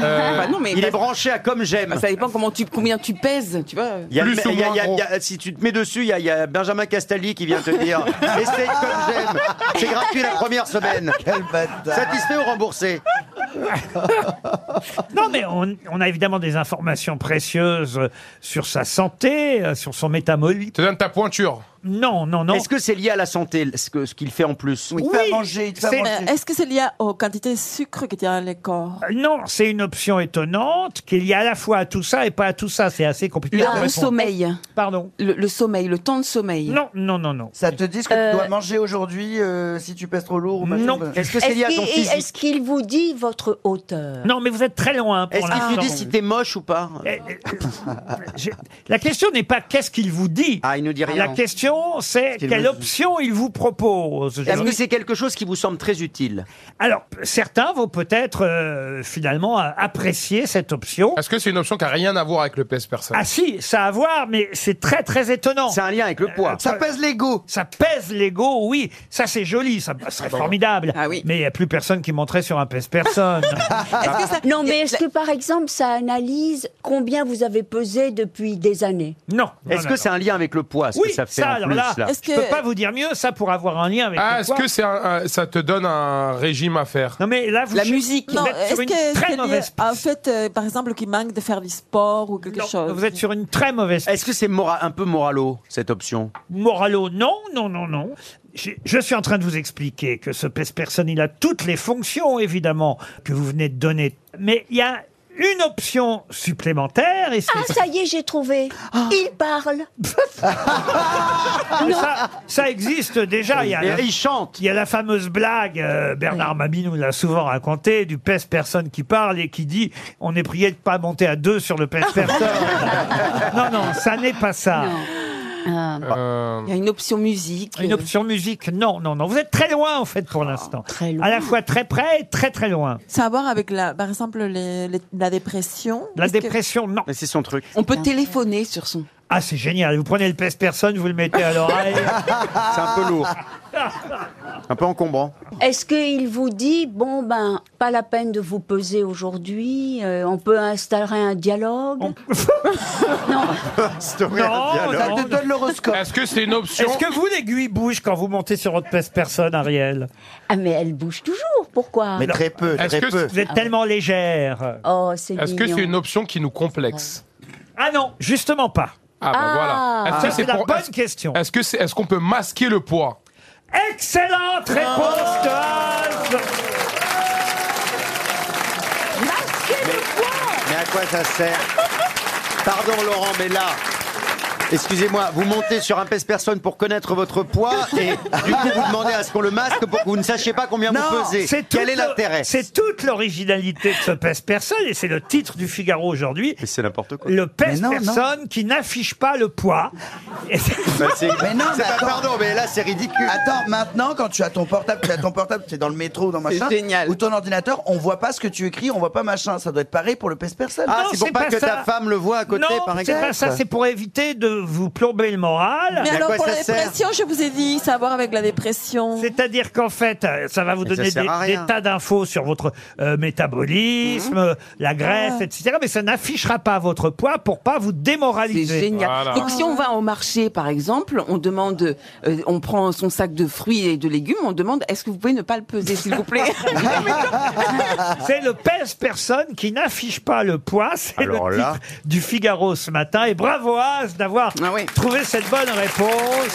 Speaker 7: Bah non, mais
Speaker 13: Il
Speaker 7: bah-
Speaker 13: est branché à comme j'aime.
Speaker 7: bah, Ça dépend comment tu, combien tu pèses, tu vois.
Speaker 13: Il y a-
Speaker 4: Plus
Speaker 13: il y a-
Speaker 4: ou
Speaker 13: il y a-
Speaker 4: moins
Speaker 13: il y a- si tu te mets dessus, il y, a- il y a Benjamin Castaldi qui vient te dire Essaye comme j'aime, c'est gratuit la première semaine.
Speaker 5: Quel bâtard.
Speaker 13: Satisfait ou remboursé
Speaker 2: Non, mais on, on a évidemment des informations précieuses euh, sur sa santé, euh, sur son métabolisme.
Speaker 4: Te donne ta pointure.
Speaker 2: Non, non, non.
Speaker 13: Est-ce que c'est lié à la santé, ce que- ce qu'il fait en plus
Speaker 5: Il te fait à manger, il te fait
Speaker 2: c'est-
Speaker 5: à
Speaker 6: Euh,
Speaker 5: manger.
Speaker 6: Est-ce que c'est lié aux quantités de sucre qu'il y a dans le corps
Speaker 2: Euh, Non, c'est une option étonnante qu'il y a à la fois à tout ça et pas à tout ça. C'est assez compliqué. à
Speaker 7: Le, le
Speaker 2: répondre.
Speaker 7: sommeil.
Speaker 2: Pardon.
Speaker 7: Le, le sommeil, le temps de sommeil.
Speaker 2: Non, non, non, non.
Speaker 5: Ça te dit ce que tu dois manger aujourd'hui euh, si tu pèses trop lourd ou machin
Speaker 2: Non.
Speaker 5: bah-
Speaker 13: Est-ce que c'est lié
Speaker 8: Est-ce
Speaker 13: à ton
Speaker 8: qu'il
Speaker 13: physique
Speaker 8: est-ce qu'il vous dit votre hauteur
Speaker 2: Non, mais vous êtes très loin pour
Speaker 13: Est-ce
Speaker 8: Ah,
Speaker 13: qu'il te dit
Speaker 2: l'instant.
Speaker 13: si t'es moche ou pas
Speaker 2: Eh, eh, j'ai- La question n'est pas qu'est-ce qu'il vous dit.
Speaker 13: Ah, il nous dit
Speaker 2: La
Speaker 13: rien.
Speaker 2: question, c'est
Speaker 13: qu'il
Speaker 2: quelle
Speaker 13: me-
Speaker 2: option il vous propose.
Speaker 13: Est-ce que c'est quelque chose qui vous semble très utile
Speaker 2: Alors, certains vont peut-être euh, finalement euh, apprécier cette option.
Speaker 4: Est-ce que c'est une option qui a rien à voir avec le PS personne
Speaker 2: Ah si, ça a à voir, mais c'est très très étonnant. Euh,
Speaker 13: C'est
Speaker 2: Ça,
Speaker 13: un lien avec le poids.
Speaker 5: Ça pèse l'ego.
Speaker 2: pèse l'ego, oui. Ça c'est joli, ça serait formidable.
Speaker 7: Ah oui.
Speaker 2: Mais il n'y a plus personne qui monterait sur un pèse personne.
Speaker 6: Est-ce que ça-
Speaker 8: Non, mais
Speaker 6: La-
Speaker 8: est-ce que par exemple, ça analyse combien vous avez pesé depuis des années
Speaker 2: non.
Speaker 13: Est-ce que c'est un lien avec le poids, ce
Speaker 2: Oui,
Speaker 13: que ça
Speaker 2: ça,
Speaker 13: fait en
Speaker 2: alors
Speaker 13: plus
Speaker 2: là,
Speaker 13: là
Speaker 6: Est-ce
Speaker 2: je
Speaker 6: que-
Speaker 2: peux pas vous dire mieux. Ça pour avoir un lien avec.
Speaker 4: Ah,
Speaker 2: le
Speaker 4: est-ce
Speaker 2: poids.
Speaker 4: que c'est un- un- ça te donne un régime à faire
Speaker 2: Non mais là vous.
Speaker 7: La musique.
Speaker 2: Vous
Speaker 6: Non,
Speaker 2: êtes
Speaker 6: est-ce
Speaker 2: sur
Speaker 6: que
Speaker 2: une très
Speaker 6: c'est lié
Speaker 2: mauvaise.
Speaker 6: à, en fait, euh, par exemple, qu'il manque de faire du sport ou quelque
Speaker 2: Non,
Speaker 6: chose
Speaker 2: vous êtes sur une très mauvaise.
Speaker 13: Est-ce que c'est mora- un peu moralo, cette option
Speaker 2: Moralo, non, non, non, non. Je, je suis en train de vous expliquer que ce pèse-personne, il a toutes les fonctions, évidemment, que vous venez de donner. Mais il y a une option supplémentaire, et c'est
Speaker 8: Ah, ça y est, j'ai trouvé.
Speaker 6: Ah.
Speaker 8: Il parle.
Speaker 2: ça, ça existe déjà. Il y a la,
Speaker 13: Et Il chante
Speaker 2: il y a la fameuse blague, euh, Bernard Mabie nous l'a souvent racontée, du pèse-personne qui parle et qui dit « On est prié de pas monter à deux sur le pèse-personne ». euh, Non, non, ça n'est pas ça.
Speaker 7: Ah,
Speaker 4: Euh,
Speaker 7: Il y a une option musique. Ah,
Speaker 2: Une
Speaker 7: euh,
Speaker 2: option musique, non, non, non. Vous êtes très loin, en fait, pour l'instant.
Speaker 8: très loin.
Speaker 2: À la fois très près et très très loin.
Speaker 6: Ça a à voir avec, la, par exemple, les- les- la dépression
Speaker 2: La
Speaker 6: Est-ce que-
Speaker 2: dépression, non.
Speaker 13: Mais c'est son truc.
Speaker 7: On peut téléphoner sur son.
Speaker 2: Ah, c'est génial. Vous prenez le pèse personne, vous le mettez à l'oreille.
Speaker 13: C'est un peu lourd. Un peu encombrant.
Speaker 8: Est-ce qu'il vous dit, bon, ben, pas la peine de vous peser aujourd'hui, euh, on peut installer un dialogue
Speaker 2: non,
Speaker 5: Ça
Speaker 2: non,
Speaker 5: te
Speaker 2: non.
Speaker 5: donne l'horoscope.
Speaker 4: Est-ce que c'est une option
Speaker 2: Est-ce que vous, l'aiguille bouge quand vous montez sur votre pèse personne, Ariel
Speaker 8: Ah, mais elle bouge toujours, pourquoi
Speaker 5: Mais très peu,
Speaker 4: Est-ce
Speaker 5: très
Speaker 4: que
Speaker 5: peu.
Speaker 2: Vous
Speaker 7: Ah
Speaker 2: êtes tellement légère.
Speaker 8: Oh, Ah, c'est
Speaker 4: Est-ce que
Speaker 8: mignon.
Speaker 4: c'est une option qui nous complexe
Speaker 2: Ah non, justement pas.
Speaker 4: Ah bah
Speaker 8: Ah.
Speaker 4: voilà. Est-ce
Speaker 2: Ça,
Speaker 4: que
Speaker 2: c'est la
Speaker 4: pour-
Speaker 2: bonne
Speaker 4: est-ce-
Speaker 2: question.
Speaker 4: Est-ce que c'est est-ce qu'on peut masquer le poids
Speaker 2: Excellente réponse
Speaker 8: Oh.
Speaker 2: de Hans.
Speaker 13: Mais à quoi ça sert Pardon Laurent, mais là. Excusez-moi, vous montez sur un pèse-personne pour connaître votre poids et du coup vous demandez à ce qu'on le masque pour que vous ne sachiez pas combien vous pesez.
Speaker 2: C'est toute
Speaker 13: Quel est
Speaker 2: le-
Speaker 13: l'intérêt
Speaker 2: C'est toute l'originalité de ce pèse personne et c'est le titre du Figaro aujourd'hui.
Speaker 13: Mais c'est n'importe quoi.
Speaker 2: Le pèse
Speaker 5: non, non.
Speaker 2: personne qui n'affiche pas le poids. Et c'est-
Speaker 13: Bah, c'est-
Speaker 5: Mais non,
Speaker 13: c'est
Speaker 5: mais
Speaker 13: pas-
Speaker 5: attends.
Speaker 13: pardon, mais là c'est ridicule.
Speaker 5: Attends, maintenant, quand tu as ton portable, tu as ton portable, tu es dans le métro ou dans machin,
Speaker 7: génial.
Speaker 5: ou ton ordinateur, on voit pas ce que tu écris, on voit pas machin. Ça doit être pareil pour le pèse personne.
Speaker 13: Ah,
Speaker 2: non,
Speaker 13: c'est pour
Speaker 2: c'est
Speaker 13: pas,
Speaker 2: pas
Speaker 13: que
Speaker 2: ça.
Speaker 13: ta femme le voit à côté,
Speaker 2: non,
Speaker 13: par
Speaker 2: c'est
Speaker 13: exemple.
Speaker 2: pas ça, c'est pour éviter de de vous plomber le moral.
Speaker 6: Mais alors pour la dépression, je vous ai dit, ça a à voir avec la dépression.
Speaker 2: C'est-à-dire qu'en fait, euh, ça va vous
Speaker 6: Mais ça
Speaker 2: donner
Speaker 6: sert
Speaker 2: des,
Speaker 6: à rien.
Speaker 2: des tas d'infos sur votre euh, métabolisme,
Speaker 6: Mhm.
Speaker 2: euh, la graisse,
Speaker 7: Ah.
Speaker 2: etc. Mais ça n'affichera pas votre poids pour pas vous démoraliser.
Speaker 7: C'est génial. Donc si on va au marché, par exemple, on demande, euh, on prend son sac de fruits et de légumes, on demande, est-ce que vous pouvez ne pas le peser, s'il vous plaît
Speaker 2: C'est le pèse-personne qui n'affiche pas le poids. C'est le
Speaker 13: Alors là.
Speaker 2: titre du Figaro ce matin. Et bravo Az d'avoir trouvé cette bonne réponse.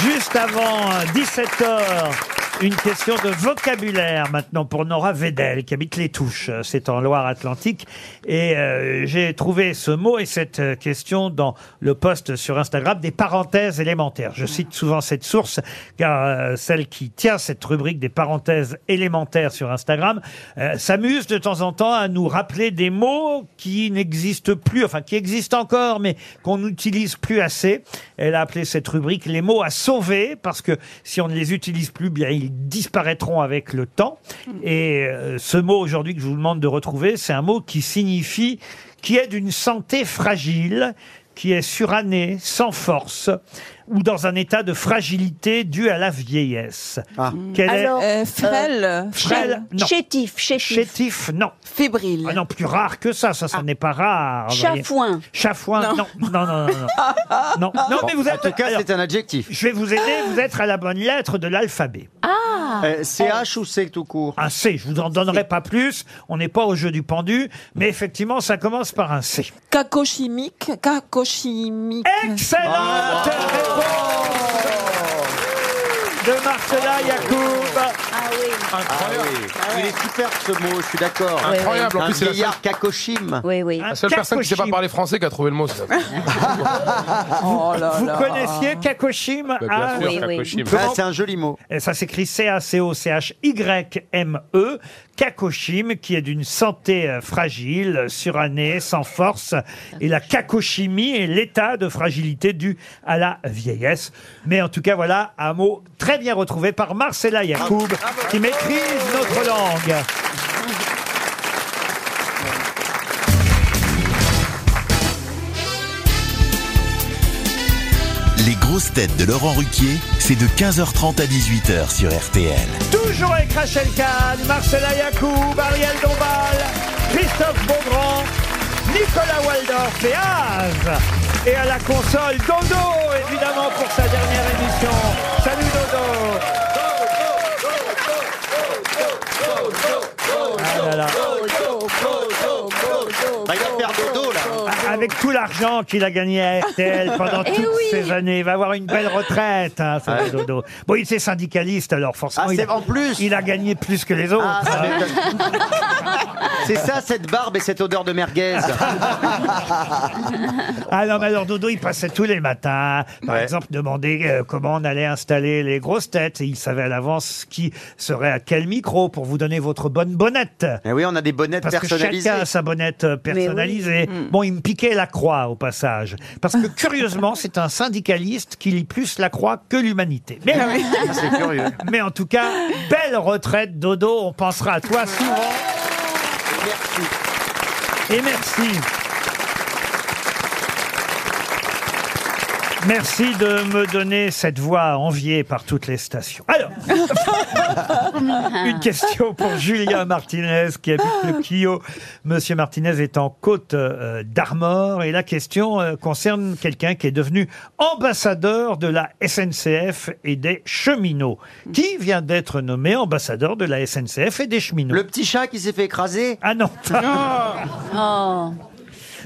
Speaker 2: Juste avant 17h, une question de vocabulaire maintenant pour Nora Vedel qui habite Les Touches, euh, c'est en Loire-Atlantique. Et euh, j'ai trouvé ce mot et cette euh, question dans le post sur Instagram des parenthèses élémentaires. Je cite souvent cette source car euh, celle qui tient cette rubrique des parenthèses élémentaires sur Instagram euh, s'amuse de temps en temps à nous rappeler des mots qui n'existent plus, enfin qui existent encore mais qu'on n'utilise plus assez. Elle a appelé cette rubrique les mots à sauver parce que si on ne les utilise plus, bien ils disparaîtront avec le temps. Et euh, ce mot aujourd'hui que je vous demande de retrouver, c'est un mot qui signifie qui est d'une santé fragile, qui est suranné, sans force ou dans un état de fragilité dû à la vieillesse. Quel est-
Speaker 6: Alors, euh, frêle.
Speaker 2: Frêle, Euh, non.
Speaker 8: Chétif, chétif.
Speaker 2: Chétif, non.
Speaker 7: Fébrile.
Speaker 2: Ah non, plus rare que ça, ça, ça n'est pas rare. vous voyez.
Speaker 8: Chafouin.
Speaker 2: Chafouin, non. Non, non, non, non. non, non, mais vous êtes. En tout cas, c'est
Speaker 13: un adjectif.
Speaker 2: Je vais vous aider, vous êtes à la bonne lettre de l'alphabet.
Speaker 8: Ah
Speaker 2: CH ou Euh, C tout court Un C, je vous en donnerai pas plus, on n'est pas au jeu du pendu, mais effectivement, ça commence par un C.
Speaker 6: Cacochimique, cacochimique.
Speaker 2: Excellente réponse de Marcela Yacoub.
Speaker 8: Ah oui.
Speaker 13: Incroyable. Il est superbe ce mot, Oh, je suis d'accord.
Speaker 4: Oui, Incroyable, oui. en plus, c'est
Speaker 13: un
Speaker 4: la
Speaker 13: vieillard cacochime.
Speaker 8: Oui, oui.
Speaker 4: La seule personne qui ne sait pas parler français qui a trouvé le mot. c'est la-
Speaker 8: Oh
Speaker 9: Oh
Speaker 2: Vous connaissiez Kakoshim
Speaker 4: Bah, bien sûr, Oui, oui. Kakoshim. Ah, c'est
Speaker 13: un joli mot.
Speaker 2: Ça s'écrit C-A-C-O-C-H-Y-M-E. Kakoshim, qui est d'une santé euh, fragile, euh, surannée, sans force. Et la kakoshimie est l'état de fragilité dû à la vieillesse. Mais en tout cas, voilà un mot très bien retrouvé par Marcella Yacoub, qui maîtrise notre langue.
Speaker 1: Les grosses têtes de Laurent Ruquier, c'est de 15h30 à 18h sur RTL.
Speaker 2: Toujours avec Rachel Kahn, Marcela Yacoub, Ariel Dombal, Christophe Beaugrand, Nicolas Waldorf et Az. Et à la console, Dodo, évidemment, pour sa dernière émission. Salut Dodo Ah là là.
Speaker 13: il va faire dodo là.
Speaker 2: A- Ah, Avec tout l'argent qu'il a gagné à RTL pendant
Speaker 13: Eh
Speaker 2: toutes ces années, il va avoir une belle retraite, hein, ce
Speaker 13: Ouais.
Speaker 2: Dodo. Bon, il était syndicaliste, alors forcément,
Speaker 13: Ah,
Speaker 2: il,
Speaker 13: c'est en plus.
Speaker 2: il a gagné plus que les autres.
Speaker 13: Ah, ça
Speaker 2: hein.
Speaker 13: m'étonne. c'est ça cette barbe et cette odeur de merguez.
Speaker 2: Ah non, mais alors Dodo, il passait tous les matins. Par
Speaker 13: Ouais.
Speaker 2: exemple, demander euh, comment on allait installer les grosses têtes. Et il savait à l'avance qui serait à quel micro pour vous donner votre bonne bonnette.
Speaker 13: Eh oui, on a des bonnettes
Speaker 2: Parce que
Speaker 13: personnalisées.
Speaker 2: chacun a sa bonnette euh, personnalisée.
Speaker 13: Mm.
Speaker 2: Bon, il me piquait la croix au passage. Parce que curieusement, c'est un syndicaliste qui lit plus la croix que l'humanité. Mais,
Speaker 13: Ah oui. C'est curieux.
Speaker 2: mais en tout cas, belle retraite, Dodo. On pensera à toi souvent. Et merci. Merci de me donner cette voix enviée par toutes les stations. Alors, une question pour Julien Martinez qui habite le Quillot. Monsieur Martinez est en côte euh, d'Armor et la question euh, concerne quelqu'un qui est devenu ambassadeur de la SNCF et des cheminots. Qui vient d'être nommé ambassadeur de la SNCF et des cheminots Le
Speaker 13: petit chat qui s'est fait écraser
Speaker 2: Ah non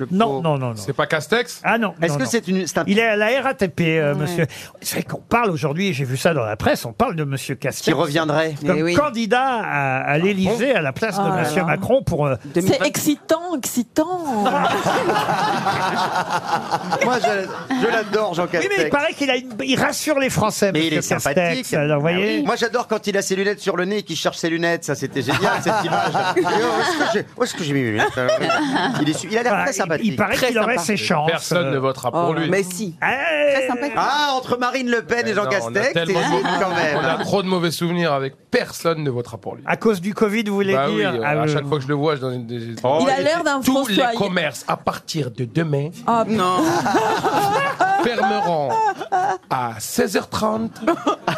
Speaker 8: Oh.
Speaker 2: non, non, non, non. C'est
Speaker 4: pas Castex
Speaker 2: Ah non.
Speaker 13: Est-ce
Speaker 2: non,
Speaker 13: que
Speaker 2: non.
Speaker 13: c'est une. c'est un-
Speaker 2: Il est à la RATP, euh,
Speaker 13: Ouais.
Speaker 2: monsieur. C'est vrai qu'on parle aujourd'hui, j'ai vu ça dans la presse, on parle de monsieur Castex.
Speaker 13: Qui reviendrait.
Speaker 2: Comme
Speaker 13: Eh oui.
Speaker 2: candidat à,
Speaker 4: Ah
Speaker 2: à l'Élysée à la place
Speaker 6: Ah
Speaker 2: de
Speaker 6: là
Speaker 2: monsieur
Speaker 6: là.
Speaker 2: Macron pour. euh,
Speaker 6: C'est excitant, excitant.
Speaker 13: Moi, je, je l'adore, Jean
Speaker 2: Oui,
Speaker 13: Castex.
Speaker 2: mais il paraît qu'il a une- il rassure les Français,
Speaker 13: Mais il
Speaker 2: monsieur
Speaker 13: est
Speaker 2: Castex.
Speaker 13: sympathique. Ah
Speaker 2: alors, vous voyez.
Speaker 13: Moi, j'adore quand il a ses lunettes sur le nez et qu'il cherche ses oh, lunettes. Ça, c'était génial, cette image. Et, oh, Où est-ce que j'ai- où est-ce que j'ai mis mes lunettes Il, est su- il a l'air
Speaker 2: Voilà,
Speaker 13: très
Speaker 2: il paraît qu'il aurait ses chances. euh. Eh
Speaker 4: Personne ne votera pour lui. Eh
Speaker 2: Très
Speaker 7: sympathique.
Speaker 13: Ah, entre Marine Le Pen et Jean
Speaker 4: Non, on a
Speaker 13: Castex,
Speaker 4: tellement de
Speaker 13: t'hésites
Speaker 4: mauvais-
Speaker 13: quand même.
Speaker 4: On a trop de mauvais souvenirs avec personne ne votera pour lui.
Speaker 2: À cause du Covid, vous voulez
Speaker 4: Bah oui,
Speaker 2: dire
Speaker 4: euh,
Speaker 2: Ah,
Speaker 4: à
Speaker 2: euh,
Speaker 4: chaque fois que je le vois, je dans une des-
Speaker 2: Il a l'air
Speaker 6: d'un
Speaker 4: Tous
Speaker 6: François-
Speaker 4: les commerces à partir de demain
Speaker 6: Ah,
Speaker 7: non.
Speaker 4: fermeront à 16h30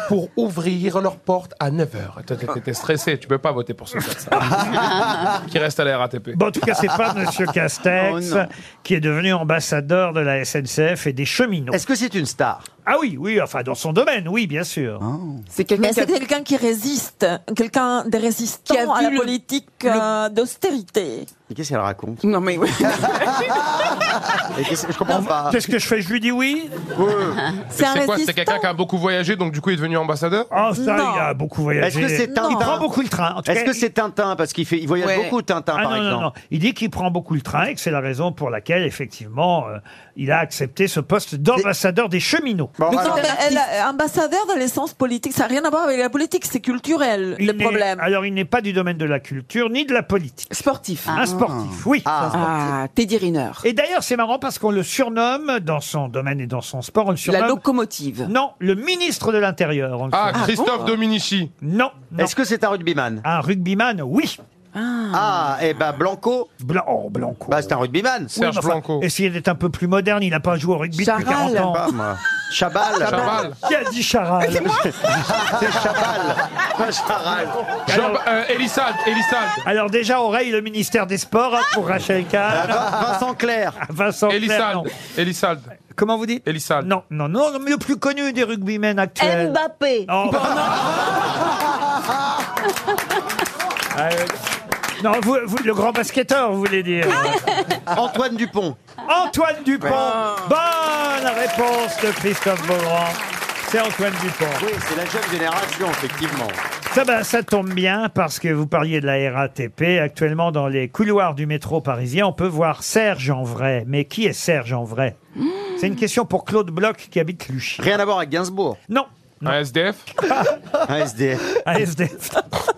Speaker 4: pour ouvrir leurs portes à 9h. Toi, t'es- T'es stressé, tu peux pas voter pour ce gars qui reste à la RATP.
Speaker 2: Bon, en tout cas, c'est pas Monsieur Castex
Speaker 4: Oh non.
Speaker 2: qui est devenu ambassadeur de la SNCF et des cheminots. Est-ce que c'est une star Ah oui, oui, enfin dans son domaine, oui, bien sûr.
Speaker 13: Ah.
Speaker 7: C'est
Speaker 6: Mais c'est quelqu'un qui résiste, quelqu'un de résistant à la politique euh, d'austérité.
Speaker 13: Mais qu'est-ce qu'elle raconte
Speaker 7: Non mais oui.
Speaker 13: Et qu'est-ce- Je comprends pas.
Speaker 2: Qu'est-ce que je fais Je lui dis oui
Speaker 4: C'est
Speaker 2: C'est un
Speaker 4: quoi C'est
Speaker 2: résistant.
Speaker 4: quelqu'un qui a beaucoup voyagé, donc du coup il est devenu ambassadeur
Speaker 2: Ah, ça, il a beaucoup
Speaker 13: Est-ce
Speaker 2: voyagé.
Speaker 13: que c'est Tintin
Speaker 2: Il prend beaucoup le train. en tout
Speaker 13: Est-ce
Speaker 2: cas,
Speaker 13: que
Speaker 2: il-
Speaker 13: c'est Tintin Parce qu'il fait, il voyage beaucoup Tintin,
Speaker 2: Ah,
Speaker 13: par
Speaker 2: non, non,
Speaker 13: exemple.
Speaker 2: non. Il dit qu'il prend beaucoup le train et que c'est la raison pour laquelle, effectivement, euh, il a accepté ce poste d'ambassadeur des cheminots.
Speaker 6: Mais non, mais elle, euh, ambassadeur dans les sens politiques, ça n'a rien à voir avec la politique, c'est culturel
Speaker 2: Il
Speaker 6: le
Speaker 2: n'est-
Speaker 6: problème.
Speaker 2: Alors, il n'est pas du domaine de la culture ni de la politique.
Speaker 7: Sportif.
Speaker 2: Un sportif, oui.
Speaker 7: Ah, Teddy Riner.
Speaker 2: Et d'ailleurs, c'est marrant parce qu'on le surnomme, dans son domaine et dans son sport, on le surnomme...
Speaker 7: La locomotive.
Speaker 2: Non, le ministre de l'Intérieur. on le
Speaker 4: Ah,
Speaker 2: surnomme.
Speaker 4: Christophe Dominici.
Speaker 2: Non.
Speaker 13: Est-ce que c'est un rugbyman
Speaker 2: Un rugbyman, oui.
Speaker 13: Ah, et ben Blanco.
Speaker 2: Blanc, oh, Blanco.
Speaker 13: Bah, c'est un rugbyman.
Speaker 2: Oui, mais enfin, Essayez d'être un peu plus moderne, il n'a pas joué au rugby depuis 40 ans.
Speaker 13: Charal. Je sais pas, moi. Chabal. Chabal.
Speaker 2: Qui a dit Charal
Speaker 13: C'est Chabal. Pas Charal.
Speaker 4: Jean- Ah, euh, Elissade, Elissade.
Speaker 2: Alors déjà, oreille le ministère des Sports hein, pour Rachel Kahn.
Speaker 13: Vincent Clair.
Speaker 2: Vincent Clair, non.
Speaker 4: Elissade. Elissade.
Speaker 2: Comment vous dites
Speaker 4: Elissade.
Speaker 2: Non, non, non, non, mais le plus connu des rugbymen actuels.
Speaker 8: Mbappé.
Speaker 2: Oh, bah, ah, euh, non, vous, vous, le grand basketteur, vous voulez dire.
Speaker 13: Antoine Dupont.
Speaker 2: Antoine Dupont. Bonne réponse de Christophe Beaugrand. C'est Antoine Dupont.
Speaker 13: Oui, c'est la jeune génération, effectivement.
Speaker 2: Ça, bah, ça tombe bien parce que vous parliez de la RATP. Actuellement, dans les couloirs du métro parisien, on peut voir Serge en vrai. Mais qui est Serge en vrai C'est une question pour Claude Bloch qui habite Luchy.
Speaker 13: Rien à voir avec Gainsbourg.
Speaker 2: Non.
Speaker 4: Un SDF
Speaker 13: Un SDF.
Speaker 2: Un SDF.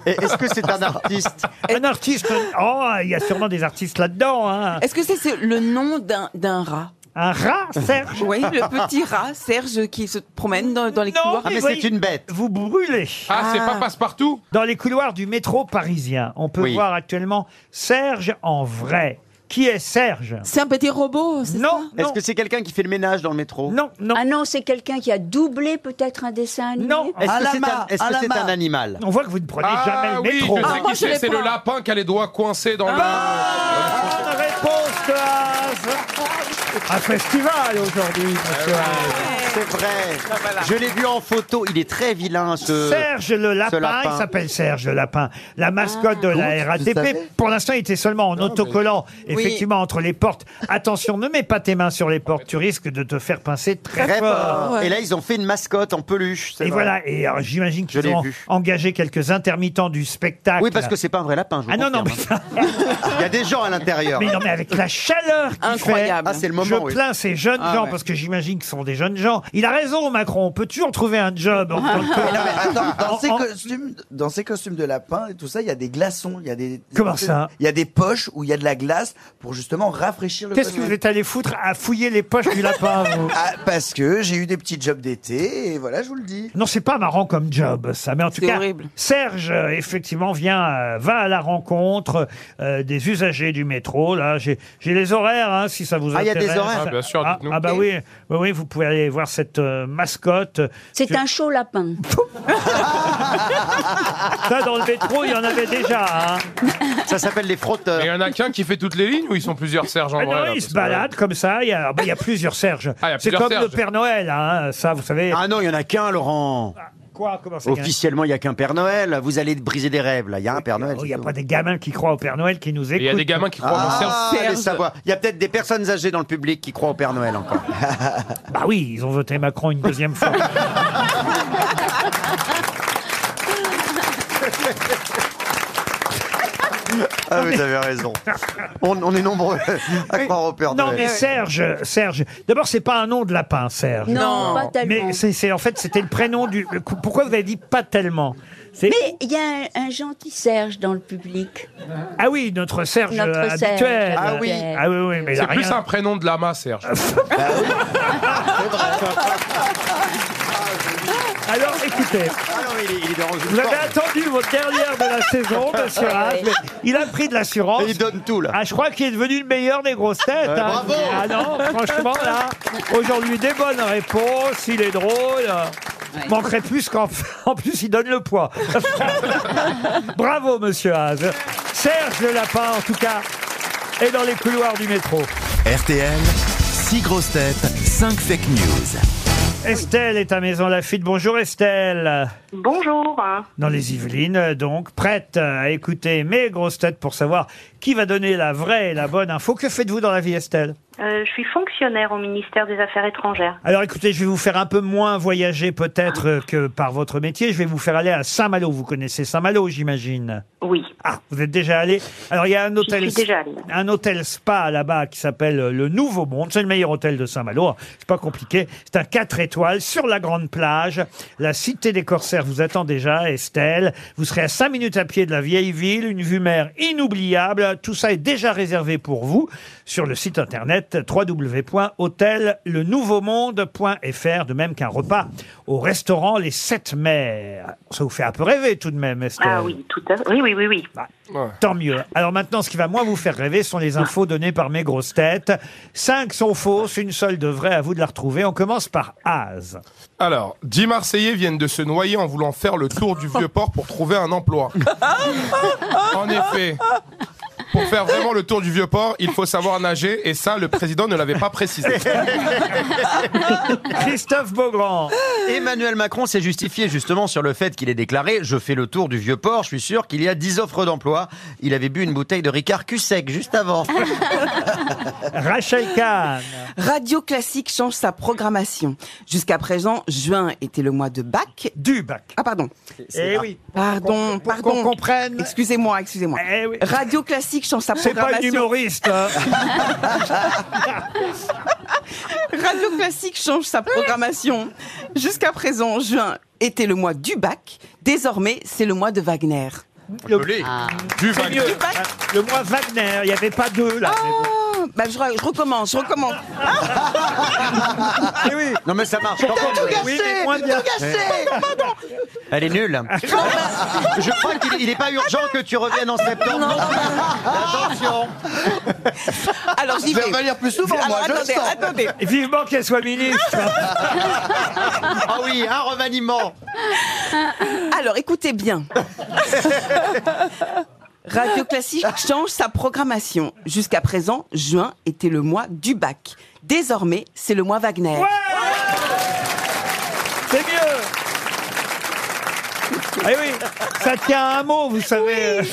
Speaker 13: Et Est-ce que c'est un artiste
Speaker 2: Un artiste. Oh, il y a sûrement des artistes là-dedans. hein.
Speaker 7: Est-ce que c'est c'est le nom d'un d'un rat
Speaker 2: Un rat, Serge
Speaker 7: Oui, le petit rat Serge qui se promène dans, dans les couloirs.
Speaker 13: Ah,
Speaker 2: Ah,
Speaker 13: bête.
Speaker 2: Vous brûlez.
Speaker 4: Ah, c'est pas passe-partout
Speaker 2: Dans les couloirs du métro parisien, on peut
Speaker 13: Oui.
Speaker 2: voir actuellement Serge en vrai. Qui est Serge
Speaker 6: C'est un petit robot, c'est
Speaker 2: Non,
Speaker 13: Est-ce que c'est quelqu'un qui fait le ménage dans le métro
Speaker 2: Non, non.
Speaker 8: Ah non, c'est quelqu'un qui a doublé peut-être un dessin animé
Speaker 2: Non.
Speaker 13: Est-ce que c'est un, est-ce que c'est un animal
Speaker 2: On voit que vous ne prenez jamais
Speaker 4: Ah
Speaker 2: le
Speaker 4: oui,
Speaker 2: métro.
Speaker 4: je Ah. sais qui c'est, c'est le lapin qui a les doigts coincés dans
Speaker 2: Bonne réponse de Haas. Un festival aujourd'hui,
Speaker 4: Ah
Speaker 2: monsieur Haas.
Speaker 13: C'est vrai. Je l'ai vu en photo. Il est très vilain, ce.
Speaker 2: Serge le lapin,
Speaker 13: ce lapin. Ah.
Speaker 2: il s'appelle Serge le lapin, la mascotte de la RATP. Pour l'instant, il était seulement en autocollant,
Speaker 7: Oui.
Speaker 2: effectivement, entre les portes. Attention, ne mets pas tes mains sur les portes, tu risques de te faire pincer très,
Speaker 13: Très
Speaker 2: fort.
Speaker 13: fort. Et là, ils ont fait une mascotte en peluche. c'est
Speaker 2: Et
Speaker 13: vrai.
Speaker 2: voilà, et alors, j'imagine
Speaker 13: Je
Speaker 2: qu'ils
Speaker 13: l'ai
Speaker 2: ont
Speaker 13: vu.
Speaker 2: engagé quelques intermittents du spectacle.
Speaker 13: Oui, parce que c'est pas un vrai lapin. Je vous
Speaker 2: Ah non, non,
Speaker 13: confirme.
Speaker 2: mais,
Speaker 5: hein.
Speaker 13: Il y a des gens à l'intérieur.
Speaker 2: mais non, mais avec la chaleur qu'il
Speaker 7: Incroyable.
Speaker 13: Ah, c'est le moment.
Speaker 2: Je
Speaker 13: oui.
Speaker 2: plains ces jeunes
Speaker 7: Ah
Speaker 2: gens
Speaker 7: ouais.
Speaker 2: parce que j'imagine qu'ils sont des jeunes gens. Il a raison, Macron. On peut toujours trouver un job. en tant que-
Speaker 5: Mais non, mais attends,
Speaker 2: En-
Speaker 5: dans, ces
Speaker 2: en-
Speaker 5: costumes, dans ces costumes de lapin et tout ça, il y a des glaçons, il y a des.
Speaker 2: Comment ça
Speaker 5: Il y a des poches où il y a de la glace pour justement rafraîchir le
Speaker 2: Qu'est-ce que
Speaker 5: costume.
Speaker 2: vous êtes allé foutre à fouiller les poches du lapin vous
Speaker 5: Ah,
Speaker 13: bah-
Speaker 5: parce que j'ai eu des petits jobs d'été et voilà, je vous le dis.
Speaker 2: Non, c'est pas marrant comme job, ça. Mais en tout
Speaker 7: C'est
Speaker 2: cas,
Speaker 7: horrible.
Speaker 2: Serge, euh, effectivement, vient, euh, va à la rencontre euh, des usagers du métro. Là, j'ai j'ai les horaires, hein, si ça vous
Speaker 13: Ah, il y a
Speaker 2: intéresse.
Speaker 13: des horaires.
Speaker 4: Ah, bien sûr,
Speaker 2: Ah,
Speaker 4: dites-nous.
Speaker 2: ah, bah oui, oui, oui, vous pouvez aller voir cette euh, mascotte.
Speaker 8: C'est
Speaker 2: Sur-
Speaker 8: un chaud lapin.
Speaker 2: Ça, dans le métro, il y en avait déjà. hein.
Speaker 13: Ça s'appelle les frotteurs.
Speaker 4: Mais il y en a qu'un qui fait toutes les lignes ou ils sont plusieurs Serge en
Speaker 2: Ah
Speaker 4: vrai
Speaker 2: non,
Speaker 4: là,
Speaker 2: il
Speaker 4: parce
Speaker 2: se
Speaker 4: que-
Speaker 2: balade comme ça. Il y a, ah bah, il y a plusieurs Serge.
Speaker 4: Ah, il y a
Speaker 2: c'est
Speaker 4: plusieurs
Speaker 2: comme le
Speaker 4: Serge.
Speaker 2: Père Noël, hein, ça, vous savez. Ah,
Speaker 13: Ah non, il y en a qu'un, Laurent.
Speaker 2: Quoi Comment ça Il
Speaker 13: Officiellement, il y a qu'un Père Noël. Vous allez briser des rêves là. Il y a un Père Noël.
Speaker 2: n'y a
Speaker 13: c'est
Speaker 2: pas
Speaker 13: tout.
Speaker 2: des gamins qui croient au Père Noël qui nous
Speaker 4: Et
Speaker 2: écoutent.
Speaker 4: Il y a des gamins qui croient en Serge.
Speaker 13: Ah, allez savoir. Il y a peut-être des personnes âgées dans le public qui croient au Père Noël encore.
Speaker 2: Bah oui, ils ont voté Macron une deuxième fois.
Speaker 13: Ah, vous avez raison. On, on est nombreux à croire au Père
Speaker 2: non mais
Speaker 13: Noël.
Speaker 2: Serge, Serge. D'abord, c'est pas un nom de lapin, Serge.
Speaker 8: Non, pas tellement.
Speaker 2: Mais c'est, c'est- en fait, c'était le prénom du. Pourquoi vous avez dit pas tellement C'est-
Speaker 8: Mais il y a un, un gentil Serge dans le public.
Speaker 2: Ah oui, notre Serge
Speaker 8: Notre
Speaker 2: euh,
Speaker 8: Serge
Speaker 2: habituel.
Speaker 8: Ah oui. habituel.
Speaker 2: Ah oui, oui, mais il
Speaker 4: C'est
Speaker 2: a
Speaker 4: plus
Speaker 2: rien-
Speaker 4: un prénom de lama, Serge.
Speaker 2: Alors, écoutez.
Speaker 8: Ah
Speaker 2: Vous avez attendu votre dernière de la saison, monsieur Haas, mais il a pris de l'assurance. Il donne tout, là. Ah, je crois qu'il est devenu le meilleur des grosses têtes.
Speaker 13: Ouais,
Speaker 2: hein.
Speaker 13: bravo.
Speaker 2: Ah non, franchement, là, aujourd'hui, des bonnes réponses, il est drôle. Manquerait plus qu'en en plus, il donne le poids. bravo, monsieur Haas. Serge de Lapin, en tout cas, est dans les couloirs du métro.
Speaker 1: RTL, 6 grosses têtes, 5 fake news.
Speaker 2: Estelle est à Maison Lafitte. Bonjour, Estelle.
Speaker 12: Bonjour.
Speaker 2: dans les Yvelines, euh, donc prête euh, à écouter mes grosses têtes pour savoir qui va donner la vraie et la bonne info. Que faites-vous dans la vie, Estelle
Speaker 12: Euh, je suis fonctionnaire au ministère des Affaires étrangères.
Speaker 2: alors écoutez, je vais vous faire un peu moins voyager peut-être euh, que par votre métier. Je vais vous faire aller à Saint-Malo. Vous connaissez Saint-Malo, j'imagine
Speaker 12: Oui.
Speaker 2: Ah, vous êtes déjà allé Alors il y a un hôtel,
Speaker 12: suis déjà allée.
Speaker 2: un hôtel spa là-bas qui s'appelle euh, le Nouveau Monde. C'est le meilleur hôtel de Saint-Malo. hein. C'est pas compliqué. C'est un 4 étoiles sur la grande plage. La cité des corsaires vous attend déjà, Estelle. Vous serez à 5 minutes à pied de la vieille ville. Une vue mer inoubliable. Tout ça est déjà réservé pour vous sur le site internet www.hôtellenouveaumonde.fr. De même qu'un repas au restaurant Les Sept Mers. Ça vous fait un peu rêver tout de même, Estelle.
Speaker 12: Ah oui, tout à Oui, oui, oui, oui.
Speaker 2: Bah, Tant mieux. Alors maintenant, ce qui va moins vous faire rêver sont les infos données par mes grosses têtes. Cinq sont fausses, une seule de vraie. À vous de la retrouver. On commence par Az.
Speaker 4: Alors, dix Marseillais viennent de se noyer en voulant faire le tour du vieux port pour trouver un emploi. En effet, pour faire vraiment le tour du vieux port, il faut savoir nager, et ça, le président ne l'avait pas précisé.
Speaker 2: Christophe Beaugrand.
Speaker 13: Emmanuel Macron s'est justifié justement sur le fait qu'il ait déclaré Je fais le tour du vieux port, je suis sûr qu'il y a 10 offres d'emploi. Il avait bu une bouteille de Ricard Cussec juste avant.
Speaker 2: Rachel Kahn.
Speaker 7: Radio Classique change sa programmation. Jusqu'à présent, juin était le mois de bac.
Speaker 2: Du bac.
Speaker 7: Ah pardon.
Speaker 2: c'est Eh là. oui.
Speaker 7: Pardon,
Speaker 2: Pour qu'on-
Speaker 7: pardon.
Speaker 2: pour qu'on comprenne.
Speaker 7: Excusez-moi, excusez-moi. Radio Classique change sa
Speaker 2: Eh C'est
Speaker 7: programmation.
Speaker 2: pas une humoriste. hein.
Speaker 7: Radio Classique change sa programmation. Jusqu'à présent, juin était le mois du bac. Désormais, c'est le mois de Wagner.
Speaker 13: Ah,
Speaker 2: Le,
Speaker 8: Ah.
Speaker 4: Du
Speaker 2: C'est
Speaker 4: Wagner.
Speaker 2: mieux. Ah, Le mois Wagner. Il n'y avait pas deux là. mais bon.
Speaker 7: Ah, bah, je, re- je recommence, je recommence.
Speaker 2: Eh
Speaker 13: Non mais ça marche quand même.
Speaker 2: Oui, mais moins bien.
Speaker 13: Elle est nulle. Je crois qu'il il est pas urgent que tu reviennes en septembre. Attention.
Speaker 7: Alors j'y
Speaker 13: Je vais
Speaker 7: vais.
Speaker 13: revenir plus souvent,
Speaker 7: Alors,
Speaker 13: moi, je le
Speaker 7: attendez,
Speaker 13: sens.
Speaker 7: attendez.
Speaker 2: Vivement qu'elle soit ministre.
Speaker 13: Ah oui, un remaniement.
Speaker 7: Alors écoutez bien. Radio Classique change sa programmation. Jusqu'à présent, juin était le mois du bac. Désormais, c'est le mois Wagner.
Speaker 2: C'est mieux. Eh oui, ça tient à un mot, vous savez.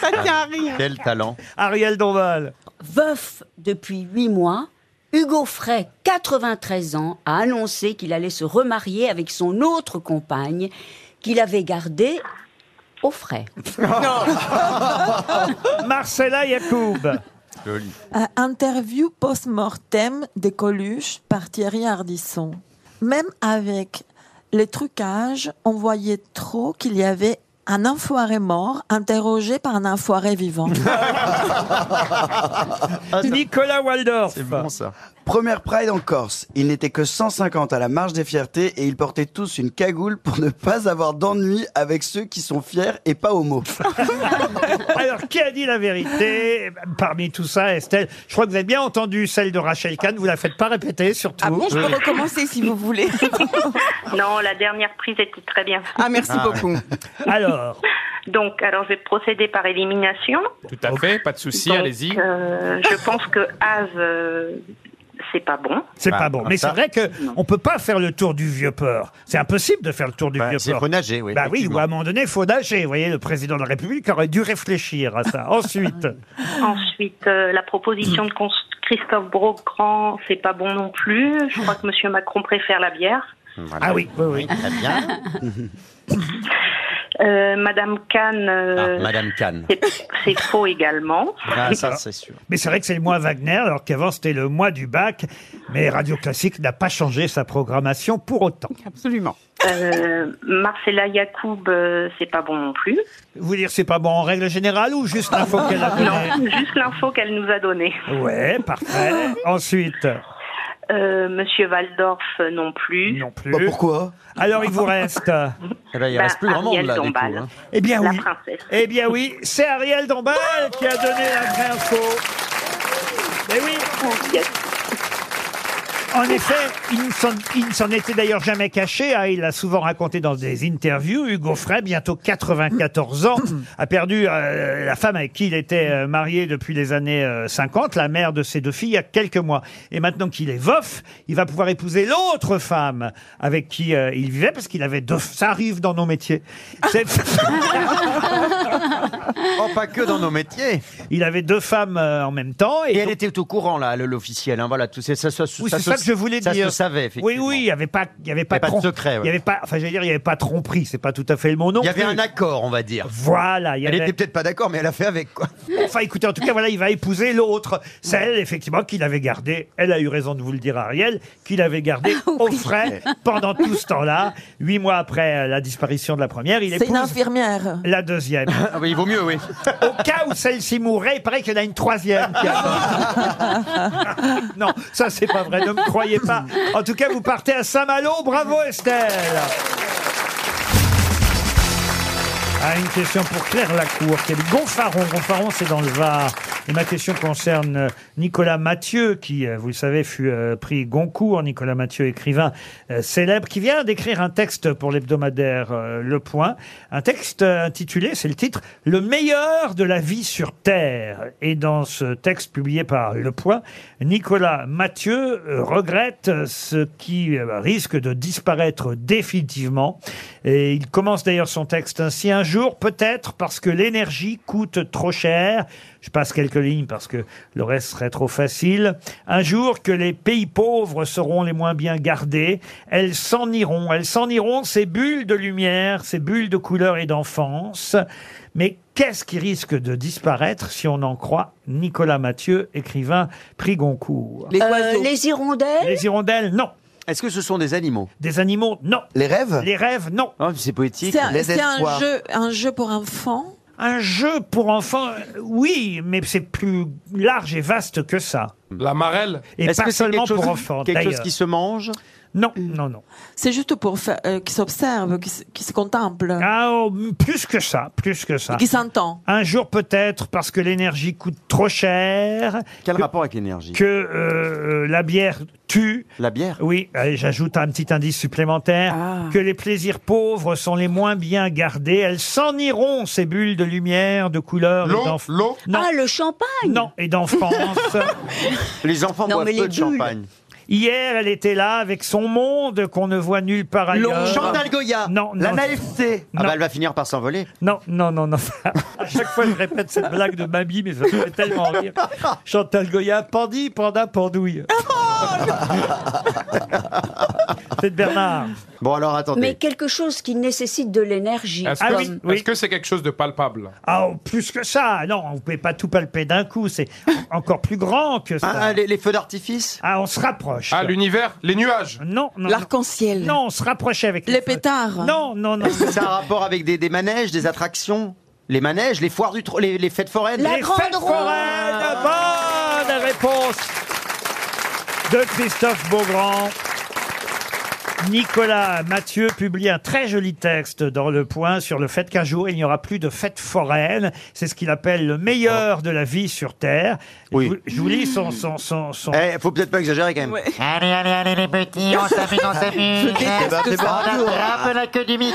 Speaker 7: Ça tient à rien.
Speaker 13: Quel talent.
Speaker 2: Ariel Dombal.
Speaker 8: Veuf depuis huit mois, Hugo Frey, 93 ans, a annoncé qu'il allait se remarier avec son autre compagne qu'il avait gardée au frais.
Speaker 2: Marcella Yacoub.
Speaker 6: Euh, interview post-mortem de Coluche par Thierry Ardisson. Même avec les trucages, on voyait trop qu'il y avait un enfoiré mort interrogé par un enfoiré vivant.
Speaker 13: Ah,
Speaker 2: Nicolas Waldorf.
Speaker 5: Première Pride en Corse. Ils n'étaient que 150 à la marche des fiertés et ils portaient tous une cagoule pour ne pas avoir d'ennui avec ceux qui sont fiers et pas homo.
Speaker 2: Alors, qui a dit la vérité parmi tout ça, Estelle Je crois que vous avez bien entendu celle de Rachel Kahn. Vous la faites pas répéter, surtout.
Speaker 7: Ah bon, je peux recommencer si vous voulez.
Speaker 12: Non, la dernière prise était très bien.
Speaker 7: Ah merci
Speaker 4: Ah,
Speaker 7: beaucoup.
Speaker 2: Alors,
Speaker 12: Donc, alors je vais procéder par élimination.
Speaker 4: Tout à fait, pas de souci,
Speaker 12: Donc,
Speaker 4: allez-y.
Speaker 12: euh, je pense que Az, euh, c'est pas bon.
Speaker 2: c'est
Speaker 13: Ah,
Speaker 2: pas bon.
Speaker 13: comme
Speaker 2: Mais
Speaker 13: ça.
Speaker 2: c'est vrai que on peut pas faire le tour du vieux port. C'est impossible de faire le tour du vieux
Speaker 13: C'est
Speaker 2: port.
Speaker 13: faut nager, oui.
Speaker 2: Bah oui, ou à un moment donné, il faut nager. Vous voyez, le président de la République aurait dû réfléchir à ça. Ensuite,
Speaker 12: Ensuite, euh, la proposition de cons- Christophe Brogrand, c'est pas bon non plus. Je crois que Monsieur Macron préfère la bière.
Speaker 13: Voilà.
Speaker 2: ah oui, oui, oui.
Speaker 13: Très bien.
Speaker 12: Euh, Madame Kahn,
Speaker 13: Ah,
Speaker 12: euh,
Speaker 13: Madame Kahn.
Speaker 12: c'est- c'est faux également.
Speaker 13: Ah, ça c'est sûr.
Speaker 2: Mais c'est vrai que c'est le mois Wagner, alors qu'avant c'était le mois du bac. Mais Radio Classique n'a pas changé sa programmation pour autant.
Speaker 7: Absolument.
Speaker 12: Euh, Marcella Yacoub, euh, c'est pas bon non plus.
Speaker 2: Vous voulez dire c'est pas bon en règle générale ou juste l'info qu'elle a
Speaker 12: Non,
Speaker 2: donnée
Speaker 12: juste l'info qu'elle nous a donnée.
Speaker 2: Ouais, parfait. Ensuite.
Speaker 12: Euh, Monsieur Waldorf euh, non plus.
Speaker 2: Non plus. pourquoi Alors il vous reste.
Speaker 3: Eh ben, il
Speaker 12: Bah,
Speaker 3: reste plus grand monde
Speaker 12: Ariel
Speaker 3: là, du coup.
Speaker 12: Dombal.
Speaker 3: hein.
Speaker 2: Eh bien
Speaker 12: La
Speaker 2: oui.
Speaker 12: princesse.
Speaker 2: Eh bien oui, c'est Ariel Dombal qui a donné la vraie info. Mais oui. En effet, il ne s'en- il ne s'en était d'ailleurs jamais caché. hein. Il l'a souvent raconté dans des interviews. Hugo Frey, bientôt 94 ans, a perdu euh, la femme avec qui il était euh, marié depuis les années euh, 50, la mère de ses deux filles, il y a quelques mois. Et maintenant qu'il est veuf, il va pouvoir épouser l'autre femme avec qui euh, il vivait, parce qu'il avait deux... Ça arrive dans nos métiers. C'est-
Speaker 13: Oh, pas que dans nos métiers.
Speaker 2: Il avait deux femmes euh, en même temps. Et,
Speaker 13: elle était au courant, là, le- l'officiel. Hein, voilà, tout, c'est- ça, ça,
Speaker 2: Oui,
Speaker 13: ça
Speaker 2: c'est
Speaker 13: se-
Speaker 2: ça que je voulais
Speaker 13: ça
Speaker 2: dire.
Speaker 13: se savait, effectivement.
Speaker 2: Oui, oui, il n'y avait pas, il y avait pas,
Speaker 13: Il y avait pas de
Speaker 2: trom-
Speaker 13: secret, ouais.
Speaker 2: Il y avait pas, enfin, j'allais dire, il n'y avait pas tromperie. C'est pas tout à fait le mot non
Speaker 13: Il y avait
Speaker 2: plus.
Speaker 13: un accord, on va dire.
Speaker 2: Voilà, il y
Speaker 13: Elle
Speaker 2: avait-
Speaker 13: était peut-être pas d'accord, mais elle a fait avec, quoi.
Speaker 2: Enfin, écoutez, en tout cas, voilà, il va épouser l'autre, celle, effectivement, qu'il avait gardée. Elle a eu raison de vous le dire, Ariel, qu'il avait gardée
Speaker 6: Ah
Speaker 2: au frais pendant tout ce temps-là. Huit mois après euh, la disparition de la première, il
Speaker 6: C'est une
Speaker 2: épouse
Speaker 6: infirmière.
Speaker 2: la deuxième.
Speaker 13: Ah, oui, il vaut mieux, oui.
Speaker 2: Au cas où celle-ci mourrait, il paraît qu'il y en a une troisième. qui arrive. non, ça c'est pas vrai, ne me croyez pas. En tout cas, vous partez à Saint-Malo, bravo Estelle Ah, une question pour Claire Lacour, qui est Gonfaron. Gonfaron, c'est dans le Var. Et ma question concerne euh, Nicolas Mathieu, qui, euh, vous le savez, fut euh, prix Goncourt. Nicolas Mathieu, écrivain euh, célèbre, qui vient d'écrire un texte pour l'hebdomadaire euh, Le Point. Un texte euh, intitulé, c'est le titre, Le meilleur de la vie sur Terre. Et dans ce texte publié par Le Point, Nicolas Mathieu euh, regrette euh, ce qui euh, risque de disparaître définitivement. Et il commence d'ailleurs son texte ainsi un jour, peut-être parce que l'énergie coûte trop cher. Je passe quelques lignes parce que le reste serait trop facile. Un jour que les pays pauvres seront les moins bien gardés, elles s'en iront, elles s'en iront, ces bulles de lumière, ces bulles de couleur et d'enfance. Mais qu'est-ce qui risque de disparaître si on en croit Nicolas Mathieu, écrivain prix Goncourt
Speaker 8: Euh, Les, hirondelles
Speaker 2: Les hirondelles, non.
Speaker 13: Est-ce que ce sont des animaux
Speaker 2: Des animaux, non.
Speaker 13: Les rêves Oh,
Speaker 2: Les rêves, non.
Speaker 13: c'est poétique.
Speaker 6: C'est un, c'est un jeu, un jeu pour enfants.
Speaker 2: Un jeu pour enfants, euh, oui, mais c'est plus large et vaste que ça.
Speaker 4: La marelle
Speaker 2: Et
Speaker 13: Est-ce
Speaker 2: pas
Speaker 13: que c'est
Speaker 2: seulement
Speaker 13: quelque chose-
Speaker 2: pour enfants.
Speaker 13: quelque chose
Speaker 2: d'ailleurs.
Speaker 13: qui se mange
Speaker 2: Non, non, non.
Speaker 6: C'est juste pour faire, euh, qui s'observe, qui, se- qui se contemple,
Speaker 2: Ah, oh, plus que ça, plus que ça.
Speaker 6: qui s'entend.
Speaker 2: Un jour peut-être parce que l'énergie coûte trop cher,
Speaker 13: Quel rapport avec l'énergie
Speaker 2: que euh, euh, la bière tue.
Speaker 13: La bière
Speaker 2: Oui, euh, j'ajoute un petit indice supplémentaire
Speaker 8: Ah.
Speaker 2: que les plaisirs pauvres sont les moins bien gardés. Elles s'en iront ces bulles de lumière, de couleur, et
Speaker 4: L'eau
Speaker 2: d'enf-
Speaker 4: L'eau
Speaker 2: Non,
Speaker 8: Ah, le champagne
Speaker 2: non, et d'enfance.
Speaker 13: Les enfants
Speaker 8: Non,
Speaker 13: boivent
Speaker 8: mais
Speaker 13: peu
Speaker 8: les
Speaker 13: de
Speaker 8: bulles.
Speaker 13: champagne.
Speaker 2: Hier, elle était là avec son monde qu'on ne voit nulle part ailleurs.
Speaker 13: Chantal Goya
Speaker 2: Non,
Speaker 13: La
Speaker 2: non.
Speaker 13: naïveté Ah
Speaker 2: Non.
Speaker 13: bah, elle va finir par s'envoler.
Speaker 2: Non, non, non, non. à chaque fois, je répète cette blague de mamie, mais ça me fait tellement rire. Chantal Goya, Pandi, Panda, Pandouille. C'est de Bernard.
Speaker 13: Bon, alors, attendez.
Speaker 8: Mais quelque chose qui nécessite de l'énergie.
Speaker 4: Est-ce
Speaker 2: Ah
Speaker 4: que
Speaker 2: oui,
Speaker 4: est-ce
Speaker 2: oui.
Speaker 4: que c'est quelque chose de palpable
Speaker 2: Ah, oh, plus que ça. Non, vous pouvez pas tout palper d'un coup. C'est encore plus grand que
Speaker 13: Ah,
Speaker 2: ça.
Speaker 13: ah, les, les feux d'artifice
Speaker 2: Ah, on se rapproche.
Speaker 4: Ah, l'univers Les nuages
Speaker 2: Non, non. non.
Speaker 6: L'arc-en-ciel.
Speaker 2: Non, on se rapprochait avec
Speaker 6: Les
Speaker 2: les feux.
Speaker 6: pétards.
Speaker 2: Non, non, non.
Speaker 13: C'est un rapport avec des, des manèges, des attractions Les manèges, les foires du... tro- Les, les fêtes foraines
Speaker 8: La
Speaker 2: Les
Speaker 8: grande
Speaker 2: fêtes
Speaker 8: roue.
Speaker 2: foraines. Bonne réponse de Christophe Beaugrand. Nicolas Mathieu publie un très joli texte dans Le Point sur le fait qu'un jour il n'y aura plus de fête foraine. C'est ce qu'il appelle le meilleur de la vie sur Terre.
Speaker 13: Oui.
Speaker 2: Je vous- Je vous lis son, son, son, son-
Speaker 13: Eh, faut peut-être pas exagérer quand même.
Speaker 7: Ouais.
Speaker 15: Allez, allez, allez, les petits, on s'amuse, on s'amuse.
Speaker 13: Eh ben, c'est pas radio, hein.
Speaker 15: Attrape la queue du Mickey.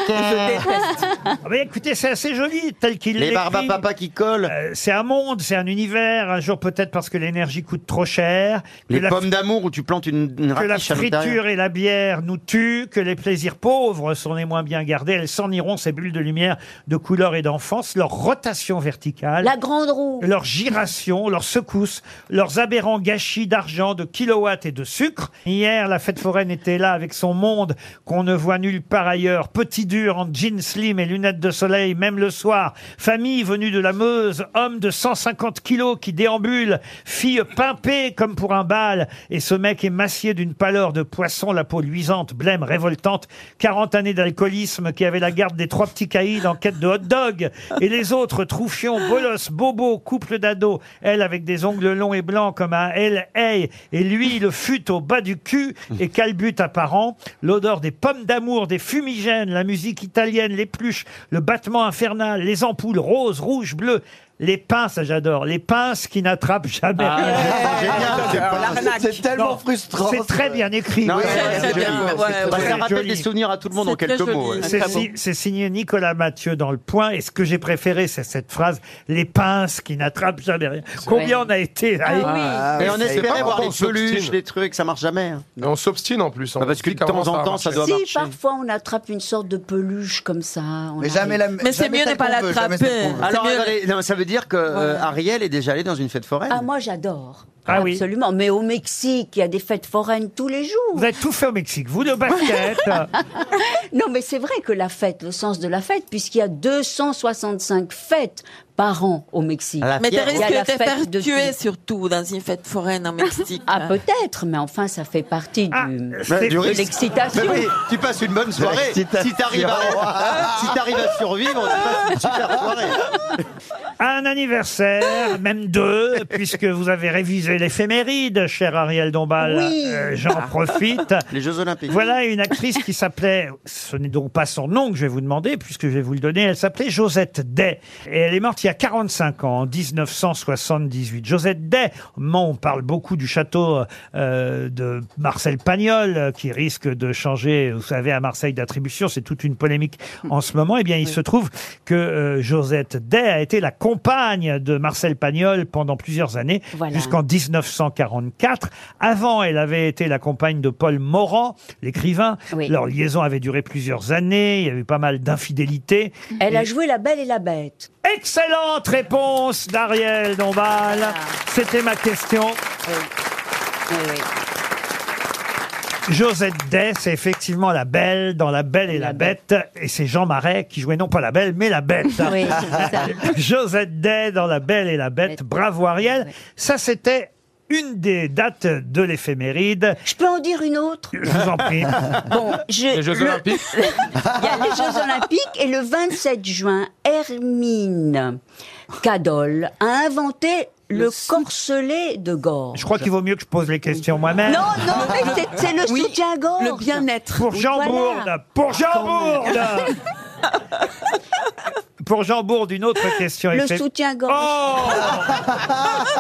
Speaker 2: Ah bah écoutez, c'est assez joli tel qu'il
Speaker 13: Les barbes à
Speaker 2: l'écrit.
Speaker 13: papa qui collent,
Speaker 2: Euh, C'est un monde, c'est un univers. Un jour peut-être parce que l'énergie coûte trop cher. que
Speaker 13: les
Speaker 2: la-
Speaker 13: pommes d'amour où tu plantes une, une
Speaker 2: que la
Speaker 13: raquiche à l'intérieur.
Speaker 2: friture et la bière nous tuent, que les plaisirs pauvres sont les moins bien gardés, elles s'en iront, ces bulles de lumière, de couleur et d'enfance, leur rotation verticale,
Speaker 8: La grande roue.
Speaker 2: leurs girations, leurs secousses, leurs aberrants gâchis d'argent, de kilowatts et de sucre. Hier, la fête foraine était là avec son monde qu'on ne voit nulle part ailleurs. Petit dur en jean slim et lunettes de soleil, même le soir. Famille venue de la Meuse, homme de 150 kilos qui déambule, fille pimpée comme pour un bal. Et ce mec émacié d'une pâleur de poisson, la peau luisante, emblème révoltante. 40 années d'alcoolisme qui avait la garde des trois petits caïds en quête de hot dog. Et les autres, Troufion, Bolos, Bobo, couple d'ados. Elle avec des ongles longs et blancs comme un L.A. Et lui, le fut au bas du cul et calbute apparent. L'odeur des pommes d'amour, des fumigènes, la musique italienne, les pluches, le battement infernal, les ampoules roses, rouges, bleues. Les pinces, j'adore. Les pinces qui n'attrapent jamais.
Speaker 5: Ah, c'est génial, c'est pas-
Speaker 2: L'arnaque.
Speaker 5: c'est tellement
Speaker 2: Non,
Speaker 5: frustrant,
Speaker 2: C'est très
Speaker 5: ça.
Speaker 2: bien écrit.
Speaker 5: Non,
Speaker 2: oui.
Speaker 5: ouais, ouais, c'est joli, ouais, c'est très joli. Ça rappelle
Speaker 2: Joli.
Speaker 5: des souvenirs à tout le monde en
Speaker 2: C'est
Speaker 5: quelques
Speaker 2: très
Speaker 5: mots,
Speaker 2: joli.
Speaker 5: ouais.
Speaker 2: C'est
Speaker 5: Très
Speaker 2: si- c'est signé Nicolas Mathieu dans Le Point. Et ce que j'ai préféré, c'est cette phrase les pinces qui n'attrapent jamais rien. Combien on a été
Speaker 5: Ah
Speaker 2: à écrire
Speaker 13: Et on
Speaker 2: C'est
Speaker 13: espérait
Speaker 2: pas
Speaker 13: voir
Speaker 2: pourtant
Speaker 13: des peluches,
Speaker 2: s'obstine.
Speaker 13: des trucs, ça marche jamais. hein.
Speaker 4: Mais
Speaker 13: Bah,
Speaker 4: on s'obstine en plus.
Speaker 13: parce que de temps en temps, ça doit
Speaker 8: si,
Speaker 13: marcher.
Speaker 8: parfois on attrape une sorte de peluche comme ça. on
Speaker 13: Mais
Speaker 8: arrive.
Speaker 13: jamais la- Mais
Speaker 5: c'est mieux de pas l'attraper. euh,
Speaker 13: Alors,
Speaker 8: C'est mieux-
Speaker 13: attendez, non, ça veut dire que euh, Ariel est déjà allée dans une fête foraine.
Speaker 8: Ah, moi j'adore.
Speaker 13: Ah oui.
Speaker 8: Absolument. Mais au Mexique, il y a des fêtes foraines tous les jours.
Speaker 2: Vous avez tout fait au Mexique. Vous, le basket.
Speaker 8: non, mais c'est vrai que la fête, le sens de la fête, puisqu'il y a 265 fêtes par an au Mexique.
Speaker 6: Mais t'as
Speaker 8: Il y a
Speaker 6: risqué de
Speaker 8: la
Speaker 6: te
Speaker 8: fête
Speaker 6: faire
Speaker 8: de-
Speaker 6: tuer surtout dans une fête foraine en Mexique.
Speaker 8: Ah, peut-être, mais enfin, ça fait partie
Speaker 2: Ah,
Speaker 8: du,
Speaker 13: Mais du
Speaker 8: de
Speaker 13: risque.
Speaker 8: l'excitation. Ah.
Speaker 13: Mais oui, tu passes une bonne soirée. Si t'arrives à, si t'arrives à survivre, tu passes une super soirée.
Speaker 2: Un anniversaire, même deux, puisque vous avez révisé l'éphéméride, cher Ariel
Speaker 8: Ah,
Speaker 2: Dombal.
Speaker 13: Oui.
Speaker 2: Euh, J'en
Speaker 5: Ah.
Speaker 2: profite.
Speaker 13: Les Jeux Olympiques.
Speaker 2: Voilà une actrice qui s'appelait, ce n'est donc pas son nom que je vais vous demander, puisque je vais vous le donner, elle s'appelait Josette Day. Et elle est morte il y a 45 ans, en 1978. Josette Day, moi on parle beaucoup du château euh, de Marcel Pagnol, euh, qui risque de changer, vous savez, à Marseille d'attribution, c'est toute une polémique en ce moment. Eh bien, il se trouve que euh, Josette Day a été la compagne de Marcel Pagnol pendant plusieurs années, jusqu'en 1944. Avant, elle avait été la compagne de Paul Morand, l'écrivain. Leur liaison avait duré plusieurs années, il y avait pas mal d'infidélités.
Speaker 8: Elle a
Speaker 2: Et-
Speaker 8: joué La Belle et la Bête.
Speaker 2: Excellente réponse d'Ariel Dombal. C'était ma question.
Speaker 8: Ah
Speaker 2: Josette Day, c'est effectivement la belle dans La Belle et la, Bête. Et c'est Jean Marais qui jouait non pas la belle, mais la bête.
Speaker 16: Oui, c'est ça.
Speaker 2: Josette Day dans La Belle et la Bête. Bravo Ariel. Ça, c'était une des dates de l'éphéméride.
Speaker 8: Je peux en dire une autre
Speaker 2: Je vous en prie.
Speaker 8: Ah Bon, je-
Speaker 2: Les Jeux
Speaker 8: le-
Speaker 2: Olympiques.
Speaker 8: Il y a les Jeux Olympiques et le 27 juin, Hermine Cadol a inventé le, corselet de gorge.
Speaker 2: Je crois qu'il vaut mieux que je pose les questions moi-même.
Speaker 8: Non, non, mais c'est- c'est le
Speaker 2: Oui,
Speaker 8: soutien-gorge. Le bien-être.
Speaker 2: Pour Jean Bourde, pour Jean Bourde. Pour Jean Bourde, une autre question.
Speaker 8: Le
Speaker 2: éphémère.
Speaker 8: soutien-gorge.
Speaker 4: Oh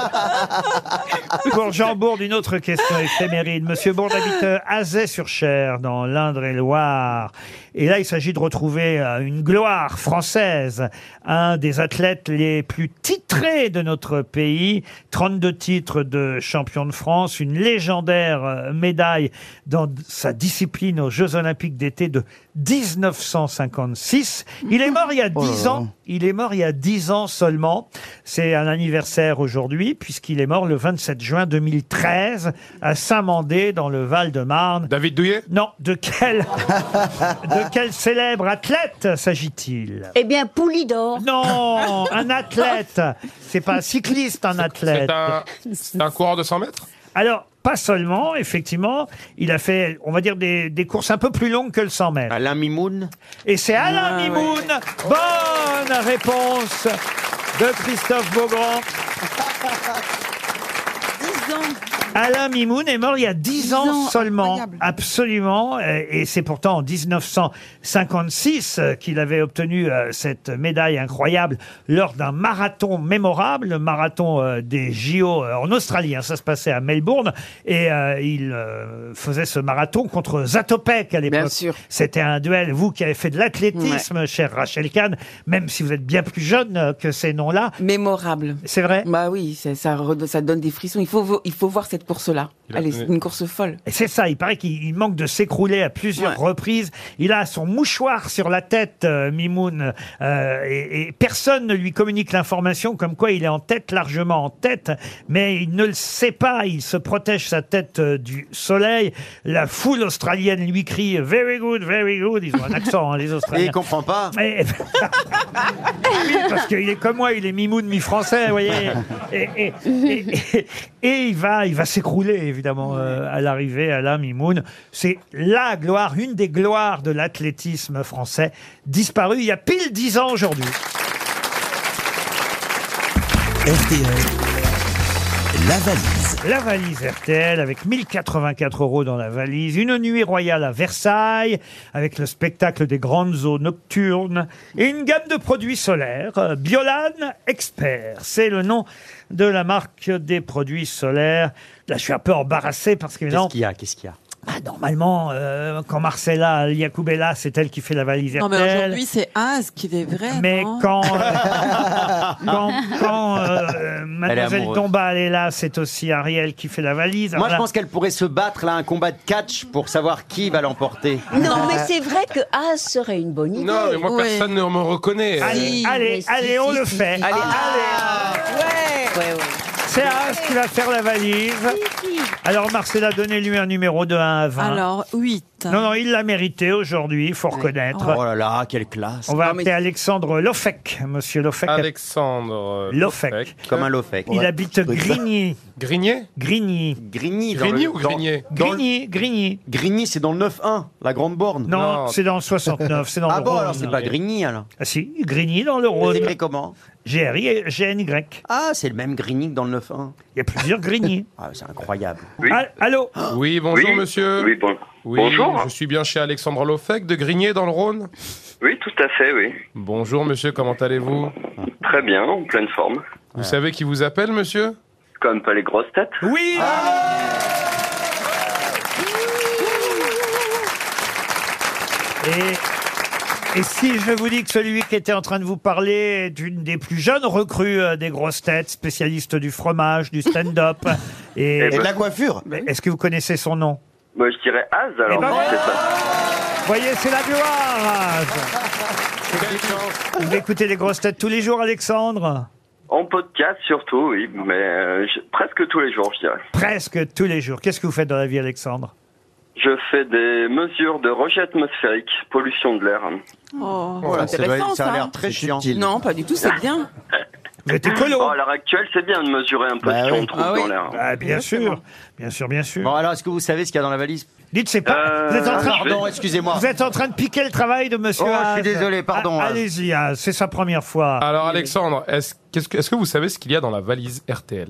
Speaker 2: Pour Jean Bourde, une autre question éphéméride. Monsieur Bourde habite euh, Azay-sur-Cher, dans l'Indre-et-Loire. Et là, il s'agit de retrouver euh, une gloire française, un des athlètes les plus titrés de notre pays, 32 titres de champion de France, une légendaire euh, médaille dans d- sa discipline aux Jeux Olympiques d'été de 1956. Il est mort il y a 10 ans. Il est mort il y a 10 ans seulement. C'est un anniversaire aujourd'hui, puisqu'il est mort le 27 juin 2013 à Saint-Mandé, dans le Val-de-Marne.
Speaker 4: David Douillet
Speaker 2: Non. De quel, de quel célèbre athlète s'agit-il
Speaker 8: Eh bien, Poulidor.
Speaker 2: Non, un athlète. C'est pas un cycliste, un athlète.
Speaker 4: C'est un, c'est un coureur de 100 mètres
Speaker 2: Alors, pas seulement, effectivement, il a fait, on va dire, des, des courses un peu plus longues que le 100 mètres.
Speaker 13: Alain Mimoun
Speaker 2: Et c'est Alain
Speaker 13: Ah, ouais.
Speaker 2: Mimoun Bonne réponse de Christophe Beaugrand. Alain Mimoun est mort il y a 10 ans, seulement. Absolument. Euh, Et c'est pourtant en 1956 euh, qu'il avait obtenu euh, cette médaille incroyable lors d'un marathon mémorable, le marathon euh, des JO euh, en Australie. hein. Ça se passait à Melbourne. Et euh, il euh, faisait ce marathon contre Zatopek à l'époque. C'était un duel. Vous qui avez fait de l'athlétisme, cher Rachel Kahn, même si vous êtes bien plus jeune euh, que ces noms-là.
Speaker 7: Mémorable.
Speaker 2: C'est vrai
Speaker 7: Bah oui, ça, ça, redonne- ça donne des frissons. Il faut, vo- il faut voir cette course-là.
Speaker 2: Il a
Speaker 7: Elle est
Speaker 2: donné-
Speaker 7: une course folle.
Speaker 2: Et C'est ça, il paraît qu'il il manque de s'écrouler à plusieurs reprises. Il a son mouchoir sur la tête, euh, Mimoun, euh, et, et personne ne lui communique l'information comme quoi il est en tête, largement en tête, mais il ne le sait pas, il se protège sa tête euh, du soleil. La foule australienne lui crie « Very good, very good », ils ont un accent, hein, les Australiens.
Speaker 13: Et il comprend pas.
Speaker 2: Et- oui, parce qu'il est comme moi, il est mi-moon, mi-français, vous voyez. Et, et- et- et- et il va, il va s'écrouler, évidemment, euh, à l'arrivée, Alain Mimoun. C'est la gloire, une des gloires de l'athlétisme français, disparue il y a pile dix ans aujourd'hui. La valise. La valise RTL avec 1084 euros dans la valise. Une nuit royale à Versailles avec le spectacle des grandes eaux nocturnes et une gamme de produits solaires. euh, Biolan Expert. C'est le nom de la marque des produits solaires. Là, je suis un peu embarrassé parce que
Speaker 13: Qu'est-ce qu'il y a Qu'est-ce qu'il y a
Speaker 2: bah, normalement, euh, quand Marcella Yacoubella, c'est elle qui fait la valise
Speaker 6: Non, mais
Speaker 2: RTL.
Speaker 6: aujourd'hui, c'est Az qui est vrai.
Speaker 2: Mais
Speaker 6: non
Speaker 2: quand, euh, quand, quand euh, Mademoiselle
Speaker 13: amoureuse.
Speaker 2: Dombal est là, c'est aussi Ariel qui fait la valise.
Speaker 13: Moi,
Speaker 2: Alors
Speaker 13: je
Speaker 2: là-
Speaker 13: pense qu'elle pourrait se battre là un combat de catch pour savoir qui va l'emporter.
Speaker 8: Non, mais c'est vrai que A serait une bonne idée.
Speaker 4: Ah. Non, mais moi,
Speaker 8: Ouais.
Speaker 4: personne euh, ne me reconnaît.
Speaker 2: Allez, allez, allez, on le fait. Allez,
Speaker 4: Ah.
Speaker 8: Ah,
Speaker 2: allez. C'est As qui va faire la valise. Alors, Marcella, donnez-lui un numéro de 1 à 20.
Speaker 6: Alors, 8.
Speaker 2: Non, non, il l'a mérité aujourd'hui, il faut reconnaître.
Speaker 13: Oh là là, quelle classe.
Speaker 2: On va appeler Alexandre Lofec, monsieur Lofec.
Speaker 4: Alexandre euh,
Speaker 2: Lofec.
Speaker 13: Comme un Lofec.
Speaker 2: Il habite Grigny.
Speaker 4: Grigny
Speaker 2: Grigny.
Speaker 9: Grigny, dans
Speaker 4: Grigny
Speaker 9: le-
Speaker 4: ou
Speaker 9: dans-
Speaker 4: Grigny
Speaker 9: dans-
Speaker 2: Grigny, Grigny.
Speaker 9: Grigny, c'est dans le 9-1, la grande borne.
Speaker 2: Non, c'est dans le 69, c'est dans
Speaker 9: Ah
Speaker 2: le
Speaker 9: bon,
Speaker 2: Rhône.
Speaker 9: alors c'est pas Grigny alors.
Speaker 2: Ah si, Grigny dans le Rhône.
Speaker 9: C'est écrit comment
Speaker 2: G-R-I, G-N-Y.
Speaker 9: Ah, c'est le même Grigny que dans le 9-1.
Speaker 2: Il y a plusieurs Grigny.
Speaker 9: Ah, c'est incroyable.
Speaker 2: Ah, Allô
Speaker 4: Oui, bonjour
Speaker 14: Oui.
Speaker 4: monsieur.
Speaker 14: Oui, bon- bonjour.
Speaker 4: Je suis bien chez Alexandre Lofec de Grigné dans le Rhône.
Speaker 14: Oui, tout à fait, oui.
Speaker 4: Bonjour monsieur, comment allez-vous
Speaker 14: Très bien, en pleine forme.
Speaker 4: Vous savez qui vous appelle monsieur
Speaker 14: Comme pas les grosses têtes.
Speaker 2: Oui Et, et si je vous dis que celui qui était en train de vous parler est une des plus jeunes recrues euh, des grosses têtes, spécialiste du fromage, du stand-up et,
Speaker 14: Eh ben- Et de la
Speaker 2: coiffure. Est-ce que vous connaissez son nom
Speaker 14: Moi, je dirais Az, alors.
Speaker 2: ben
Speaker 14: non,
Speaker 2: voilà.
Speaker 14: c'est ça.
Speaker 2: Voyez, c'est la gloire. Vous écoutez les grosses têtes tous les jours, Alexandre
Speaker 14: En podcast, surtout, oui, mais euh, je- presque tous les jours, je dirais.
Speaker 2: Presque tous les jours. Qu'est-ce que vous faites dans la vie, Alexandre
Speaker 14: Je fais des mesures de rejet atmosphérique, pollution de l'air.
Speaker 7: Oh,
Speaker 14: Voilà,
Speaker 7: c'est
Speaker 14: ça doit être-
Speaker 7: intéressant,
Speaker 14: ça a l'air très chiant.
Speaker 7: Non, pas du tout,
Speaker 13: Ah.
Speaker 7: c'est bien.
Speaker 2: Vous êtes écolo
Speaker 14: À l'heure actuelle, c'est bien de mesurer un peu ce qu'on Bah,
Speaker 13: Ah
Speaker 14: trouve dans l'air.
Speaker 2: Ah Bah, bien sûr, bien sûr, bien sûr.
Speaker 13: Bah, Bon, alors, est-ce que vous savez ce qu'il y a dans la valise
Speaker 2: Dites, c'est pas.
Speaker 13: Euh,
Speaker 2: vous êtes en train.
Speaker 13: pardon, excusez-moi.
Speaker 2: Vous êtes en train de piquer le travail de Monsieur.
Speaker 13: Oh, je suis
Speaker 2: Az.
Speaker 13: désolé, pardon,
Speaker 2: Ah,
Speaker 13: Az.
Speaker 2: Allez-y, Az, c'est sa première fois.
Speaker 4: Alors Alexandre, est-ce qu'est-ce que, est-ce que vous savez ce qu'il y a dans la valise RTL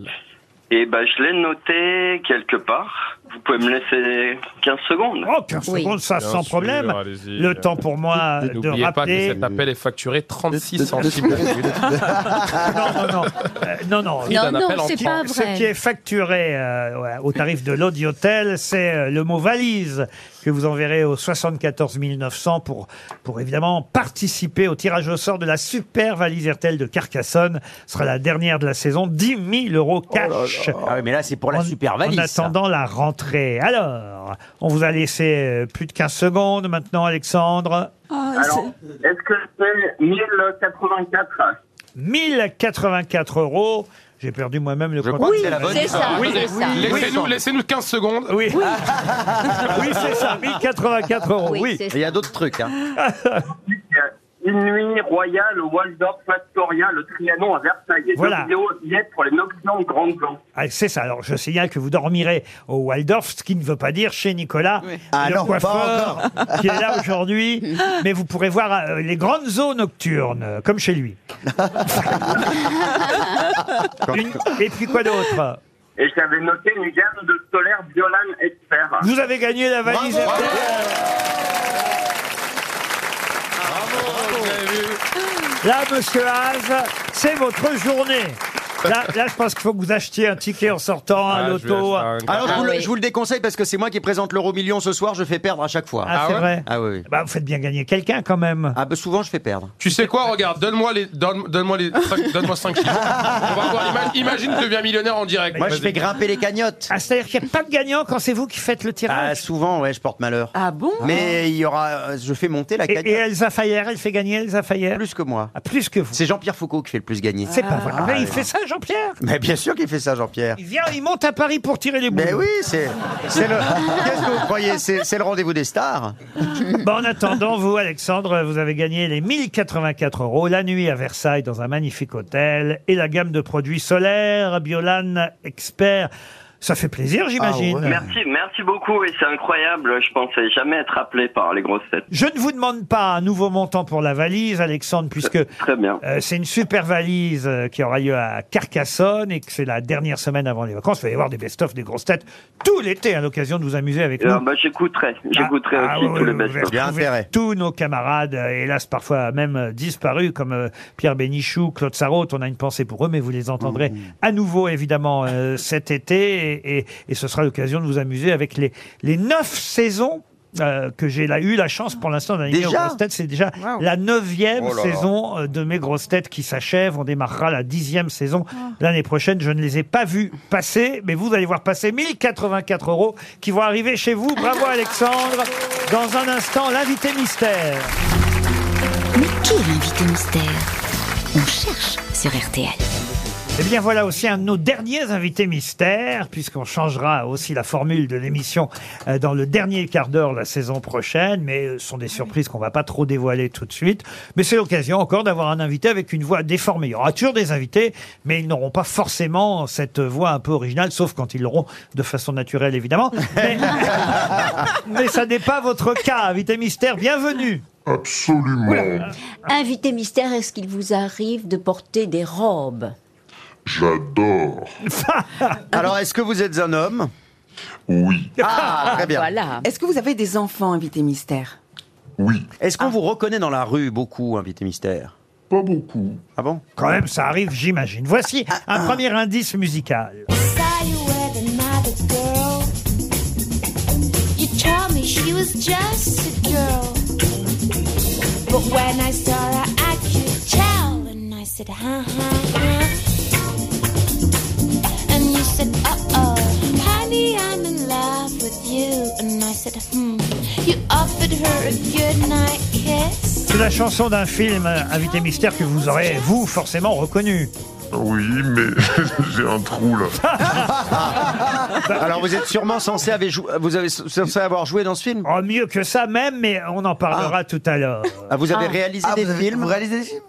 Speaker 14: Et ben, je l'ai noté quelque part. Vous pouvez me laisser 15 secondes.
Speaker 2: Oh, 15 secondes,
Speaker 13: Ah.
Speaker 2: ça,
Speaker 4: Bien
Speaker 2: sans
Speaker 4: sûr,
Speaker 2: problème.
Speaker 4: allez-y.
Speaker 2: Le temps pour moi de
Speaker 4: N'oubliez pas que
Speaker 2: rappeler.
Speaker 4: cet appel est facturé 36 centimes. la minute.
Speaker 2: non, non, non. Euh, non, non.
Speaker 4: Prix d'un Non, appel non, en c'est francs. pas vrai.
Speaker 2: Ce qui est facturé euh, ouais, au tarif de l'audiotel, c'est euh, le mot valise que vous enverrez au 74 900 pour, pour évidemment participer au tirage au sort de la super valise RTL de Carcassonne. Ce sera la dernière de la saison. 10 000 euros cash.
Speaker 13: Ah oui, mais là, c'est pour la super valise.
Speaker 2: En
Speaker 13: ça.
Speaker 2: attendant la rentrée. Alors, on vous a laissé euh, plus de 15 secondes maintenant, Alexandre.
Speaker 14: Alors, est-ce que c'est 1084
Speaker 2: 1084 euros. J'ai perdu moi-même le compte.
Speaker 4: crois que c'est la bonne
Speaker 2: oui,
Speaker 4: C'est ça, histoire. c'est ça. Laissez-nous- laissez-nous 15 secondes.
Speaker 2: Oui. Oui, c'est ça, 1084 euros. Oui.
Speaker 13: Mais Il y a d'autres trucs. hein.
Speaker 14: Une nuit royale au Waldorf Astoria, le Trianon à Versailles. Et
Speaker 2: Voilà.
Speaker 14: Deux vidéos billets pour les nocturnes grandes gens.
Speaker 2: Ah, c'est ça. Alors, je signale que vous dormirez au Waldorf, ce qui ne veut pas dire chez Nicolas,
Speaker 9: Ah
Speaker 2: le
Speaker 9: non, pas
Speaker 2: coiffeur,
Speaker 9: encore.
Speaker 2: qui est là aujourd'hui. Mais vous pourrez voir euh, les grandes zones nocturnes, euh, comme chez lui. Une- Et puis quoi d'autre
Speaker 14: Et j'avais noté une gamme de solaire Biolan Expert.
Speaker 2: Vous avez gagné la valise. RTL. Là, monsieur Haas, c'est votre journée. Là, là, je pense qu'il faut que vous achetiez un ticket en sortant, Ah un
Speaker 13: Ah, je vais
Speaker 2: loto.
Speaker 13: acheter un- Alors, je, vous le, je vous le déconseille parce que c'est moi qui présente l'euro million ce soir, je fais perdre à chaque fois.
Speaker 2: Ah, c'est vrai
Speaker 13: Ah oui.
Speaker 2: Bah, vous faites bien gagner quelqu'un quand même.
Speaker 13: Ah, bah, souvent, je fais perdre.
Speaker 4: Tu sais quoi, regarde, donne-moi les, donne, donne-moi les, cinq- donne-moi 5 chiffres. On va voir, ima- imagine, tu deviens millionnaire en
Speaker 2: Bah,
Speaker 4: direct.
Speaker 13: Moi, je
Speaker 4: Vas-y.
Speaker 13: fais grimper les cagnottes.
Speaker 2: Ah, c'est-à-dire qu'il n'y a pas de gagnant quand c'est vous qui faites le tirage
Speaker 13: Ah, souvent, ouais, je porte malheur.
Speaker 2: Ah bon
Speaker 13: Mais il y aura. euh, Je fais monter la
Speaker 2: Et,
Speaker 13: cagnotte.
Speaker 2: et Elsa Fayer, elle fait gagner Elsa Fayer Ah,
Speaker 13: Plus que moi.
Speaker 2: plus que vous.
Speaker 13: C'est Jean-Pierre Foucault qui fait le plus gagner.
Speaker 2: C'est pas vrai.
Speaker 13: Ah,
Speaker 2: Mais il
Speaker 13: ouais.
Speaker 2: fait ça, Jean-Pierre
Speaker 13: Mais bien sûr qu'il fait ça, Jean-Pierre.
Speaker 2: Il vient, il monte à Paris pour tirer les boules.
Speaker 13: Mais oui, c'est c'est le. Qu'est-ce que vous croyez C'est c'est le rendez-vous des stars.
Speaker 2: Bon, en attendant, vous, Alexandre, vous avez gagné les 1084 euros la nuit à Versailles dans un magnifique hôtel et la gamme de produits solaires Biolan Expert. Ça fait plaisir, j'imagine.
Speaker 13: Ah
Speaker 14: Merci, merci beaucoup et c'est incroyable. Je pensais jamais être appelé par les grosses têtes.
Speaker 2: Je ne vous demande pas un nouveau montant pour la valise, Alexandre, puisque
Speaker 14: Très bien.
Speaker 2: euh, c'est une super valise euh, qui aura lieu à Carcassonne et que c'est la dernière semaine avant les vacances. Vous allez voir des best-of, des grosses têtes tout l'été à l'occasion de vous amuser avec
Speaker 14: Euh,
Speaker 2: nous.
Speaker 14: bah, j'écouterai, j'écouterai
Speaker 2: Ah
Speaker 14: aussi
Speaker 2: oui,
Speaker 14: tous les
Speaker 2: oui, vous
Speaker 14: best-of.
Speaker 2: allez retrouver Tous nos camarades, euh, hélas parfois même euh, disparus, comme euh, Pierre Bénichou, Claude Sarraute, on a une pensée pour eux, mais vous les entendrez à nouveau évidemment euh, cet été et, et- et ce sera l'occasion de vous amuser avec les, les neuf saisons. euh, que j'ai là, eu la chance pour l'instant d'animer aux
Speaker 13: Déjà
Speaker 2: grosses têtes. C'est déjà la neuvième
Speaker 13: Oh là là.
Speaker 2: saison euh, de mes grosses têtes qui s'achève. On démarrera la dixième saison l'année prochaine. Je ne les ai pas vus passer, mais vous allez voir passer 1084 euros qui vont arriver chez vous. Bravo Alexandre. Dans un instant, l'invité mystère.
Speaker 10: Mais qui est l'invité mystère On cherche sur RTL.
Speaker 2: Eh bien voilà aussi un de nos derniers invités mystères, puisqu'on changera aussi la formule de l'émission euh, dans le dernier quart d'heure la saison prochaine, mais euh, ce sont des surprises qu'on va pas trop dévoiler tout de suite. Mais c'est l'occasion encore d'avoir un invité avec une voix déformée. Il y aura toujours des invités, mais ils n'auront pas forcément cette voix un peu originale, sauf quand ils l'auront de façon naturelle évidemment. Mais, mais ça n'est pas votre cas, invité mystère, bienvenue
Speaker 16: Absolument.
Speaker 8: ah. Invité mystère, est-ce qu'il vous arrive de porter des robes
Speaker 16: J'adore.
Speaker 13: Alors, est-ce que vous êtes un homme
Speaker 16: Oui.
Speaker 13: Ah, très bien.
Speaker 7: Est-ce que vous avez des enfants, invité mystère
Speaker 13: Oui. Est-ce qu'on vous reconnaît dans la rue beaucoup, invité mystère
Speaker 16: Pas beaucoup.
Speaker 13: Ah bon
Speaker 2: Quand même, ça arrive, j'imagine. Voici un premier indice musical.
Speaker 9: Saw you with another girl. You told me she was just a girl. But when I saw her, I could tell. And I said, "Uh-huh, ha ha ha. And you said, uh oh. Honey, I'm in love with you. And I said, hmm. You offered her a good night kiss.
Speaker 2: C'est la chanson d'un film, euh, Invité Mystère, que vous aurez, vous, forcément reconnu.
Speaker 16: Oui, mais j'ai un trou là.
Speaker 13: Alors, vous êtes sûrement censé, avoir jou- vous avez censé avoir joué dans ce film
Speaker 2: Oh, mieux que ça même, mais on en parlera tout à l'heure.
Speaker 13: Ah, vous avez réalisé des films Vous réalisez des films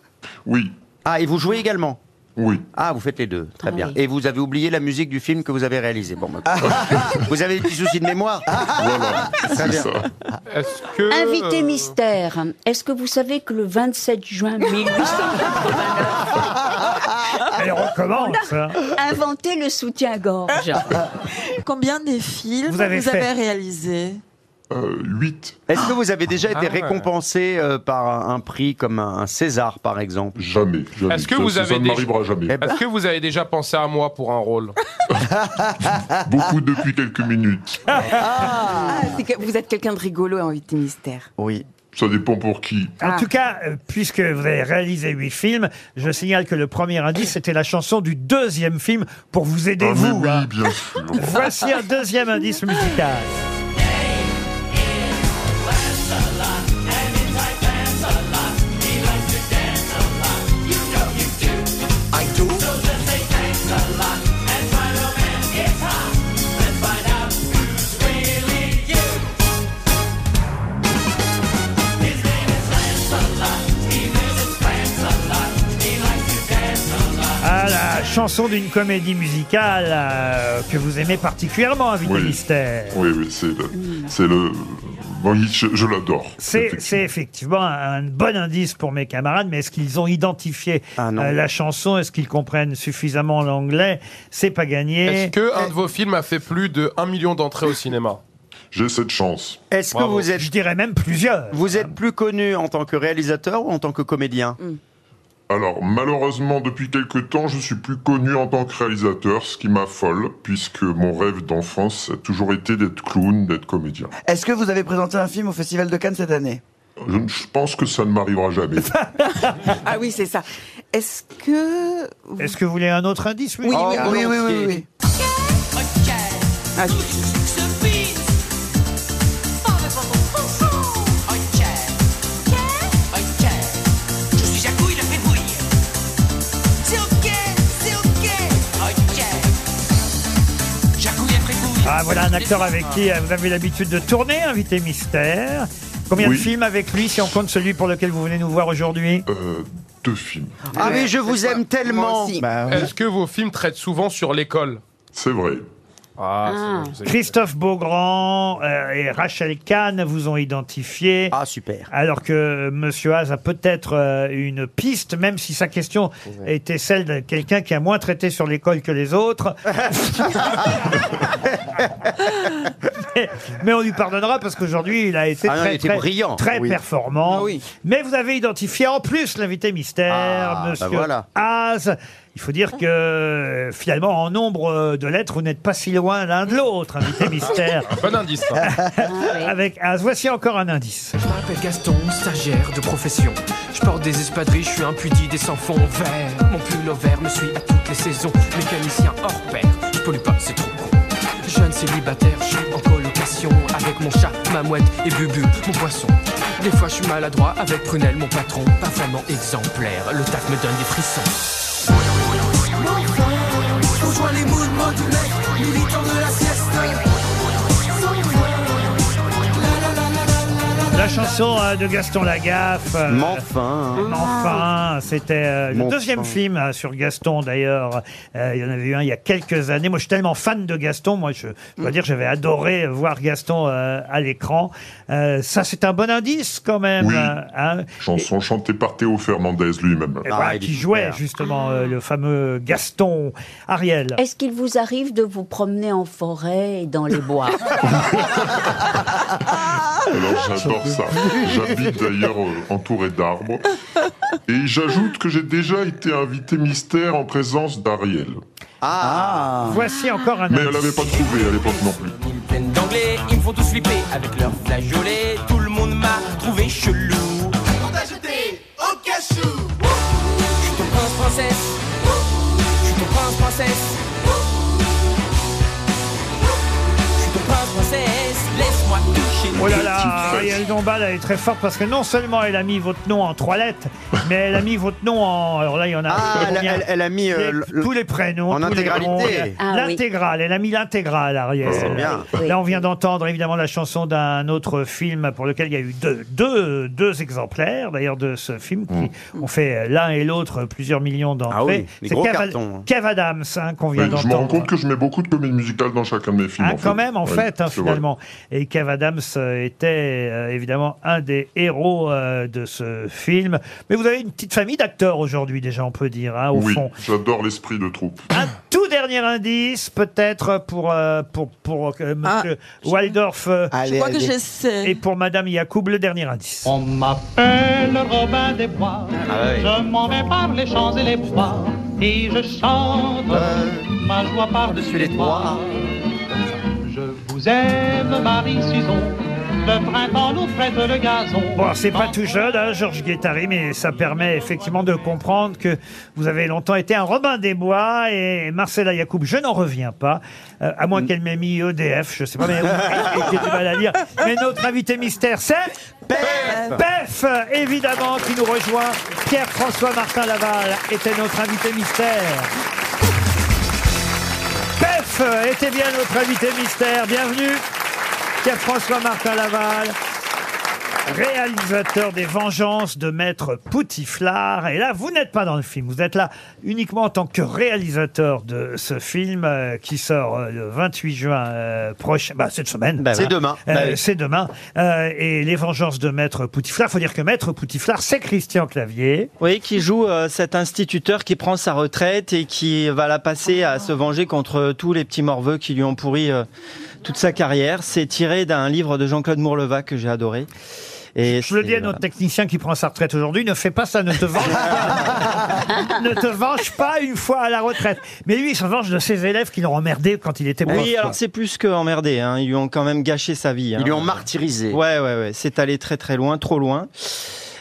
Speaker 13: Oui. Ah, et vous jouez également oui. Ah, vous faites les deux. Très bien. Et vous avez oublié la musique du film que vous avez réalisé. Bon, bah, vous avez des petits soucis de mémoire.
Speaker 16: Ah. Voilà,
Speaker 13: Très
Speaker 16: c'est
Speaker 13: bien.
Speaker 16: ça.
Speaker 8: Invité mystère, est-ce que vous savez que le 27 juin 1889
Speaker 2: Elle recommence, hein.
Speaker 8: Inventer le soutien-gorge.
Speaker 6: Combien des films vous
Speaker 13: Vous avez
Speaker 6: avez,
Speaker 13: fait.
Speaker 6: réalisés
Speaker 16: Euh,
Speaker 13: 8. Est-ce que vous avez déjà été
Speaker 6: Ah ouais.
Speaker 13: récompensé euh, par un, un prix comme un, un César, par exemple Eh ben,
Speaker 16: Jamais.
Speaker 4: Est-ce que vous avez
Speaker 16: ça ne
Speaker 4: des-
Speaker 16: m'arrivera jamais.
Speaker 4: Est-ce que vous avez déjà pensé à moi pour un rôle
Speaker 16: Beaucoup depuis quelques minutes.
Speaker 7: Ah, c'est que Vous êtes quelqu'un de rigolo, invité mystère.
Speaker 13: Oui.
Speaker 16: Ça dépend pour qui.
Speaker 2: En
Speaker 13: Ah.
Speaker 2: tout cas, euh, puisque vous avez réalisé huit films, je signale que le premier indice, c'était la chanson du deuxième film, pour vous aider,
Speaker 16: Ah, mais
Speaker 2: vous.
Speaker 16: oui,
Speaker 2: hein.
Speaker 16: bien sûr.
Speaker 2: Voici un deuxième indice musical.
Speaker 9: I do. So let's say thanks a lot and find a man gets hot. Let's find out who's really you. His name is Lancelot. He lives in France a lot. He likes to dance a lot.
Speaker 2: Ah, la chanson d'une comédie musicale euh, que vous aimez particulièrement, Invité
Speaker 16: Oui.
Speaker 2: Mystère.
Speaker 16: Oui, oui, c'est le. C'est le. Oui, je, je l'adore.
Speaker 2: C'est c'est effectivement un bon indice pour mes camarades, mais est-ce qu'ils ont identifié euh, la chanson Est-ce qu'ils comprennent suffisamment l'anglais C'est pas gagné.
Speaker 4: Est-ce que un de vos films a fait plus de 1 million d'entrées au cinéma
Speaker 16: J'ai cette chance.
Speaker 13: Est-ce que
Speaker 4: Bravo.
Speaker 13: vous êtes.
Speaker 2: Je dirais même plusieurs.
Speaker 13: Vous êtes plus connu en tant que réalisateur ou en tant que comédien
Speaker 16: Alors, malheureusement, depuis quelques temps, je suis plus connu en tant que réalisateur, ce qui m'affole, puisque mon rêve d'enfance a toujours été d'être clown, d'être comédien.
Speaker 5: Est-ce que vous avez présenté un film au Festival de Cannes cette année
Speaker 16: Je, ne- je pense que ça ne m'arrivera jamais.
Speaker 7: Ah oui, c'est ça. Est-ce que...
Speaker 2: Est-ce que vous voulez un autre indice
Speaker 7: Oui, oui, oui, oui, oui, oui, oui. Ah,
Speaker 2: Ah, voilà un acteur avec qui euh, vous avez l'habitude de tourner, Invité Mystère. Combien
Speaker 16: Oui.
Speaker 2: de films avec lui, si on compte celui pour lequel vous venez nous voir aujourd'hui
Speaker 16: Deux films.
Speaker 13: Ah oui, je vous aime tellement.
Speaker 4: Est-ce que vos films traitent souvent sur l'école
Speaker 16: C'est vrai.
Speaker 4: Ah, c'est- c'est-
Speaker 2: Christophe Beaugrand euh, et Rachel Kahn vous ont identifié. Ah, super. Alors que Monsieur Haas a peut-être euh, une piste, même si sa question était celle de quelqu'un qui a moins traité sur l'école que les autres. mais, mais on lui pardonnera parce qu'aujourd'hui, il a été
Speaker 13: Ah non,
Speaker 2: très,
Speaker 13: il était
Speaker 2: très-
Speaker 13: brillant.
Speaker 2: très
Speaker 13: Oui.
Speaker 2: performant. Mais vous avez identifié en plus l'invité mystère,
Speaker 13: Ah,
Speaker 2: Monsieur
Speaker 13: bah voilà.
Speaker 2: Haas. Il faut dire que euh, finalement, en nombre euh, de lettres, vous n'êtes pas si loin l'un de l'autre, invité mystère.
Speaker 4: Un bon indice. hein. ça.
Speaker 2: Avec Haas, voici encore un indice.
Speaker 17: Je m'appelle Gaston, stagiaire de profession. Je porte des espadrilles, je suis impudide et sans fond vert. Mon pull au vert me suit à toutes les saisons. Mécanicien hors pair, je pollue pas, c'est trop con. Jeune célibataire, je suis en colocation avec mon chat, ma mouette et Bubu, mon poisson. Des fois, je suis maladroit avec Prunelle, mon patron, pas vraiment exemplaire. Le taf me donne des frissons.
Speaker 9: Rejoins les mouvements du mec, militant de la sieste.
Speaker 2: La chanson euh, de Gaston Lagaffe. euh,
Speaker 13: M'enfin.
Speaker 2: M'enfin. C'était euh, le
Speaker 13: M'enfin.
Speaker 2: deuxième film euh, sur Gaston d'ailleurs. Euh, il y en avait eu un il y a quelques années. Moi, je suis tellement fan de Gaston. Moi, je, je dois dire, j'avais adoré voir Gaston euh, à l'écran. Euh, ça, c'est un bon indice quand même.
Speaker 16: Oui.
Speaker 2: hein.
Speaker 16: Chanson chantée par Théo Fernandez
Speaker 13: Ah,
Speaker 16: lui-même.
Speaker 2: Et voilà, Eh ben, qui jouait justement euh, le fameux Gaston Ariel.
Speaker 8: Est-ce qu'il vous arrive de vous promener en forêt et dans les bois
Speaker 16: Alors j'adore ça. J'habite d'ailleurs euh, entouré d'arbres. Et j'ajoute que j'ai déjà été invité mystère en présence d'Ariel.
Speaker 2: Ah. Voici encore un
Speaker 16: Mais
Speaker 2: indice.
Speaker 16: elle n'avait pas trouvé à l'époque non plus.
Speaker 17: Pleine d'anglais, ils me font tous flipper avec leurs flageolets. Tout le monde m'a trouvé chelou.
Speaker 9: On t'a jeté au cachou.
Speaker 17: Je suis ton prince princesse. Je suis ton prince princesse. Je suis ton prince princesse. Laisse-moi toucher.
Speaker 2: Oh là
Speaker 17: tes
Speaker 2: là,
Speaker 17: petites fesses.
Speaker 2: Ariel Dombal, elle est très forte parce que non seulement elle a mis votre nom en trois lettres, mais elle a mis votre nom en. Alors là, il y en a.
Speaker 13: Ah, elle a-
Speaker 2: combien
Speaker 13: elle- elle a mis, euh,
Speaker 2: Les- tous les prénoms.
Speaker 13: en
Speaker 2: tous les
Speaker 13: intégralité.
Speaker 2: noms, elle-
Speaker 13: Ah oui. Oh,
Speaker 2: L'intégrale, elle a mis l'intégrale, Ariel.
Speaker 13: C'est bien.
Speaker 2: Là, on vient d'entendre évidemment la chanson d'un autre film pour lequel il y a eu deux, deux, deux exemplaires d'ailleurs de ce film qui ont fait euh, l'un et l'autre plusieurs millions d'entrées.
Speaker 13: Mm. Ah oui, des
Speaker 2: C'est
Speaker 13: gros
Speaker 2: Cava-
Speaker 13: cartons.
Speaker 2: Cavadams hein, qu'on
Speaker 16: Mais
Speaker 2: vient
Speaker 16: je me rends
Speaker 2: d'entendre.
Speaker 16: compte que je mets beaucoup de comédie musicale dans chacun de mes films.
Speaker 2: Ah,
Speaker 16: en
Speaker 2: quand
Speaker 16: fait.
Speaker 2: même, en
Speaker 16: Ouais,
Speaker 2: fait, hein,
Speaker 16: c'est vrai.
Speaker 2: finalement. Et Kev Adams euh, était euh, évidemment un des héros euh, de ce film. Mais vous avez une petite famille d'acteurs aujourd'hui, déjà, on peut dire, hein, au
Speaker 16: oui,
Speaker 2: fond.
Speaker 16: j'adore l'esprit de troupe.
Speaker 2: Tout dernier indice, peut-être, pour, euh, pour, pour euh, monsieur Waldorf. euh,
Speaker 6: Ah, Je crois que je sais.
Speaker 2: Et pour Madame Yacoub, le dernier indice.
Speaker 17: On
Speaker 18: m'appelle Robin des Bois.
Speaker 13: Ah
Speaker 2: oui.
Speaker 18: Je m'en vais par les champs et les bois. Et je chante
Speaker 13: Euh.
Speaker 18: ma joie par-dessus les
Speaker 13: Ah.
Speaker 18: toits. Je vous aime, Marie Suson. Le printemps nous prête le gazon.
Speaker 2: Bon, alors, c'est pas tout jeune, hein, Georges Guettari, mais ça permet effectivement de comprendre que vous avez longtemps été un Robin des Bois et Marcella Yacoub, je n'en reviens pas, euh, à moins qu'elle m'ait mis EDF, je sais pas, mais j'ai du mal à lire. Mais notre invité mystère, c'est Pef, Pef, évidemment, qui nous rejoint. Pierre-François Martin Laval était notre invité mystère. Pef euh, était bien notre invité mystère. Bienvenue, Pierre-François Martin Laval. Réalisateur des Vengeances de Maître Poutiflard. Et là, vous n'êtes pas dans le film. Vous êtes là uniquement en tant que réalisateur de ce film euh, qui sort euh, le 28 juin euh, prochain. Bah, cette semaine.
Speaker 13: C'est
Speaker 2: voilà.
Speaker 13: demain.
Speaker 2: Euh,
Speaker 13: Bah oui.
Speaker 2: C'est demain. Euh, et les Vengeances de Maître Poutiflard. Faut dire que Maître Poutiflard, c'est Christian Clavier.
Speaker 19: Oui, qui joue euh, cet instituteur qui prend sa retraite et qui va la passer à se venger contre tous les petits morveux qui lui ont pourri euh, toute sa carrière. C'est tiré d'un livre de Jean-Claude Mourleva que j'ai adoré. Et
Speaker 2: Je le dis à notre technicien qui prend sa retraite aujourd'hui, ne fais pas ça, ne te venge pas. ne te venge pas une fois à la retraite. Mais lui, il se venge de ses élèves qui l'ont emmerdé quand il était prof.
Speaker 19: Oui,
Speaker 2: quoi.
Speaker 19: alors c'est plus que emmerdé. Hein. Ils lui ont quand même gâché sa vie.
Speaker 13: Ils lui ont
Speaker 19: martyrisé. Ouais, ouais, ouais. C'est allé très, très loin, trop loin.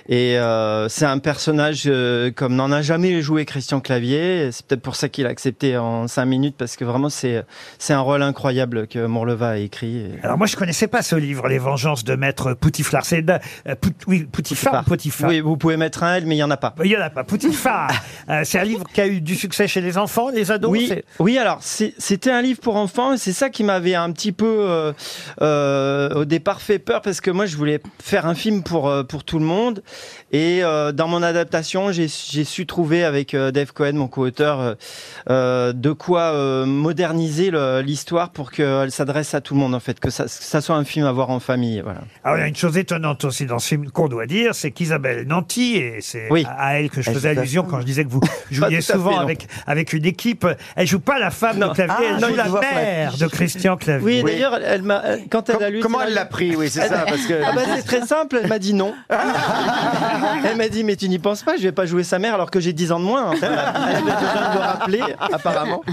Speaker 19: Et euh, c'est un personnage euh, comme n'en a jamais joué Christian Clavier. C'est peut-être pour ça qu'il a accepté en cinq minutes parce que vraiment c'est c'est un rôle incroyable que Morleva a écrit. Et-
Speaker 2: Alors moi, je connaissais pas ce livre, Les Vengeances de Maître Poutiflard. C'est d'un- euh, Pout- oui, Poutiflard, Poutiflard.
Speaker 19: Oui, vous pouvez mettre un L, mais il y en a pas.
Speaker 2: Il y en a pas. Poutiflard. Euh, c'est un livre qui a eu du succès chez les enfants, les ados.
Speaker 19: Oui,
Speaker 2: c'est-
Speaker 19: oui alors c'est- c'était un livre pour enfants et c'est ça qui m'avait un petit peu euh, euh, au départ fait peur parce que moi je voulais faire un film pour, euh, pour tout le monde Et euh, dans mon adaptation, j'ai j'ai su trouver avec euh, Dave Cohen, mon co-auteur, euh, euh, de quoi euh, moderniser le- l'histoire pour qu'elle s'adresse à tout le monde, en fait, que ça, que ça soit un film à voir en famille. Voilà.
Speaker 2: Alors, il y a une chose étonnante aussi dans ce film qu'on doit dire, c'est qu'Isabelle Nanty, et c'est
Speaker 19: Oui.
Speaker 2: à elle que je
Speaker 19: Elle
Speaker 2: faisais
Speaker 19: joue pas-
Speaker 2: allusion quand je disais que vous jouiez
Speaker 19: tout à fait,
Speaker 2: souvent
Speaker 19: non.
Speaker 2: avec, avec une équipe, elle joue pas la femme de Clavier,
Speaker 19: Ah,
Speaker 2: elle
Speaker 19: non,
Speaker 2: joue
Speaker 19: je
Speaker 2: la
Speaker 19: vois pas.
Speaker 2: mère de Christian Clavier.
Speaker 19: Oui, d'ailleurs, elle- elle m'a elle- quand elle a lu
Speaker 13: comment
Speaker 19: ça,
Speaker 13: elle l'a pris, oui, c'est
Speaker 19: elle-
Speaker 13: ça, parce que-
Speaker 19: Ah bah, c'est très simple. Elle m'a dit non. elle m'a dit mais tu n'y penses pas, je vais pas jouer sa mère alors que j'ai 10 ans de moins. en fait. Elle avait besoin de le rappeler apparemment.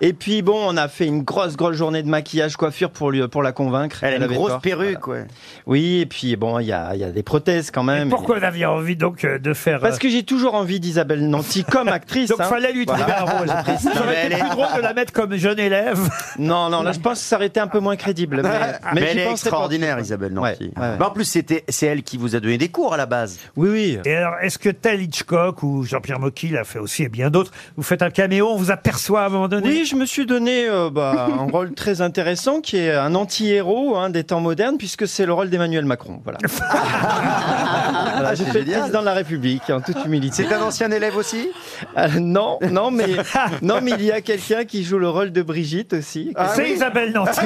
Speaker 19: Et puis bon, on a fait une grosse grosse journée de maquillage, coiffure pour lui pour la convaincre. Elle,
Speaker 13: une grosse
Speaker 19: perruque, Oui, et puis bon, il y a, il y a des prothèses quand même.
Speaker 2: Pourquoi vous aviez envie donc euh, de faire...
Speaker 19: Parce que j'ai toujours envie d'Isabelle Nanty comme actrice.
Speaker 2: Donc
Speaker 19: hein.
Speaker 2: fallait lui trouver
Speaker 19: Voilà.
Speaker 2: un rôle.
Speaker 19: Actrice.
Speaker 2: Ça
Speaker 19: Non, mais
Speaker 2: aurait
Speaker 19: elle
Speaker 2: été
Speaker 19: est-
Speaker 2: plus drôle de la mettre comme jeune élève.
Speaker 19: Non, non, là je pense que ça aurait été un peu moins crédible. Mais,
Speaker 13: Ah, Mais,
Speaker 19: j'y
Speaker 13: elle
Speaker 19: penserai
Speaker 13: est
Speaker 19: pas.
Speaker 13: extraordinaire, Isabelle Nanty. Bah, en plus, c'était, c'est elle qui vous a donné des cours à la base.
Speaker 19: Oui, oui.
Speaker 2: Et alors, est-ce que tel Hitchcock ou Jean-Pierre Mocky l'a fait aussi et bien d'autres, vous faites un caméo, on vous aperçoit à un moment donné
Speaker 19: Oui, je me suis donné euh, bah, un rôle très intéressant qui est un anti-héros hein, des temps modernes puisque c'est le rôle d'Emmanuel Macron. Voilà.
Speaker 9: bah,
Speaker 19: Voilà, J'ai
Speaker 13: Ah, c'est
Speaker 19: fait le
Speaker 13: génial.
Speaker 19: président de la République en toute humilité.
Speaker 13: C'est un ancien élève aussi
Speaker 19: Euh, non, non, mais non, mais il y a quelqu'un qui joue le rôle de Brigitte aussi. Ah
Speaker 2: C'est Isabelle Nanty.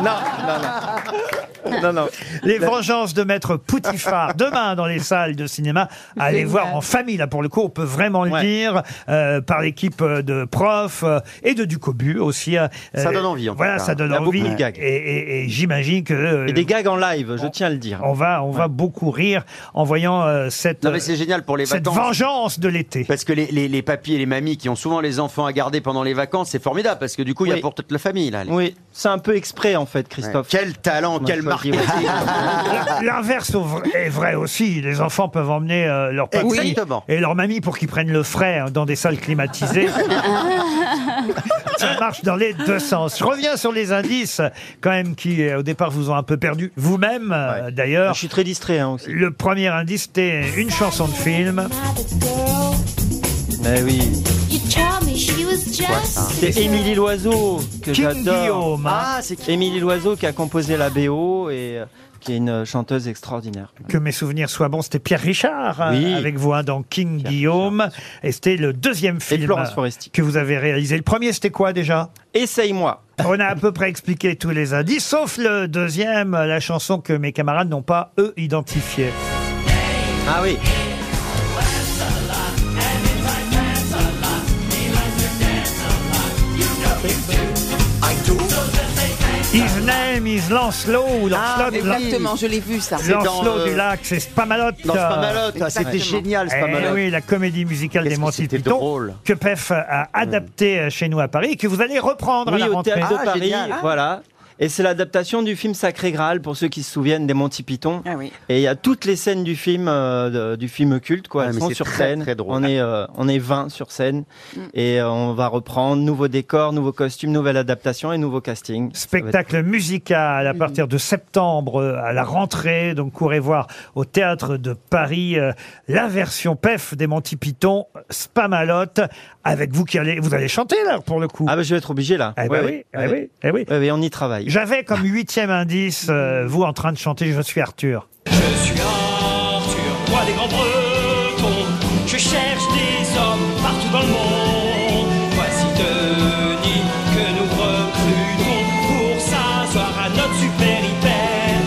Speaker 19: non, non, non, non, non.
Speaker 2: Les
Speaker 19: La-
Speaker 2: Vengeances de Maître Poutifard, demain dans les salles de cinéma. Allez
Speaker 19: Génial.
Speaker 2: voir en famille, là pour le coup, on peut vraiment le dire, euh, par l'équipe euh, de profs euh, et de Ducobu aussi. euh,
Speaker 19: Ça
Speaker 2: euh,
Speaker 19: donne envie, en tout
Speaker 2: Voilà,
Speaker 19: cas.
Speaker 2: ça donne
Speaker 19: Il y a
Speaker 2: envie.
Speaker 19: beaucoup de gags.
Speaker 2: Et, et- et j'imagine que. euh,
Speaker 19: Et des gags en live, je tiens à le dire.
Speaker 2: On va, on va beaucoup rire en voyant euh, cette.
Speaker 13: Non, mais c'est génial pour les
Speaker 2: cette
Speaker 13: vacances.
Speaker 2: vengeance de l'été.
Speaker 13: Parce que les, les, les papis et les mamies qui ont souvent les enfants à garder pendant les vacances, c'est formidable parce que du coup, il y
Speaker 19: Oui.
Speaker 13: a pour toute la famille. Là,
Speaker 19: Oui, c'est un peu exprès en fait, Christophe.
Speaker 13: Quel talent,
Speaker 19: On a
Speaker 13: quel
Speaker 19: choisi,
Speaker 13: marketing.
Speaker 19: ouais.
Speaker 2: L- L'inverse au vrai- est vrai aussi. Les enfants peuvent emmener euh, leur papy
Speaker 13: Exactement.
Speaker 2: et leur mamie pour qu'ils prennent le frais hein, dans des salles climatisées.
Speaker 8: Hein
Speaker 2: Ça marche dans les deux sens. Je reviens sur les indices, quand même, qui euh, au départ vous ont un peu perdu, vous-même euh, d'ailleurs.
Speaker 19: Je suis très distrait hein, aussi.
Speaker 2: Le premier indice, c'était une chanson de film.
Speaker 19: Mais Eh oui.
Speaker 14: You told me she was just a
Speaker 19: C'est Émilie Loiseau que
Speaker 2: King
Speaker 19: j'adore.
Speaker 2: Guillaume. hein.
Speaker 19: Ah, c'est Émilie Loiseau qui a composé la BO et euh, qui est une chanteuse extraordinaire.
Speaker 2: Que mes souvenirs soient bons, c'était Pierre Richard hein,
Speaker 19: Oui.
Speaker 2: avec vous hein, dans King Guillaume. Et c'était le deuxième film
Speaker 19: Florence
Speaker 2: euh,
Speaker 19: Foresti.
Speaker 2: que vous avez réalisé. Le premier, c'était quoi déjà
Speaker 19: Essaye-moi.
Speaker 2: On a à peu près expliqué tous les indices, sauf le deuxième, la chanson que mes camarades n'ont pas, eux, identifiée.
Speaker 19: Ah oui.
Speaker 2: His name is Lancelot ou Lancelot.
Speaker 20: Ah, Exactement, je l'ai vu ça.
Speaker 2: Lancelot du lac, c'est Spamalot.
Speaker 13: euh, Dans Spamalot, ah,
Speaker 2: Exactement.
Speaker 13: c'était génial, Spamalot.
Speaker 2: Eh oui, la comédie musicale des Monty
Speaker 13: c'était
Speaker 2: Python
Speaker 13: drôle. Mm.
Speaker 2: que PEF a adapté euh, chez nous à Paris et que vous allez reprendre à
Speaker 19: Oui,
Speaker 2: la
Speaker 19: au
Speaker 2: rentrée.
Speaker 19: Théâtre
Speaker 20: Ah,
Speaker 13: Ah,
Speaker 19: de Paris, voilà. Et c'est l'adaptation du film Sacré Graal pour ceux qui se souviennent des Monty Python.
Speaker 13: Ah
Speaker 19: Et il y a toutes les scènes du film euh, de- du film culte quoi,
Speaker 13: Ouais,
Speaker 19: elles
Speaker 13: Ah, mais
Speaker 19: sont
Speaker 13: c'est
Speaker 19: sur
Speaker 13: très,
Speaker 19: scène.
Speaker 13: très drôle. Mm.
Speaker 19: On est euh, on est 20 sur scène et euh, on va reprendre nouveaux décors, nouveaux costumes, nouvelle adaptation et nouveau casting.
Speaker 2: Spectacle musical à partir de septembre euh, à la rentrée. Donc courez voir au théâtre de Paris euh, la version PEF des Monty Python, Spamalot, avec vous qui allez, vous allez chanter là pour le coup.
Speaker 19: Ah ben je vais être obligé là.
Speaker 2: Eh ben oui, eh oui, eh oui.
Speaker 19: Ouais, ouais, on y travaille.
Speaker 2: J'avais comme huitième indice, euh, vous en train de chanter Je suis Arthur.
Speaker 9: Je suis Arthur, roi des grands bretons. Je cherche des hommes partout dans le monde. Voici Denis que nous recrutons pour s'asseoir à notre super hyper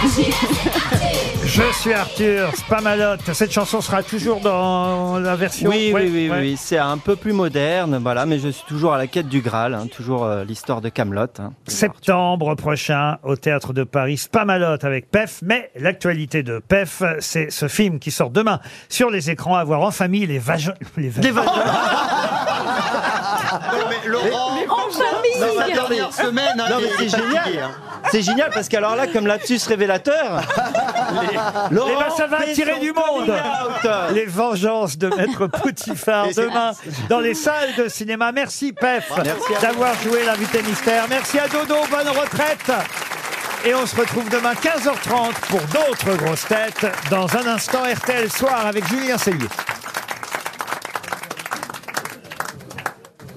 Speaker 9: Tobleron. Heidi
Speaker 2: Je suis Arthur, Spamalot. Cette chanson sera toujours dans la version.
Speaker 19: Oui,
Speaker 2: Ouais,
Speaker 19: oui, oui,
Speaker 2: ouais.
Speaker 19: oui, c'est un peu plus moderne, voilà, mais je suis toujours à la quête du Graal, hein, toujours euh, l'histoire de Camelot.
Speaker 2: Septembre prochain au théâtre de Paris, Spamalot avec PEF. Mais l'actualité de PEF, c'est ce film qui sort demain sur les écrans à voir en famille les vagins. Les vagins.
Speaker 19: Oh,
Speaker 13: Laurent,
Speaker 14: En famille.
Speaker 13: dans la dernière semaine, hein,
Speaker 19: Non, mais
Speaker 13: t'es
Speaker 19: c'est
Speaker 13: fatigué,
Speaker 19: génial.
Speaker 13: hein.
Speaker 19: C'est génial parce qu'alors là, comme lapsus révélateur, Laurent
Speaker 2: Eh ben, Eh ça va
Speaker 19: fait
Speaker 2: attirer
Speaker 19: son
Speaker 2: du monde.
Speaker 19: coming out.
Speaker 2: Les vengeances de Maître Poutifard
Speaker 19: Et c'est-
Speaker 2: demain dans les salles de cinéma. Merci Pef
Speaker 19: Merci à
Speaker 2: d'avoir joué l'invité mystère. Merci à Dodo, bonne retraite. Et on se retrouve demain 15h30 pour d'autres grosses têtes dans un instant RTL soir avec Julien Cellier.